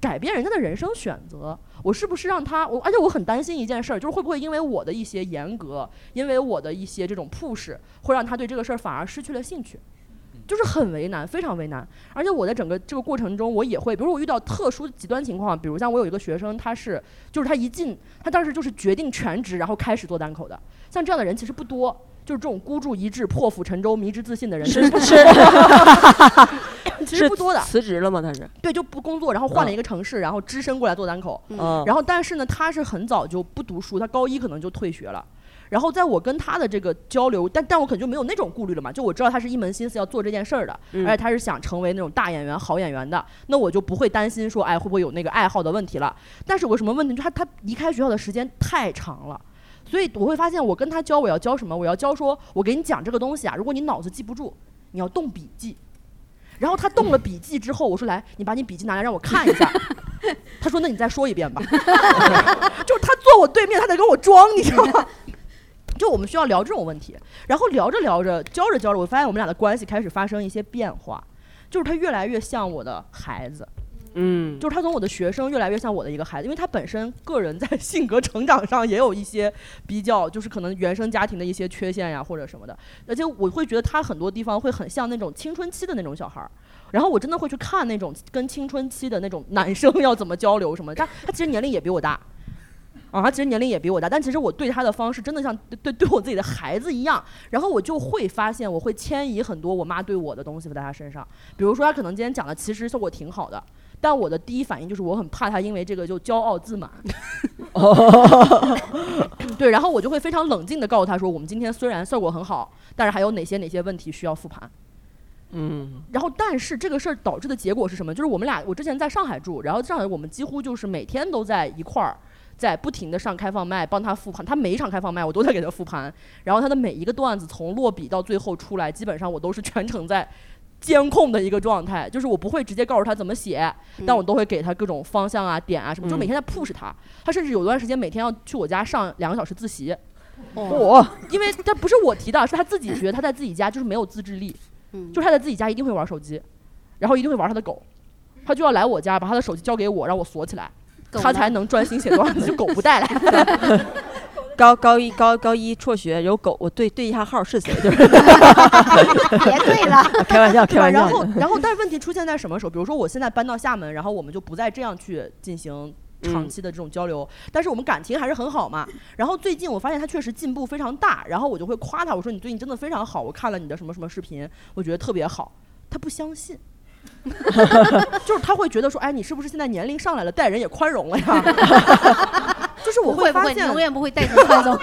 Speaker 1: 改变人家的人生选择？我是不是让他？我而且我很担心一件事儿，就是会不会因为我的一些严格，因为我的一些这种 push，会让他对这个事儿反而失去了兴趣。就是很为难，非常为难。而且我在整个这个过程中，我也会，比如我遇到特殊极端情况，比如像我有一个学生，他是就是他一进，他当时就是决定全职，然后开始做单口的。像这样的人其实不多，就是这种孤注一掷、破釜沉舟、迷之自信的人其实不
Speaker 3: 是
Speaker 1: 多， [laughs] 其实
Speaker 3: 是
Speaker 1: 不多的。
Speaker 3: 辞职了吗？他是
Speaker 1: 对，就不工作，然后换了一个城市，然后只身过来做单口。
Speaker 3: 嗯
Speaker 1: 然后但是呢，他是很早就不读书，他高一可能就退学了。然后在我跟他的这个交流，但但我可能就没有那种顾虑了嘛，就我知道他是一门心思要做这件事儿的，
Speaker 3: 嗯
Speaker 1: 而且他是想成为那种大演员、好演员的，那我就不会担心说，哎，会不会有那个爱好的问题了。但是有个什么问题，就他他离开学校的时间太长了。所以我会发现，我跟他教我要教什么，我要教说，我给你讲这个东西啊，如果你脑子记不住，你要动笔记。然后他动了笔记之后，我说来，你把你笔记拿来让我看一下。他说那你再说一遍吧。 [laughs] 就是他坐我对面，他在跟我装，你知道吗？ [laughs] 就我们需要聊这种问题，然后聊着聊着，教着教着，我发现我们俩的关系开始发生一些变化，就是他越来越像我的孩子。
Speaker 3: 嗯，
Speaker 1: 就是他从我的学生越来越像我的一个孩子，因为他本身个人在性格成长上也有一些比较，就是可能原生家庭的一些缺陷呀或者什么的，而且我会觉得他很多地方会很像那种青春期的那种小孩儿。然后我真的会去看那种跟青春期的那种男生要怎么交流什么的，他他其实年龄也比我大，啊，他其实年龄也比我大，但其实我对他的方式真的像对对对我自己的孩子一样，然后我就会发现我会迁移很多我妈对我的东西在他身上，比如说他可能今天讲的其实效果挺好的，但我的第一反应就是我很怕他因为这个就骄傲自满， [coughs] 对，然后我就会非常冷静的告诉他说，我们今天虽然效果很好，但是还有哪些哪些问题需要复盘。
Speaker 3: [laughs] 嗯
Speaker 1: 然后，但是这个事儿导致的结果是什么？就是我们俩，我之前在上海住，然后上海我们几乎就是每天都在一块儿，在不停的上开放麦，帮他复盘。他每一场开放麦，我都在给他复盘。然后他的每一个段子从落笔到最后出来，基本上我都是全程在监控的一个状态，就是我不会直接告诉他怎么写，但我都会给他各种方向啊、点啊什么，就每天在 push 他。他甚至有段时间每天要去我家上两个小时自习。
Speaker 3: 哦
Speaker 1: 因为他不是我提的，是他自己觉得他在自己家就是没有自制力，
Speaker 3: 嗯
Speaker 1: 就是他在自己家一定会玩手机，然后一定会玩他的狗，他就要来我家把他的手机交给我，让我锁起来，
Speaker 3: 狗
Speaker 1: 他
Speaker 3: 呢
Speaker 1: 才能专心写段子。就狗不带来，
Speaker 3: [laughs] 高高一高高一辍学有狗，我对对一下号是谁？就是别 [laughs]
Speaker 2: 对了
Speaker 3: 啊开玩
Speaker 1: [laughs]
Speaker 3: 笑，
Speaker 1: 对
Speaker 3: 开
Speaker 1: 吧然
Speaker 3: 玩笑。
Speaker 1: 后，然后，但是问题出现在什么时候？比如说，我现在搬到厦门，然后我们就不再这样去进行
Speaker 2: 嗯
Speaker 1: 长期的这种交流，但是我们感情还是很好嘛。然后最近我发现他确实进步非常大，然后我就会夸他，我说你最近真的非常好，我看了你的什么什么视频，我觉得特别好。他不相信。 [laughs] 就是他会觉得说，哎，你是不是现在年龄上来了，待人也宽容了呀？ [laughs] 就是我
Speaker 2: 不会不
Speaker 1: 发
Speaker 2: 会
Speaker 1: 现，
Speaker 2: 你永远不会待人宽
Speaker 1: [laughs]
Speaker 2: 容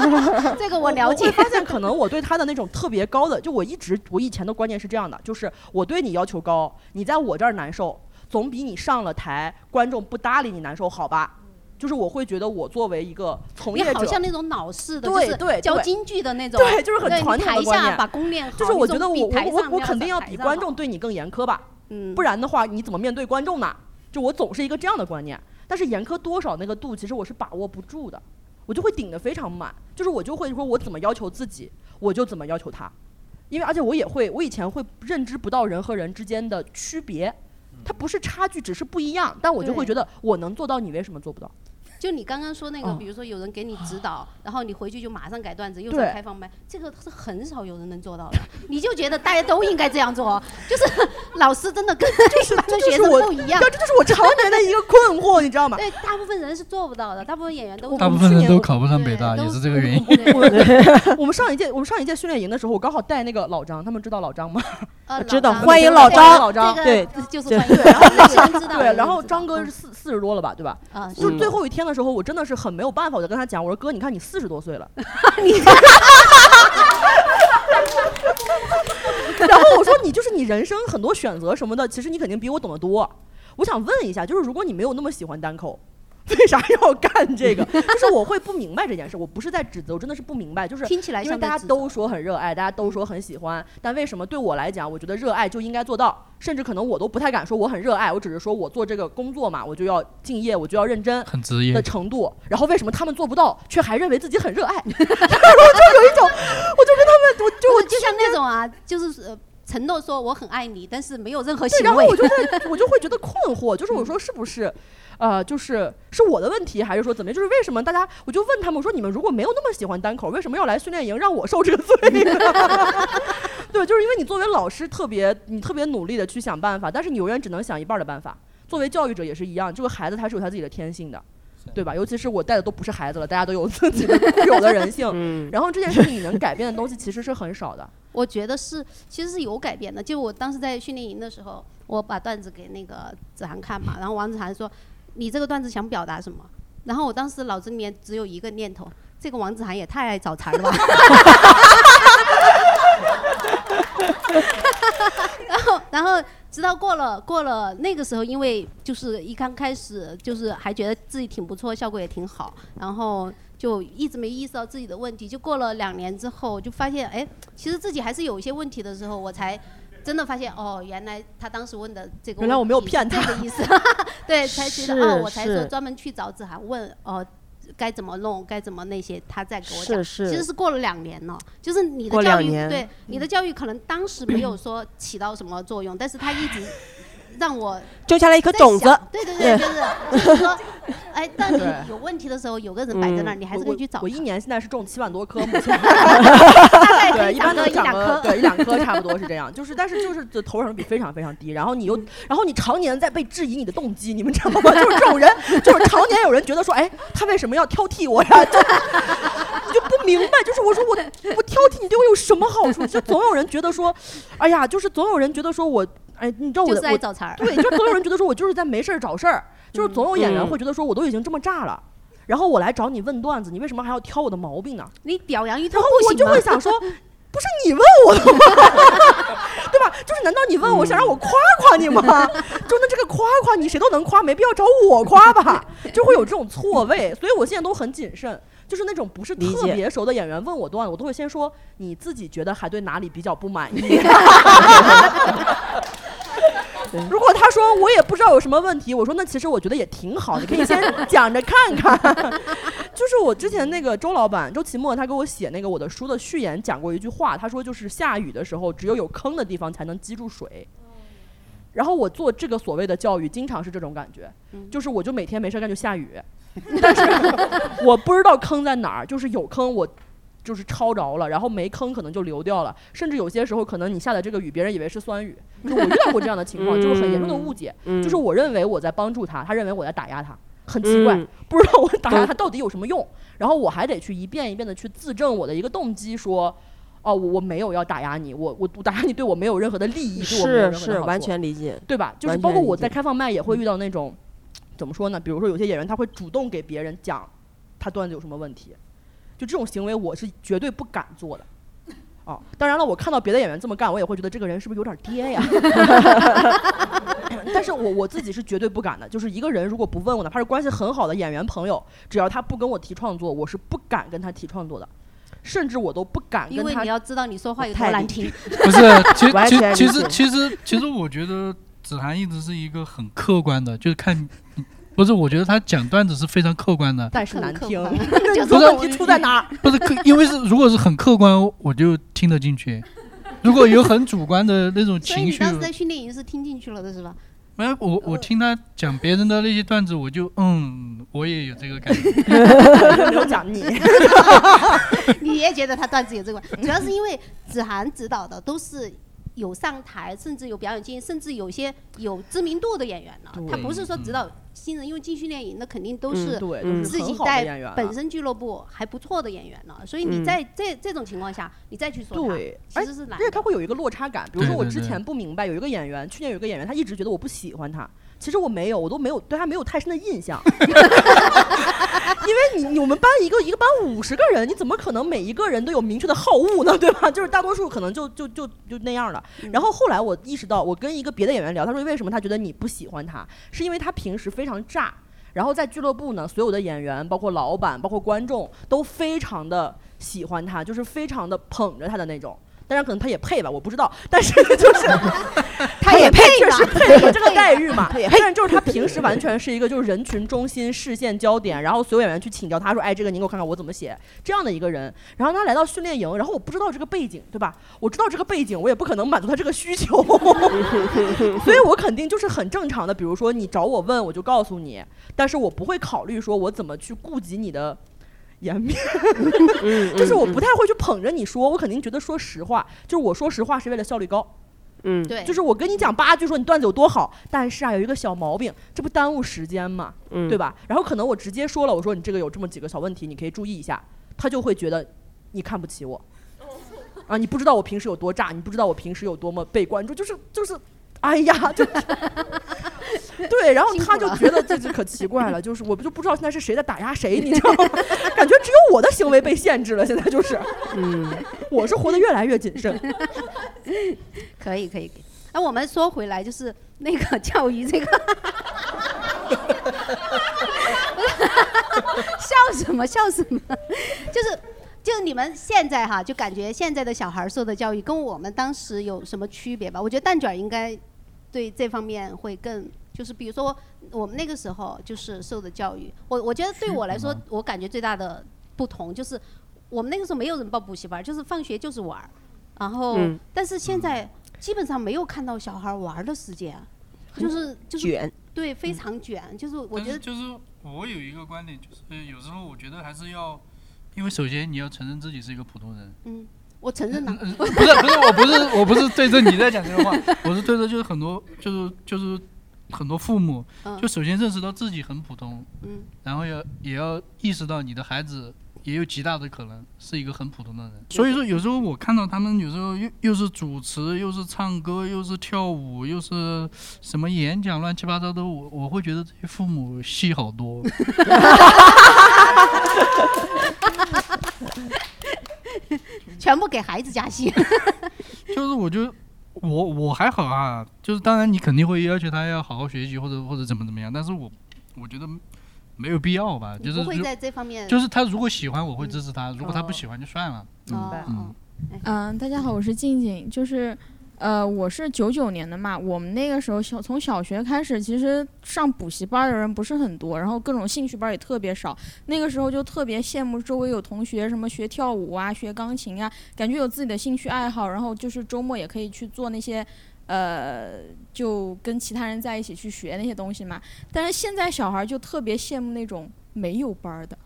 Speaker 2: [laughs] 这个我了解
Speaker 1: 我会发现可能我对他的那种特别高的，就我一直我以前的观念是这样的，就是我对你要求高，你在我这儿难受，总比你上了台观众不搭理你难受好吧？就是我会觉得我作为一个从
Speaker 2: 你
Speaker 1: 业者，
Speaker 2: 好像那种老式的，
Speaker 1: 对
Speaker 2: 就是
Speaker 1: 对
Speaker 2: 教
Speaker 1: 对
Speaker 2: 京剧的那种，
Speaker 1: 对，就是很传统
Speaker 2: 台
Speaker 1: 的观
Speaker 2: 下
Speaker 1: 念。
Speaker 2: 把功练好，
Speaker 1: 就是我觉得我
Speaker 2: 你总比台
Speaker 1: 我我
Speaker 2: 上
Speaker 1: 我
Speaker 2: 要
Speaker 1: 肯定要
Speaker 2: 台
Speaker 1: 比
Speaker 2: 上
Speaker 1: 观
Speaker 2: 好
Speaker 1: 众对你更严苛吧，
Speaker 2: 嗯
Speaker 1: 不然的话你怎么面对观众呢？就我总是一个这样的观念，但是严苛多少那个度，其实我是把握不住的，我就会顶得非常满，就是我就会说我怎么要求自己，我就怎么要求他，因为而且我也会，我以前会认知不到人和人之间的区别，
Speaker 11: 嗯
Speaker 1: 它不是差距，只是不一样，但我就会
Speaker 2: 对
Speaker 1: 觉得我能做到，你为什么做不到？
Speaker 2: 就你刚刚说那个，
Speaker 1: 嗯
Speaker 2: 比如说有人给你指导，然后你回去就马上改段子，又
Speaker 1: 啊对
Speaker 2: 上开放麦，这个是很少有人能做到的。 [laughs] 你就觉得大家都应该这样做， [laughs] 就是老师真的跟 [laughs] 一般的
Speaker 1: 这
Speaker 2: 学
Speaker 1: [laughs] 就是
Speaker 2: 生
Speaker 1: 我
Speaker 2: 不一样
Speaker 1: 对，这就是我常年的一个困
Speaker 2: [laughs]
Speaker 1: 惑，你知道吗？
Speaker 2: 对，大部分人是做不到的，大部分演员都
Speaker 11: 大部分人都考不上北大，也是这个原因。
Speaker 3: [laughs]
Speaker 1: [laughs] 我我们上一届我们上一届训练营的时候，我刚好带那个老张，他们知道老张吗？ [laughs]
Speaker 2: 呃
Speaker 3: 知啊道老张欢迎老
Speaker 1: 对
Speaker 3: 张
Speaker 1: 老张，
Speaker 3: 这个就是欢迎
Speaker 1: 对，然
Speaker 3: [laughs]
Speaker 1: 后
Speaker 3: 有些人知道有些
Speaker 1: 对，
Speaker 3: 人
Speaker 1: 然后
Speaker 3: 不知
Speaker 1: 张哥是四四十多了吧，对吧？
Speaker 2: 啊
Speaker 3: 嗯
Speaker 1: 就是最后一天的时候，我真的是很没有办法，我就跟他讲，我说哥，你看你四十多岁
Speaker 3: [laughs]
Speaker 1: 了， [laughs] 然后我说你就是你人生很多选择什么的，其实你肯定比我懂得多。我想问一下，就是如果你没有那么喜欢单口， [laughs] 为啥要干这个？ [laughs] 就是我会不明白这件事，我不是在指责，我真的是不明白。就是
Speaker 2: 听起来
Speaker 1: 因为
Speaker 2: 像在
Speaker 1: 大家
Speaker 2: 指
Speaker 1: 都说很热爱，大家都说很喜欢，但为什么对我来讲，我觉得热爱就应该做到，甚至可能我都不太敢说我很热爱，我只是说我做这个工作嘛，我就要敬业，我就要认真，
Speaker 11: 很职业
Speaker 1: 的程度。然后为什么他们做不到，却还认为自己很热爱？ [laughs] 然后我就有一种，我就跟他们，我就我
Speaker 2: 就像那种啊，就是呃承诺说我很爱你，但是没有任何
Speaker 1: 对，
Speaker 2: 行为。嗯
Speaker 1: 然后我就
Speaker 2: [laughs]
Speaker 1: 会我就会觉得困惑，就是我说是不是，呃，就是是我的问题，还是说怎么样？就是为什么大家，我就问他们，我说你们如果没有那么喜欢单口，为什么要来训练营让我受这个罪呢？ [laughs] 对，就是因为你作为老师特别你特别努力的去想办法，但是你永远只能想一半儿的办法。作为教育者也是一样，这个孩子他是有他自己的天性的。对吧？尤其是我带的都不是孩子了，大家都有自己的固有的人性。然后这件事情你能改变的东西其实是很少的。 [laughs]
Speaker 2: 我觉得是，其实是有改变的。就我当时在训练营的时候，我把段子给那个子涵看嘛，然后王子涵说：“你这个段子想表达什么？”然后我当时脑子里面只有一个念头：这个王子涵也太爱找茬了吧。然后，然后直到过了过了那个时候，因为就是一刚开始就是还觉得自己挺不错，效果也挺好，然后就一直没意识到自己的问题。就过了两年之后，就发现哎，其实自己还是有一些问题的时候，我才真的发现哦，原来他当时问的这个
Speaker 1: 原来我没有
Speaker 2: 问题
Speaker 1: 骗
Speaker 2: [laughs] 是
Speaker 1: 他
Speaker 2: 这个意思，对，才觉得
Speaker 19: 是
Speaker 2: 哦，我才说
Speaker 19: 是
Speaker 2: 专门去找子涵问哦。该怎么弄，该怎么那些，他再给我讲。
Speaker 19: 是是
Speaker 2: 其实是过了两年了，就是你的
Speaker 19: 过
Speaker 2: 教
Speaker 19: 两
Speaker 2: 育
Speaker 19: 年
Speaker 2: 对你的教育可能当时没有说起到什么
Speaker 1: [laughs]
Speaker 2: 作用，但是它一直让我
Speaker 3: 种下了一颗
Speaker 2: 在
Speaker 3: 种
Speaker 2: 想
Speaker 3: 子
Speaker 2: 对对对，就是就是说，哎，当你
Speaker 1: 对
Speaker 2: 有问题的时候，有个人摆在那儿，你还是可以去找
Speaker 1: 嗯我。我一年现在是种七万多棵，目
Speaker 2: [laughs]
Speaker 1: 前
Speaker 2: 概可
Speaker 1: 对，
Speaker 2: 以
Speaker 1: 一
Speaker 2: 长
Speaker 1: 般
Speaker 2: 个
Speaker 1: 能
Speaker 2: 一
Speaker 1: 长
Speaker 2: 两
Speaker 1: 个
Speaker 2: 棵
Speaker 1: 对一两棵差不多是这
Speaker 2: [laughs]
Speaker 1: 样。就是，但是就是这投产比非常非常低。然后你又，
Speaker 2: 嗯
Speaker 1: 然后你常年在被质疑你的动机，你们知道吗？ [laughs] 就是这种人，就是常年有人觉得说，哎，他为什么要挑剔我呀？ [laughs] 就你就不明白，就是我说我我挑剔你对我有什么好处？就总有人觉得说，哎呀，就是总有人觉得说我，哎，你知道我
Speaker 2: 就
Speaker 1: 的
Speaker 2: 是爱
Speaker 1: 我
Speaker 2: 找茬儿
Speaker 1: 对，就总有人觉得说我就是在没事儿找事儿，就是总有演员
Speaker 2: 嗯
Speaker 1: 会觉得说我都已经这么炸了。然后我来找你问段子，你为什么还要挑我的毛病呢？
Speaker 2: 你表扬一通
Speaker 1: 然后
Speaker 2: 不
Speaker 1: [laughs] 我
Speaker 2: 行
Speaker 1: 就
Speaker 2: 吗
Speaker 1: 会想说，不是你问我的吗？ [laughs] 对吧？就是难道你问我想让我夸夸你吗？ [laughs] 就那这个夸夸你谁都能夸，没必要找我夸吧？ [laughs] 就会有这种错位，所以我现在都很谨慎。就是那种不是
Speaker 3: 理
Speaker 1: 特
Speaker 3: 解
Speaker 1: 别熟的演员问我段，我都会先说你自己觉得还对哪里比较不满意。 [laughs] 如果他说我也不知道有什么问题，我说那其实我觉得也挺好，你可以先讲着看看。就是我之前那个周老板周奇墨，他给我写那个我的书的序言讲过一句话，他说就是下雨的时候，只有有坑的地方才能积住水。然后我做这个所谓的教育，经常是这种感觉，
Speaker 3: 嗯
Speaker 1: 就是我就每天没事干就下雨，但
Speaker 3: [laughs]
Speaker 1: 是我不知道坑在哪儿，就是有坑我就是抄着了，然后没坑可能就流掉了，甚至有些时候可能你下的这个雨，别人以为是酸雨，就我遇到过这样的情况，就是很严重的误解，
Speaker 3: 嗯
Speaker 1: 就是我认为我在帮助他，他认为我在打压他，很奇怪，
Speaker 3: 嗯
Speaker 1: 不知道我打压他到底有什么用，然后我还得去一遍一遍的去自证我的一个动机，说。哦，我我没有要打压你，我我我打压你对我没有任何的利益，对我没有任
Speaker 3: 是
Speaker 1: 何的
Speaker 3: 是，
Speaker 1: 好
Speaker 3: 完
Speaker 1: 处
Speaker 3: 全理解，
Speaker 1: 对吧？就是
Speaker 3: 完
Speaker 1: 包
Speaker 3: 全
Speaker 1: 括
Speaker 3: 理
Speaker 1: 我
Speaker 3: 解嗯
Speaker 1: 在开放麦也会遇到那种，怎么说呢？比如说有些演员他会主动给别人讲他段子有什么问题，就这种行为我是绝对不敢做的。傲。哦当然了，我看到别的演员这么干，我也会觉得这个人是不是有点爹呀？ [laughs] 但是我我自己是绝对不敢的，就是一个人如果不问我，哪怕是关系很好的演员朋友，只要他不跟我提创作，我是不敢跟他提创作的，甚至我都不敢跟
Speaker 2: [laughs] 因
Speaker 1: 他。
Speaker 2: 为你要知道你说话有多难听。
Speaker 11: [laughs] 不是，其
Speaker 1: 完全
Speaker 11: 其
Speaker 1: 理
Speaker 11: 其实
Speaker 1: 解
Speaker 11: 其实其实，我觉得子涵一直是一个很客观的，就是看，不是，我觉得他讲段子是非常客观的，
Speaker 1: [laughs] 但是难听，
Speaker 2: [laughs]
Speaker 11: 就
Speaker 1: 就是是问题出在哪儿？
Speaker 11: [laughs] 不是客，因为是如果是很客观，我就听得进去；如果有很主观的那
Speaker 2: [laughs] 所以
Speaker 11: 种情
Speaker 2: 你
Speaker 11: 绪，
Speaker 2: 当时在训练营是听进去了的是吧？
Speaker 11: 没有我我听他讲别人的那些段子，我就嗯，我也有这个感觉。
Speaker 2: [laughs]
Speaker 1: 没有讲你，
Speaker 2: 你也觉得他段子有这个， [laughs] 主要是因为子涵指导的都是有上台，甚至有表演经验，甚至有些有知名度的演员了。他
Speaker 1: 对
Speaker 2: 不是说指导新人，因为进训练营那肯定都
Speaker 1: 嗯
Speaker 2: 是
Speaker 1: 对都是
Speaker 2: 自
Speaker 1: 很
Speaker 2: 己
Speaker 1: 好的演员
Speaker 2: 在
Speaker 1: 了
Speaker 2: 本身俱乐部还不错的演员了。所以你
Speaker 1: 嗯
Speaker 2: 在这这种情况下，你再去说
Speaker 1: 对，哎
Speaker 2: 他，
Speaker 1: 而
Speaker 2: 其实是难
Speaker 1: 而且他会有一个落差感。比如
Speaker 11: 对
Speaker 1: 说我
Speaker 11: 对
Speaker 1: 之
Speaker 11: 对
Speaker 1: 前不明白，有一个演员，去年有一个演员，他一直觉得我不喜欢他，其实我没有，我都没有对他没有太深的印象。因为你你我们班一个一个班五十个人，你怎么可能每一个人都有明确的好恶呢？对 [laughs] 吧？就是大多数可能就就就就那样了。然后后来我意识到，我跟一个别的演员聊，他说为什么他觉得你不喜欢他，是因为他平时非常炸。然后在俱乐部呢，所有的演员，包括老板，包括观众，都非常的喜欢他，就是非常的捧着他的那种。当然，可能他也配吧，我不知道。但是就是
Speaker 2: 他也配
Speaker 1: 确
Speaker 2: 吧
Speaker 1: 实配了这个待遇嘛。
Speaker 2: 他也配
Speaker 1: 但是就是他平时完全是一个就是人群中心、视线焦点，然后所有演员去请教他说：“哎，这个您给我看看我怎么写。”这样的一个人，然后他来到训练营，然后我不知道这个背景，对吧？我知道这个背景，我也不可能满足他这个需求， [laughs] 所以我肯定就是很正常的。比如说你找我问，我就告诉你，但是我不会考虑说我怎么去顾及你的颜面， [laughs] 就是我不太会去捧着你说，我肯定觉得说实话，就是我说实话是为了效率高。
Speaker 3: 嗯，
Speaker 2: 对
Speaker 1: 就是我跟你讲八句，说你段子有多好，但是啊，有一个小毛病，这不耽误时间嘛，
Speaker 3: 嗯
Speaker 1: 对吧？然后可能我直接说了，我说你这个有这么几个小问题，你可以注意一下，他就会觉得你看不起我，
Speaker 2: 哦
Speaker 1: 啊，你不知道我平时有多炸，你不知道我平时有多么被关注，就是就是，哎
Speaker 2: [laughs]
Speaker 1: 呀，就是对，然后他就觉得自己可
Speaker 2: [laughs]
Speaker 1: 奇怪了，就是我就不知道现在是谁在打压谁，你知道吗？感觉只有我的行为被限制了，现在就是，
Speaker 3: 嗯，
Speaker 1: 我是活得越来越谨慎。
Speaker 2: [laughs] 可以可以。那我们说回来，就是那个 [laughs] 教育这个， [laughs] 笑什么笑什么？ [laughs] 就是就是你们现在哈，就感觉现在的小孩儿受的教育跟我们当时有什么区别吧？我觉得蛋卷儿应该对这方面会更，就是比如说我们那个时候就是受的教育，我我觉得对我来说，我感觉最大的不同就是我们那个时候没有人报补习班儿，就是放学就是玩儿，然后、
Speaker 3: 嗯
Speaker 2: 但是现在基本上没有看到小孩儿玩儿的时间，啊就是就是
Speaker 3: 卷
Speaker 2: 对，
Speaker 3: 嗯
Speaker 2: 非常卷，就是我
Speaker 11: 但
Speaker 2: 觉
Speaker 11: 是
Speaker 2: 得
Speaker 11: 就是我有一个观点，就是有时候我觉得还是要，因为首先你要承认自己是一个普通人。
Speaker 2: 嗯，我承认了，
Speaker 11: 嗯不是不是，我不是我不是对着你在讲这个话，我是对着就是很多就是就是很多父母
Speaker 2: 嗯，
Speaker 11: 就首先认识到自己很普通，
Speaker 2: 嗯，
Speaker 11: 然后要也要意识到你的孩子也有极大的可能是一个很普通的人。所以说有时候我看到他们有时候又又是主持，又是唱歌，又是跳舞，又是什么演讲，乱七八糟的，我我会觉得这些父母戏好多。
Speaker 2: [laughs]
Speaker 11: [laughs]
Speaker 2: 全部给孩子加戏。
Speaker 11: 就是我就我我还好啊，就是当然你肯定会要求他要好好学习或者或者怎么怎么样，但是我我觉得没有必要吧，
Speaker 2: 你
Speaker 11: 就是
Speaker 2: 不会
Speaker 11: 如
Speaker 2: 在这方面
Speaker 11: 就是他如果喜欢我会支持他，如果他不喜欢就算了。
Speaker 4: 嗯哦
Speaker 11: 嗯，
Speaker 4: 嗯，大家好，我是静静，就是，呃，我是九九年的嘛，我们那个时候小从小学开始，其实上补习班的人不是很多，然后各种兴趣班也特别少，那个时候就特别羡慕周围有同学什么学跳舞啊、学钢琴啊，感觉有自己的兴趣爱好，然后就是周末也可以去做那些。呃，就跟其他人在一起去学那些东西嘛。但是现在小孩就特别羡慕那种没有班儿的，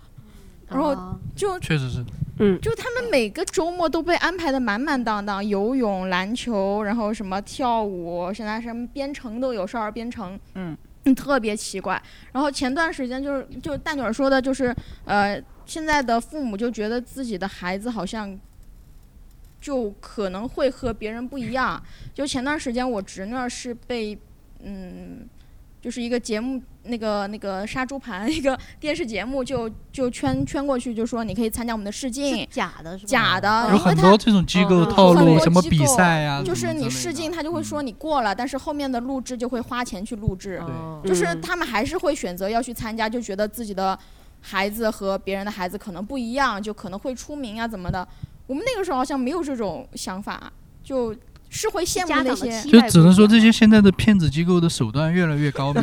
Speaker 4: 然后就
Speaker 11: 确实是，
Speaker 3: 嗯
Speaker 4: 就他们每个周末都被安排的满满当当，游泳、篮球，然后什么跳舞，现在什么编程都有，少儿编程，
Speaker 5: 嗯
Speaker 4: 嗯，特别奇怪。然后前段时间就是就是蛋卷儿说的，就是呃，现在的父母就觉得自己的孩子好像就可能会和别人不一样。就前段时间我侄女儿是被嗯，就是一个节目那个那个杀猪盘 [laughs] 一个电视节目就就圈圈过去，就说你可以参加我们的试镜，
Speaker 2: 假的是吧？
Speaker 4: 假的，哦
Speaker 11: 有 [laughs]
Speaker 4: 因为
Speaker 11: 很
Speaker 4: 他哦
Speaker 11: 多这种机构套
Speaker 4: 很
Speaker 11: 路，
Speaker 4: 多
Speaker 11: 什么
Speaker 4: 机
Speaker 11: 比
Speaker 4: 构
Speaker 11: 赛啊呀、
Speaker 4: 就是你试镜，他就会说你过了，但是后面的录制就会花钱去录制，就是
Speaker 11: 嗯
Speaker 4: 他们还是会选择要去参加，就觉得自己的孩子和别人的孩子可能不一样，就可能会出名啊怎么的。我们那个时候好像没有这种想法，就是会羡慕那些，
Speaker 11: 就只能说这些现在的骗子机构的手段越来
Speaker 1: [laughs]
Speaker 11: 越高明。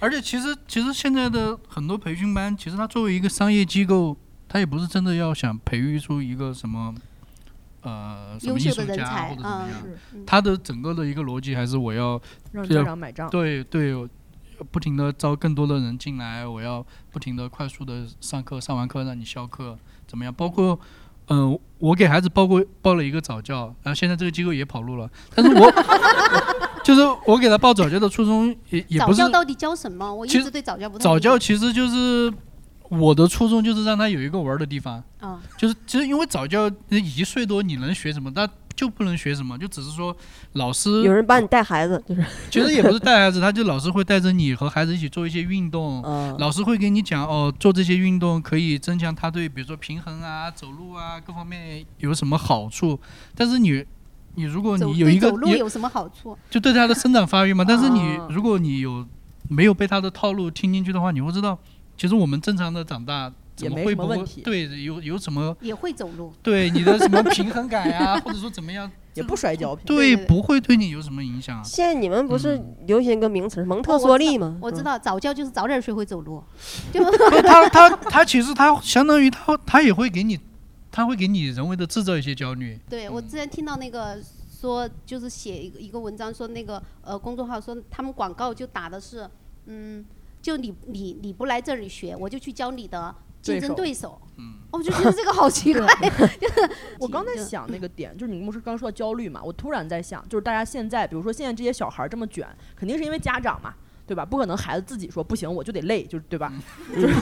Speaker 11: 而且其实其实现在的很多培训班，其实它作为一个商业机构，它也不是真的要想培育出一个什么呃什么
Speaker 1: 优
Speaker 11: 艺
Speaker 1: 秀
Speaker 11: 术
Speaker 1: 的人
Speaker 11: 家
Speaker 1: 才
Speaker 11: 或者怎么样
Speaker 1: 嗯是嗯，
Speaker 11: 它的整个的一个逻辑还是我要
Speaker 1: 让
Speaker 11: 要
Speaker 1: 家长买账
Speaker 11: 对对，我不停的招更多的人进来，我要不停的快速的上课，上完课让你销课怎么样？包括嗯、呃我给孩子报过报了一个早教，然后现在这个机构也跑路了，但是我 [laughs] 就是我给他报早教的初衷 [laughs] 也也
Speaker 2: 早
Speaker 11: 不是
Speaker 2: 教到底教什么？我一
Speaker 11: 其实
Speaker 2: 直对早教不太
Speaker 11: 早
Speaker 2: 理解
Speaker 11: 教其实就是我的初衷就是让他有一个玩儿的地方，
Speaker 2: 啊
Speaker 11: 就是其实因为早教一岁多你能学什么，但就不能学什么，就只是说老师
Speaker 3: 有人帮你带孩子，就是
Speaker 11: 其实也不是带孩子，他就老师会带着你和孩子一起做一些运动，
Speaker 3: 嗯
Speaker 11: 老师会给你讲哦，做这些运动可以增强他对比如说平衡啊、走路啊各方面有什么好处，但是你。你如果
Speaker 2: 走
Speaker 11: 你有
Speaker 2: 对
Speaker 11: 一个
Speaker 2: 走路
Speaker 11: 你
Speaker 2: 有啊什么好处？
Speaker 11: 就对他的生长发育嘛。但是你如果你有没有被他的套路听进去的话，你会知道，其实我们正常的长大怎么
Speaker 2: 也没
Speaker 11: 会
Speaker 2: 什么
Speaker 11: 不会
Speaker 2: 问题
Speaker 11: 对有有什么
Speaker 2: 也会走路。
Speaker 11: 对你的什么平衡感呀、
Speaker 2: [laughs]
Speaker 11: 或者说怎么样
Speaker 1: 也不摔跤，
Speaker 11: 对不会对你有什么影响
Speaker 3: [laughs]
Speaker 11: 啊？
Speaker 3: 现在你们不是
Speaker 11: 嗯
Speaker 3: 流行一个名词蒙特
Speaker 2: 哦
Speaker 3: 梭利吗？
Speaker 2: 我
Speaker 11: [laughs]
Speaker 2: 知道早教就是早点学会走路， [laughs]
Speaker 11: 他他他其实他相当于他他也会给你，他会给你人为的制造一些焦虑。
Speaker 2: 对我之前听到那个说，就是写一个一个文章说那个呃公众号说他们广告就打的是嗯，就你你你不来这里学，我就去教你的竞争对
Speaker 1: 对
Speaker 2: 手。哦
Speaker 11: 嗯，
Speaker 2: 我就觉得这个好奇怪。
Speaker 1: 我刚在想那个点，就是你不是刚说到焦虑嘛？我突然在想，就是大家现在，比如说现在这些小孩儿这么卷，肯定是因为家长嘛，对吧？不可能孩子自己说不行，我就得累，就是对吧？就是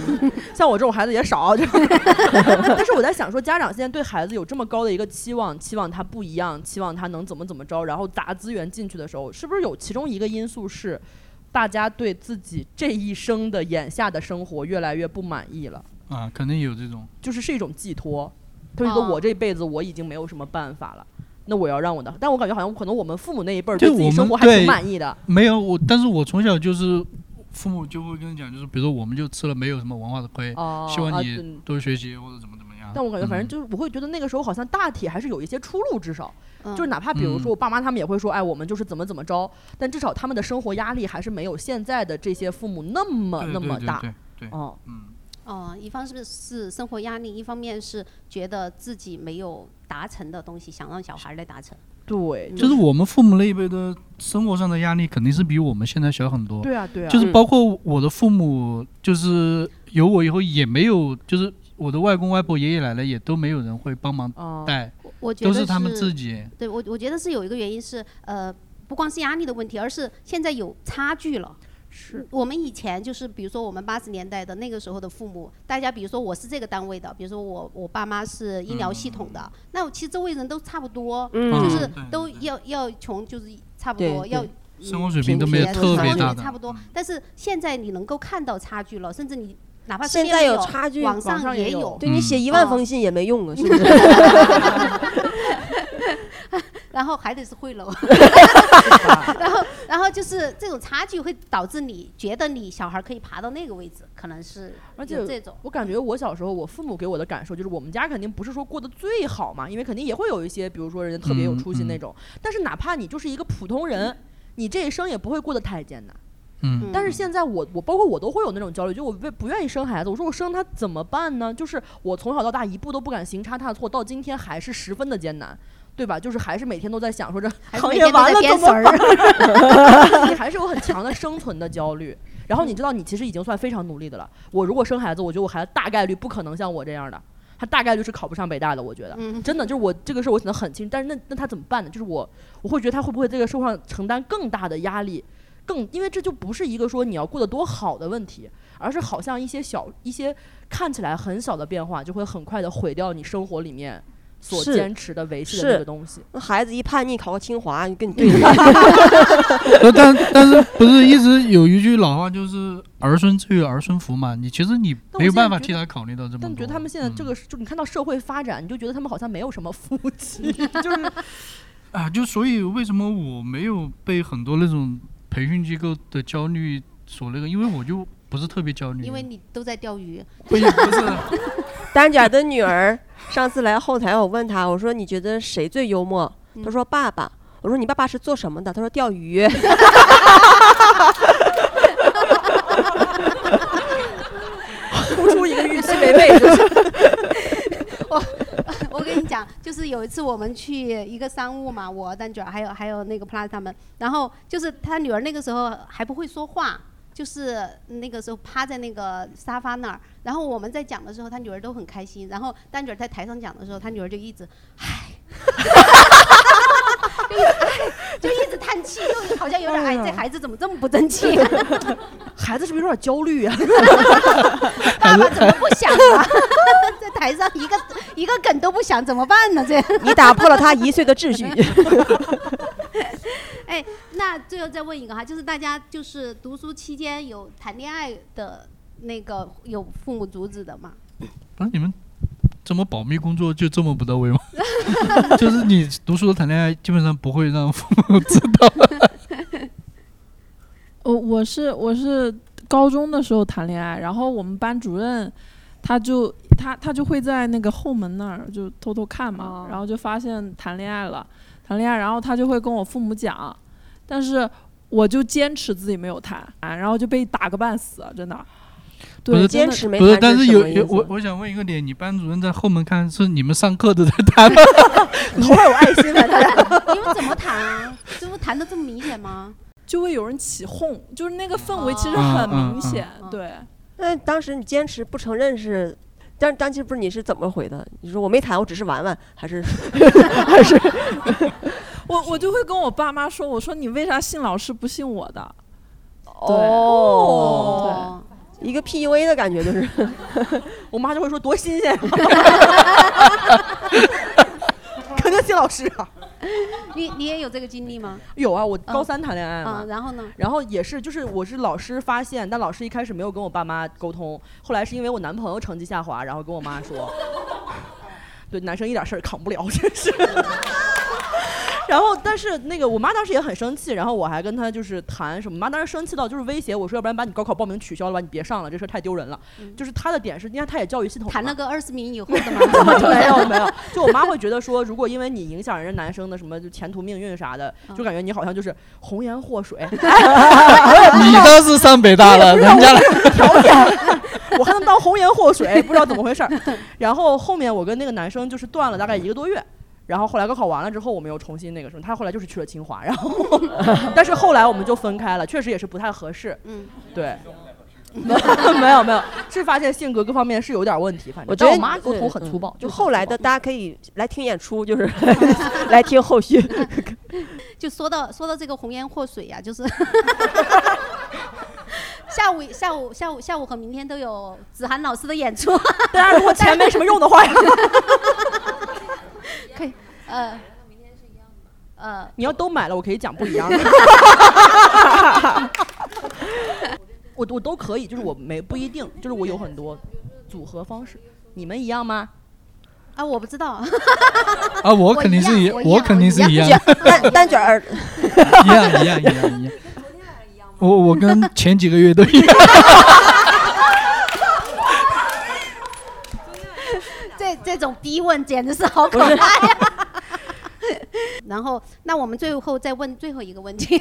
Speaker 1: 像我这种孩子也少，就是 [laughs] 但是我在想说，家长现在对孩子有这么高的一个期望，期望他不一样，期望他能怎么怎么着，然后砸资源进去的时候，是不是有其中一个因素是？大家对自己这一生的眼下的生活越来越不满意了，
Speaker 11: 啊，肯定有这种。
Speaker 1: 就是是一种寄托。他就觉得我这辈子我已经没有什么办法了，那我要让我的，但我感觉好像可能我们父母那一辈儿
Speaker 11: 就
Speaker 1: 自己
Speaker 11: 我
Speaker 1: 生
Speaker 11: 们
Speaker 1: 活还
Speaker 11: 对啊
Speaker 1: 挺满意的。
Speaker 11: 没有我，但是我从小就是父母就会跟你讲，就是比如说我们就吃了没有什么文化的亏，
Speaker 1: 哦
Speaker 11: 希望
Speaker 1: 啊
Speaker 11: 你
Speaker 1: 对
Speaker 11: 多学习或者怎么怎么样。
Speaker 1: 但我感觉反正
Speaker 11: 嗯
Speaker 1: 就是我会觉得那个时候好像大体还是有一些出路，至少、就是哪怕比如
Speaker 11: 嗯
Speaker 1: 说我爸妈他们也会说，哎，我们就是怎么怎么着，但至少他们的生活压力还是没有现在的这些父母那么
Speaker 11: 对
Speaker 1: 那
Speaker 11: 对
Speaker 1: 么
Speaker 11: 对
Speaker 1: 大。
Speaker 11: 对对
Speaker 1: 哦，
Speaker 2: [laughs] 哦，一方是是生活压力，一方面是觉得自己没有达成的东西，想让小孩来达成。嗯
Speaker 1: 对
Speaker 11: 就是我们父母那一辈的生活上的压力，肯定是比我们现在小很多。
Speaker 1: 对啊对啊
Speaker 11: 就是包括我的父母，就是有我以后也没有，就是我的外公外婆、爷爷奶奶也都没有人会帮忙
Speaker 1: 哦
Speaker 11: 带，
Speaker 2: 我觉得
Speaker 11: 都他们自己。
Speaker 2: 对我，我觉得是有一个原因是，呃，不光是压力的问题，而是现在有差距了。
Speaker 1: 是
Speaker 2: 我们以前就是，比如说我们八十年代的那个时候的父母，大家比如说我是这个单位的，比如说我我爸妈是医疗系统的，那我其实周围人都差不多，
Speaker 11: 嗯
Speaker 2: 就是
Speaker 11: 嗯
Speaker 2: 都要要穷，就是差不
Speaker 11: 对
Speaker 2: 多
Speaker 11: 对
Speaker 2: 要。
Speaker 11: 生活水平都没有特别大的嗯
Speaker 2: 差不多。但是现在你能够看到差距了，甚至你哪怕身
Speaker 3: 现
Speaker 2: 边
Speaker 3: 在
Speaker 2: 有
Speaker 3: 差距，
Speaker 2: 网上也有，
Speaker 3: 对你写一
Speaker 2: 嗯
Speaker 3: 万封信也没用啊，是不
Speaker 1: [laughs]
Speaker 3: [laughs] 是？
Speaker 2: 然后还得是会楼，然后然后就是这种差距会导致你觉得你小孩可以爬到那个位置，可能是
Speaker 1: 而且嗯
Speaker 2: 有这种。
Speaker 1: 我感觉我小时候，我父母给我的感受就是，我们家肯定不是说过得最好嘛，因为肯定也会有一些，比如说人家特别有
Speaker 11: 嗯
Speaker 1: 出息那
Speaker 11: 嗯
Speaker 1: 种。但是哪怕你就是一个普通
Speaker 2: 嗯
Speaker 1: 人，你这一生也不会过得太艰难。
Speaker 11: 嗯
Speaker 1: 但是现在我我包括我都会有那种焦虑，就我不不愿意生孩子，我说我生他怎么办呢？就是我从小到大一步都不敢行差踏错，到今天还是十分的艰难。对吧？就是还是每天都在想说这
Speaker 2: 是
Speaker 1: 行
Speaker 2: 每
Speaker 1: 业
Speaker 2: 天都在
Speaker 1: 完了
Speaker 2: 编
Speaker 1: 怎么
Speaker 2: 绳儿
Speaker 1: 办？你还是有很强的生存的焦虑。然后你知道，你其实已经算非常努力的了。我如果生孩子，我觉得我孩子大概率不可能像我这样的，他大概率是考不上北大的。我觉得，
Speaker 2: 嗯
Speaker 1: 真的就是我这个事儿我可能很清楚，但是那那他怎么办呢？就是我我会觉得他会不会在这个社会上承担更大的压力，更因为这就不是一个说你要过得多好的问题，而是好像一些小一些看起来很小的变化，就会很快的毁掉你生活里面所
Speaker 3: 是
Speaker 1: 坚持的维系的
Speaker 3: 是
Speaker 1: 那个东西。
Speaker 3: 那孩子一叛逆，考个清华，你跟 [laughs] 你对
Speaker 11: [laughs]
Speaker 3: 着
Speaker 11: 呃但但是不
Speaker 3: [laughs]
Speaker 11: 是一直有一句老话就是儿孙自有儿孙福嘛？你其实你没有办法替他考虑到这么
Speaker 1: 但我觉
Speaker 11: 多。嗯
Speaker 1: 得他们现在这个，就你看到社会发展，你就觉得他们好像没有什么夫
Speaker 11: [laughs]
Speaker 1: 妻，就是
Speaker 11: 啊，就所以为什么我没有被很多那种培训机构的焦虑所那个，因为我就不是特别焦虑。
Speaker 2: 因为你都在钓鱼。
Speaker 3: 丹姐儿的女儿上次来后台，我问她，我说你觉得谁最幽默？
Speaker 2: 嗯
Speaker 3: 她说爸爸。我说你爸爸是做什么的？她说钓
Speaker 2: [laughs]
Speaker 3: 鱼。
Speaker 2: [laughs]
Speaker 1: 突出一个预期违背，就是
Speaker 2: 我 [laughs] 我跟你讲，就是有一次我们去一个商务嘛，我蛋卷儿还有还有那个 Plus 他们，然后就是他女儿那个时候还不会说话，就是那个时候趴在那个沙发那儿，然后我们在讲的时候，他女儿都很开心，然后蛋卷儿在台上讲的时候，他女儿就一直唉， [laughs] 就一直唉，就一直叹气，就好像有点哎，这孩子怎么这么不争气、
Speaker 1: 孩子是不是有点焦虑啊？ [laughs]
Speaker 2: 爸爸怎么不想啊？ [laughs] 在台上一个一个梗都不想，怎么办呢？这
Speaker 3: 你打破了他一岁的秩序。
Speaker 2: 哎，那最后再问一个哈，就是大家就是读书期间有谈恋爱的那个有父母阻止的吗？
Speaker 11: 不是你们怎么保密工作就这么不
Speaker 1: [laughs]
Speaker 11: 到位吗？就是你读书和谈恋爱基本上不会让父母知道。
Speaker 1: [laughs]
Speaker 11: [laughs]
Speaker 13: 我哦我是我是高中的时候谈恋爱，然后我们班主任他就他他就会在那个后门那儿就偷偷看
Speaker 2: 哦
Speaker 13: 嘛，然后就发现谈恋爱了，谈恋爱，然后他就会跟我父母讲，但是我就坚持自己没有谈，然后就被打个半死，啊真的。
Speaker 11: 不
Speaker 13: 对，
Speaker 11: 是
Speaker 13: 真的
Speaker 11: 不是，但是有有我我想问一个点，你班主任在后门看是你们上课都在
Speaker 2: [laughs]
Speaker 11: 谈吗？ [laughs]
Speaker 2: 好有爱心啊，他你们怎么谈啊？ [laughs] 这不谈的这么明显吗？
Speaker 13: 就会有人起哄，就是那个氛围其实
Speaker 3: 嗯
Speaker 13: 很
Speaker 3: 嗯
Speaker 13: 明
Speaker 3: 嗯
Speaker 13: 显，对。
Speaker 3: 那当时你坚持不承认是，但当时不是你是怎么回的？你说我没谈，我只是玩玩，还 [laughs] 是还是？
Speaker 13: 我我就会跟我爸妈说，我说你为啥信老师不信我的？
Speaker 3: 哦，一个 PUA 的感觉就是。 [laughs]
Speaker 1: 我妈就会说多新鲜啊，肯定谢老师啊。
Speaker 2: 你你也有这个经历吗？
Speaker 1: 有啊，我高三谈恋爱嘛、
Speaker 2: 嗯然后呢
Speaker 1: 然后也是，就是我是老师发现，但老师一开始没有跟我爸妈沟通，后来是因为我男朋友成绩下滑，然后跟我妈说，对，男生一点事儿扛不了，真是。然后，但是那个我妈当时也很生气，然后我还跟她就是谈什么，我妈当时生气到就是威胁我说，要不然把你高考报名取消了吧，你别上了，这事儿太丢人了。就是她的点是，因为她也教育系统嘛？
Speaker 2: 谈了个二十名以后的吗
Speaker 1: [laughs] 没有没有，就我妈会觉得说，如果因为你影响人家男生的什么就前途命运啥的，就感觉你好像就是红颜祸 [laughs] 水。
Speaker 11: 你倒是上北大了，人
Speaker 1: [laughs]
Speaker 11: 家来。
Speaker 1: 条件，我还能当红颜祸水，不知道怎么回事儿。然后后面我跟那个男生就是断了大概一个多月。然后后来高考完了之后，我们又重新那个什么，他后来就是去了清华，然后， [laughs] 但是后来我们就分开了，确实也是不太合适， [laughs]
Speaker 2: 嗯，
Speaker 1: 对，没有没有，是发现性格各方面是有点问题，反正
Speaker 3: 我觉得
Speaker 1: 但我妈 [laughs] 沟通很粗暴，
Speaker 3: 就
Speaker 1: 就是
Speaker 3: 后来的大家可以来听演
Speaker 1: [laughs]
Speaker 3: 出，就是来听后续。
Speaker 2: [laughs] 就说到说到这个红颜祸水呀、就是 [laughs] 下午下午下午下午和明天都有子涵老师的演出。 [laughs]
Speaker 1: 当然，如果钱没什么用的话呀，
Speaker 2: 可以，呃，呃，
Speaker 1: 你要都买了，我可以讲不一样的。我我都可以，就是我没不一定，就是我有很多组合方式。你们一样吗？
Speaker 2: 啊，我不知道。
Speaker 11: 啊，我肯定是一，我肯定是一样的，
Speaker 3: 蛋蛋卷儿，
Speaker 11: 一样一样一样一样。我我跟前几个月都一样。 [laughs]
Speaker 2: 这这种逼问简直是好可怕呀！ [laughs] 然后，那我们最后再问最后一个问题，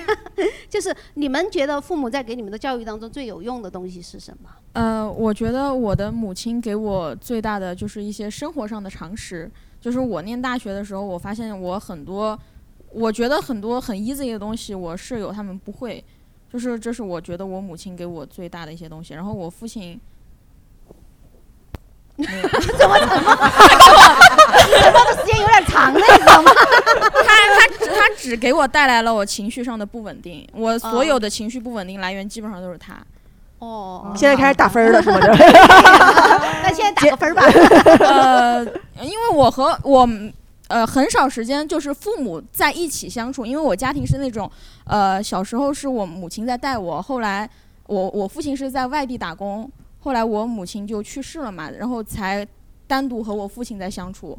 Speaker 2: [laughs] 就是你们觉得父母在给你们的教育当中最有用的东西是什 [laughs] 么？
Speaker 4: 呃，我觉得我的母亲给我最大的就是一些生活上的常识，就是我念大学的时候，我发现我很多，我觉得很多很 easy 的东西，我室友他们不会，就是这是我觉得我母亲给我最大的一些东西，然后我
Speaker 2: [laughs]
Speaker 4: 父亲。
Speaker 2: 怎么怎么 [laughs] 沉默的时间有点长了，你知道吗？
Speaker 4: 他他他只给我带来了我情绪上的不稳定，我所有的情绪不稳定来源基本上都是他。
Speaker 2: 哦，
Speaker 3: [laughs] 现在开始打分了是吗？
Speaker 2: [laughs]
Speaker 1: [laughs]
Speaker 2: 那现在打个分儿吧。
Speaker 4: [laughs] 呃，因为我和我们呃很少时间就是父母在一起相处，因为我家庭是那种呃小时候是我母亲在带我，后来我我父亲是在外地打工，后来我母亲就去世了嘛，然后才单独和我父亲在相处，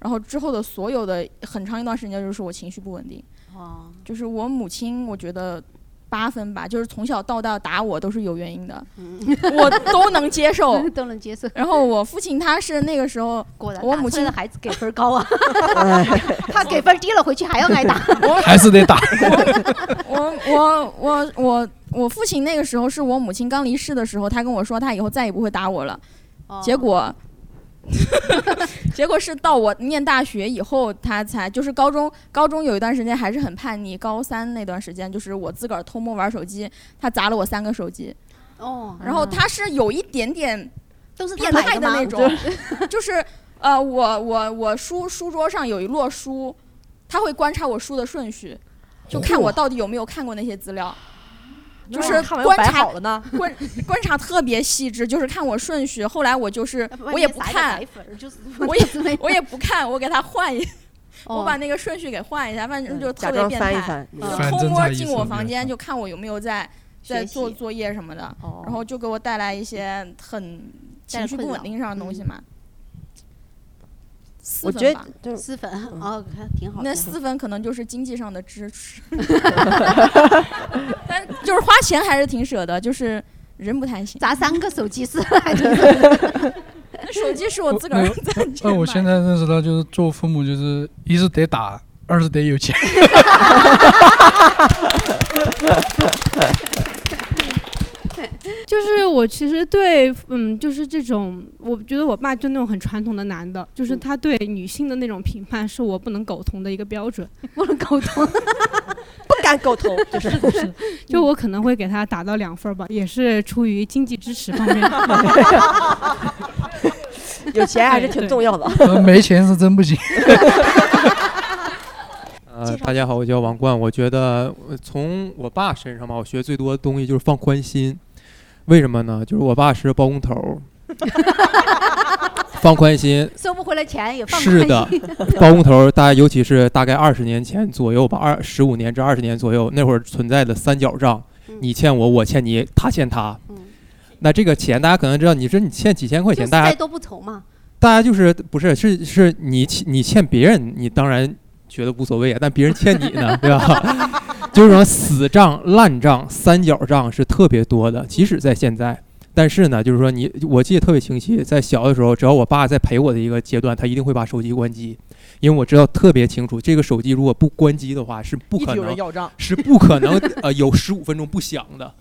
Speaker 4: 然后之后的所有的很长一段时间就是我情绪不稳定，
Speaker 2: 哦，
Speaker 4: 就是我母亲我觉得。八分吧，就是从小到大打我都是有原因的，
Speaker 2: 嗯
Speaker 4: [laughs] 我都能接受，
Speaker 2: 都能接受。
Speaker 4: 然后我父亲他是那个时候，我母亲
Speaker 2: 的孩子给分高啊， [laughs] 他给分低了，回去还要挨打。
Speaker 14: 还是得打。
Speaker 4: [laughs] 我我我我我父亲那个时候是我母亲刚离世的时候，他跟我说他以后再也不会打我了，
Speaker 2: 哦
Speaker 4: 结果。 [laughs] 结果是到我念大学以后，他才就是高中，高中有一段时间还是很叛逆。高三那段时间，就是我自个儿偷摸玩手机，他砸了我三个手机。
Speaker 2: 哦，
Speaker 4: 然后他是有一点点
Speaker 2: 都是
Speaker 4: 变
Speaker 2: 他买
Speaker 4: 态
Speaker 2: 的
Speaker 4: 的
Speaker 2: 吗
Speaker 4: 那种，就是呃，我我我书书桌上有一摞书，他会观察我书的顺序，就看我到底有没有看过那些资料。
Speaker 1: 那
Speaker 4: 就是
Speaker 1: 看完又
Speaker 4: 观
Speaker 1: 摆
Speaker 4: 察
Speaker 1: 好了呢
Speaker 4: 观观察特别细致，就是看我顺序。后来我就是我也不看， [laughs] 我也我也不看，我给他
Speaker 2: [laughs]
Speaker 4: 换一，
Speaker 2: 哦
Speaker 4: 我把那个顺序给换一下，反
Speaker 2: 嗯
Speaker 4: 正就
Speaker 3: 假
Speaker 4: 特别
Speaker 3: 装
Speaker 4: 变
Speaker 3: 翻一
Speaker 4: 态
Speaker 3: 翻，
Speaker 4: 就
Speaker 3: 反
Speaker 4: 偷
Speaker 3: 正
Speaker 4: 摸
Speaker 3: 在意
Speaker 4: 进
Speaker 3: 识
Speaker 4: 我
Speaker 3: 里
Speaker 4: 房
Speaker 3: 面
Speaker 4: 间就看我有没有在在
Speaker 3: 学
Speaker 4: 做
Speaker 3: 习
Speaker 4: 作业什么的，然后就给我带来一些很
Speaker 2: 哦嗯带来
Speaker 4: 情绪
Speaker 2: 困
Speaker 4: 不稳
Speaker 2: 扰嗯
Speaker 4: 定上的东西嘛。四
Speaker 3: 我
Speaker 4: 分
Speaker 3: 觉得
Speaker 4: 吧
Speaker 3: 就
Speaker 2: 四分哦，挺好的。
Speaker 4: 那四分可能就是经济上的
Speaker 2: [laughs]
Speaker 4: 支持，但就是花钱还是挺舍得，就是人不贪心。
Speaker 2: 砸三个手机是
Speaker 4: [laughs]
Speaker 2: [laughs]
Speaker 4: 那手机是我自个儿在
Speaker 11: 那我现在认识到，就是做父母，就是一是得打，二是得有钱。
Speaker 20: 就是我其实对，嗯，就是这种，我觉得我爸就那种很传统的男的，就是他对女性的那种评判是我不能苟同的一个标准，
Speaker 2: 不能苟
Speaker 20: [laughs]
Speaker 2: 同，
Speaker 20: 不敢苟同，就是 [laughs] 就我可能会给他打到两分儿吧，也是出于经济支持方面。
Speaker 3: 有钱还是挺重要的。
Speaker 11: 呃
Speaker 3: [laughs]
Speaker 11: 没钱是真不行。
Speaker 7: 呃，大家好，我叫王冠。我觉得呃从我爸身上吧，我学最多的东西就是放宽心。为什么呢？就是我爸是包工头儿，放宽心。
Speaker 2: 收不回来钱也放不，
Speaker 7: 是的包工头儿，大家尤其是大概二十年前左右吧，二十五年至二十年左右那会儿存在的三角账，
Speaker 2: 嗯
Speaker 7: 你欠我，我欠你，他欠他。那这个钱大家可能知道，你说你欠几千块钱，大
Speaker 2: 再
Speaker 7: 家
Speaker 2: 多不愁嘛。
Speaker 7: 大家就是不是是是你欠你欠别人，你当然觉得无所谓啊，但别人欠你呢，对吧？ [laughs] 就是说死账、烂账、三角账是特别多的，即使在现在。但是呢，就是说你，我记得特别清晰，在小的时候，只要我爸在陪我的一个阶段，他一定会把手机关机，因为我知道特别清楚，这个手机如果不关机的话，是不
Speaker 1: 一直
Speaker 7: 可
Speaker 1: 有人
Speaker 7: 能
Speaker 1: 要账
Speaker 7: 是不可能呃有十五分钟不响的，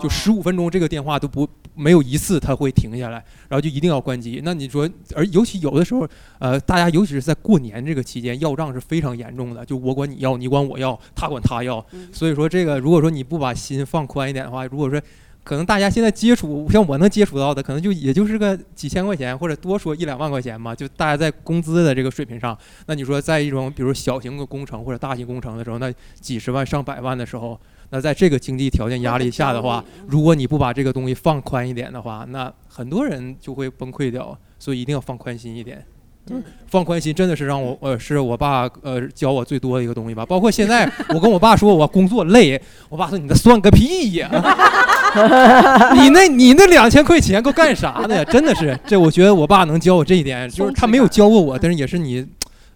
Speaker 7: 就十五分钟这个电话都不没有一次它会停下来，然后就一定要关机。那你说，而尤其有的时候，呃，大家尤其是在过年这个期间，要账是非常严重的，就我管你要，你管我要，他管他要。所以说，这个如果说你不把心放宽一点的话，如果说。可能大家现在接触，像我能接触到的，可能就也就是个几千块钱，或者多说一两万块钱嘛。就大家在工资的这个水平上，那你说在一种比如小型的工程或者大型工程的时候，那几十万上百万的时候，那在这个经济条件压力下的话，如果你不把这个东西放宽一点的话，那很多人就会崩溃掉。所以一定要放宽心一点。放宽心真的是让我呃是我爸呃教我最多的一个东西吧。包括现在我跟我爸说我工作累，我爸说你那算个屁呀！你那你那两千块钱够干啥的呀？真的是，这我觉得我爸能教我这一点，就是他没有教过我，但是也是你，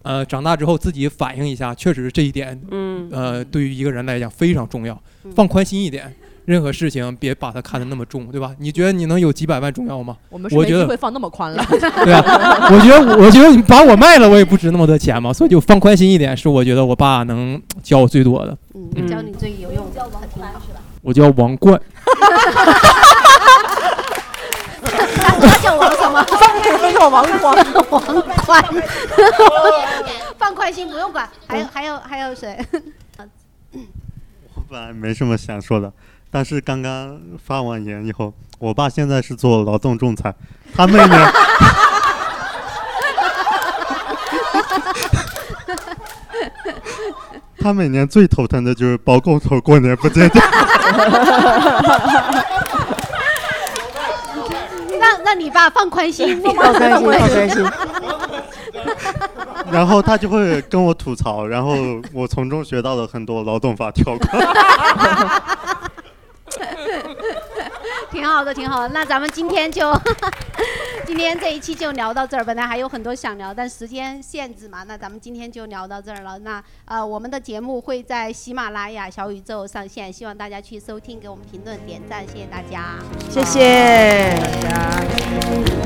Speaker 7: 呃，长大之后自己反映一下，确实这一点，
Speaker 3: 嗯
Speaker 11: [laughs]
Speaker 7: 呃，对于一个人来讲非常重要，
Speaker 1: 嗯
Speaker 7: 放宽心一点。任何事情别把它看得那么重，对吧？你觉得你能有几百万重要吗？
Speaker 1: 我
Speaker 7: 我
Speaker 1: 们是没
Speaker 7: 觉
Speaker 1: 机
Speaker 7: 得
Speaker 1: 会放那么宽了。
Speaker 7: 对啊，我觉得我觉得你把我卖了，我也不值那么多钱嘛，所以就放宽心一点，是我觉得我爸能教我最多的。
Speaker 2: 教你最有用，叫王宽是吧？
Speaker 7: 我叫王冠，
Speaker 2: 他叫王什么？放开分叫王宽，王宽，放宽心不用管。还有还有还有谁？
Speaker 16: 我本来没什么想说的，但是刚刚发完言以后，我爸现在是做劳动仲裁，他妹妹他每年最头疼的就是包工头过年不接电话。
Speaker 2: 爸放宽
Speaker 3: [laughs]
Speaker 2: 心，
Speaker 3: 放宽心放宽心。
Speaker 16: [laughs] 然后他就会跟我吐槽，然后我从中学到了很多劳动法条
Speaker 2: [laughs]
Speaker 16: 款。
Speaker 2: 挺好的，挺好的。那咱们今天就， [laughs] 今天这一期就聊到这儿。本来还有很多想聊，但时间限制嘛，那咱们今天就聊到这儿了。那呃，我们的节目会在喜马拉雅小宇宙上线，希望大家去收听，给我们评论、点赞，谢谢大家。
Speaker 3: 谢谢大家。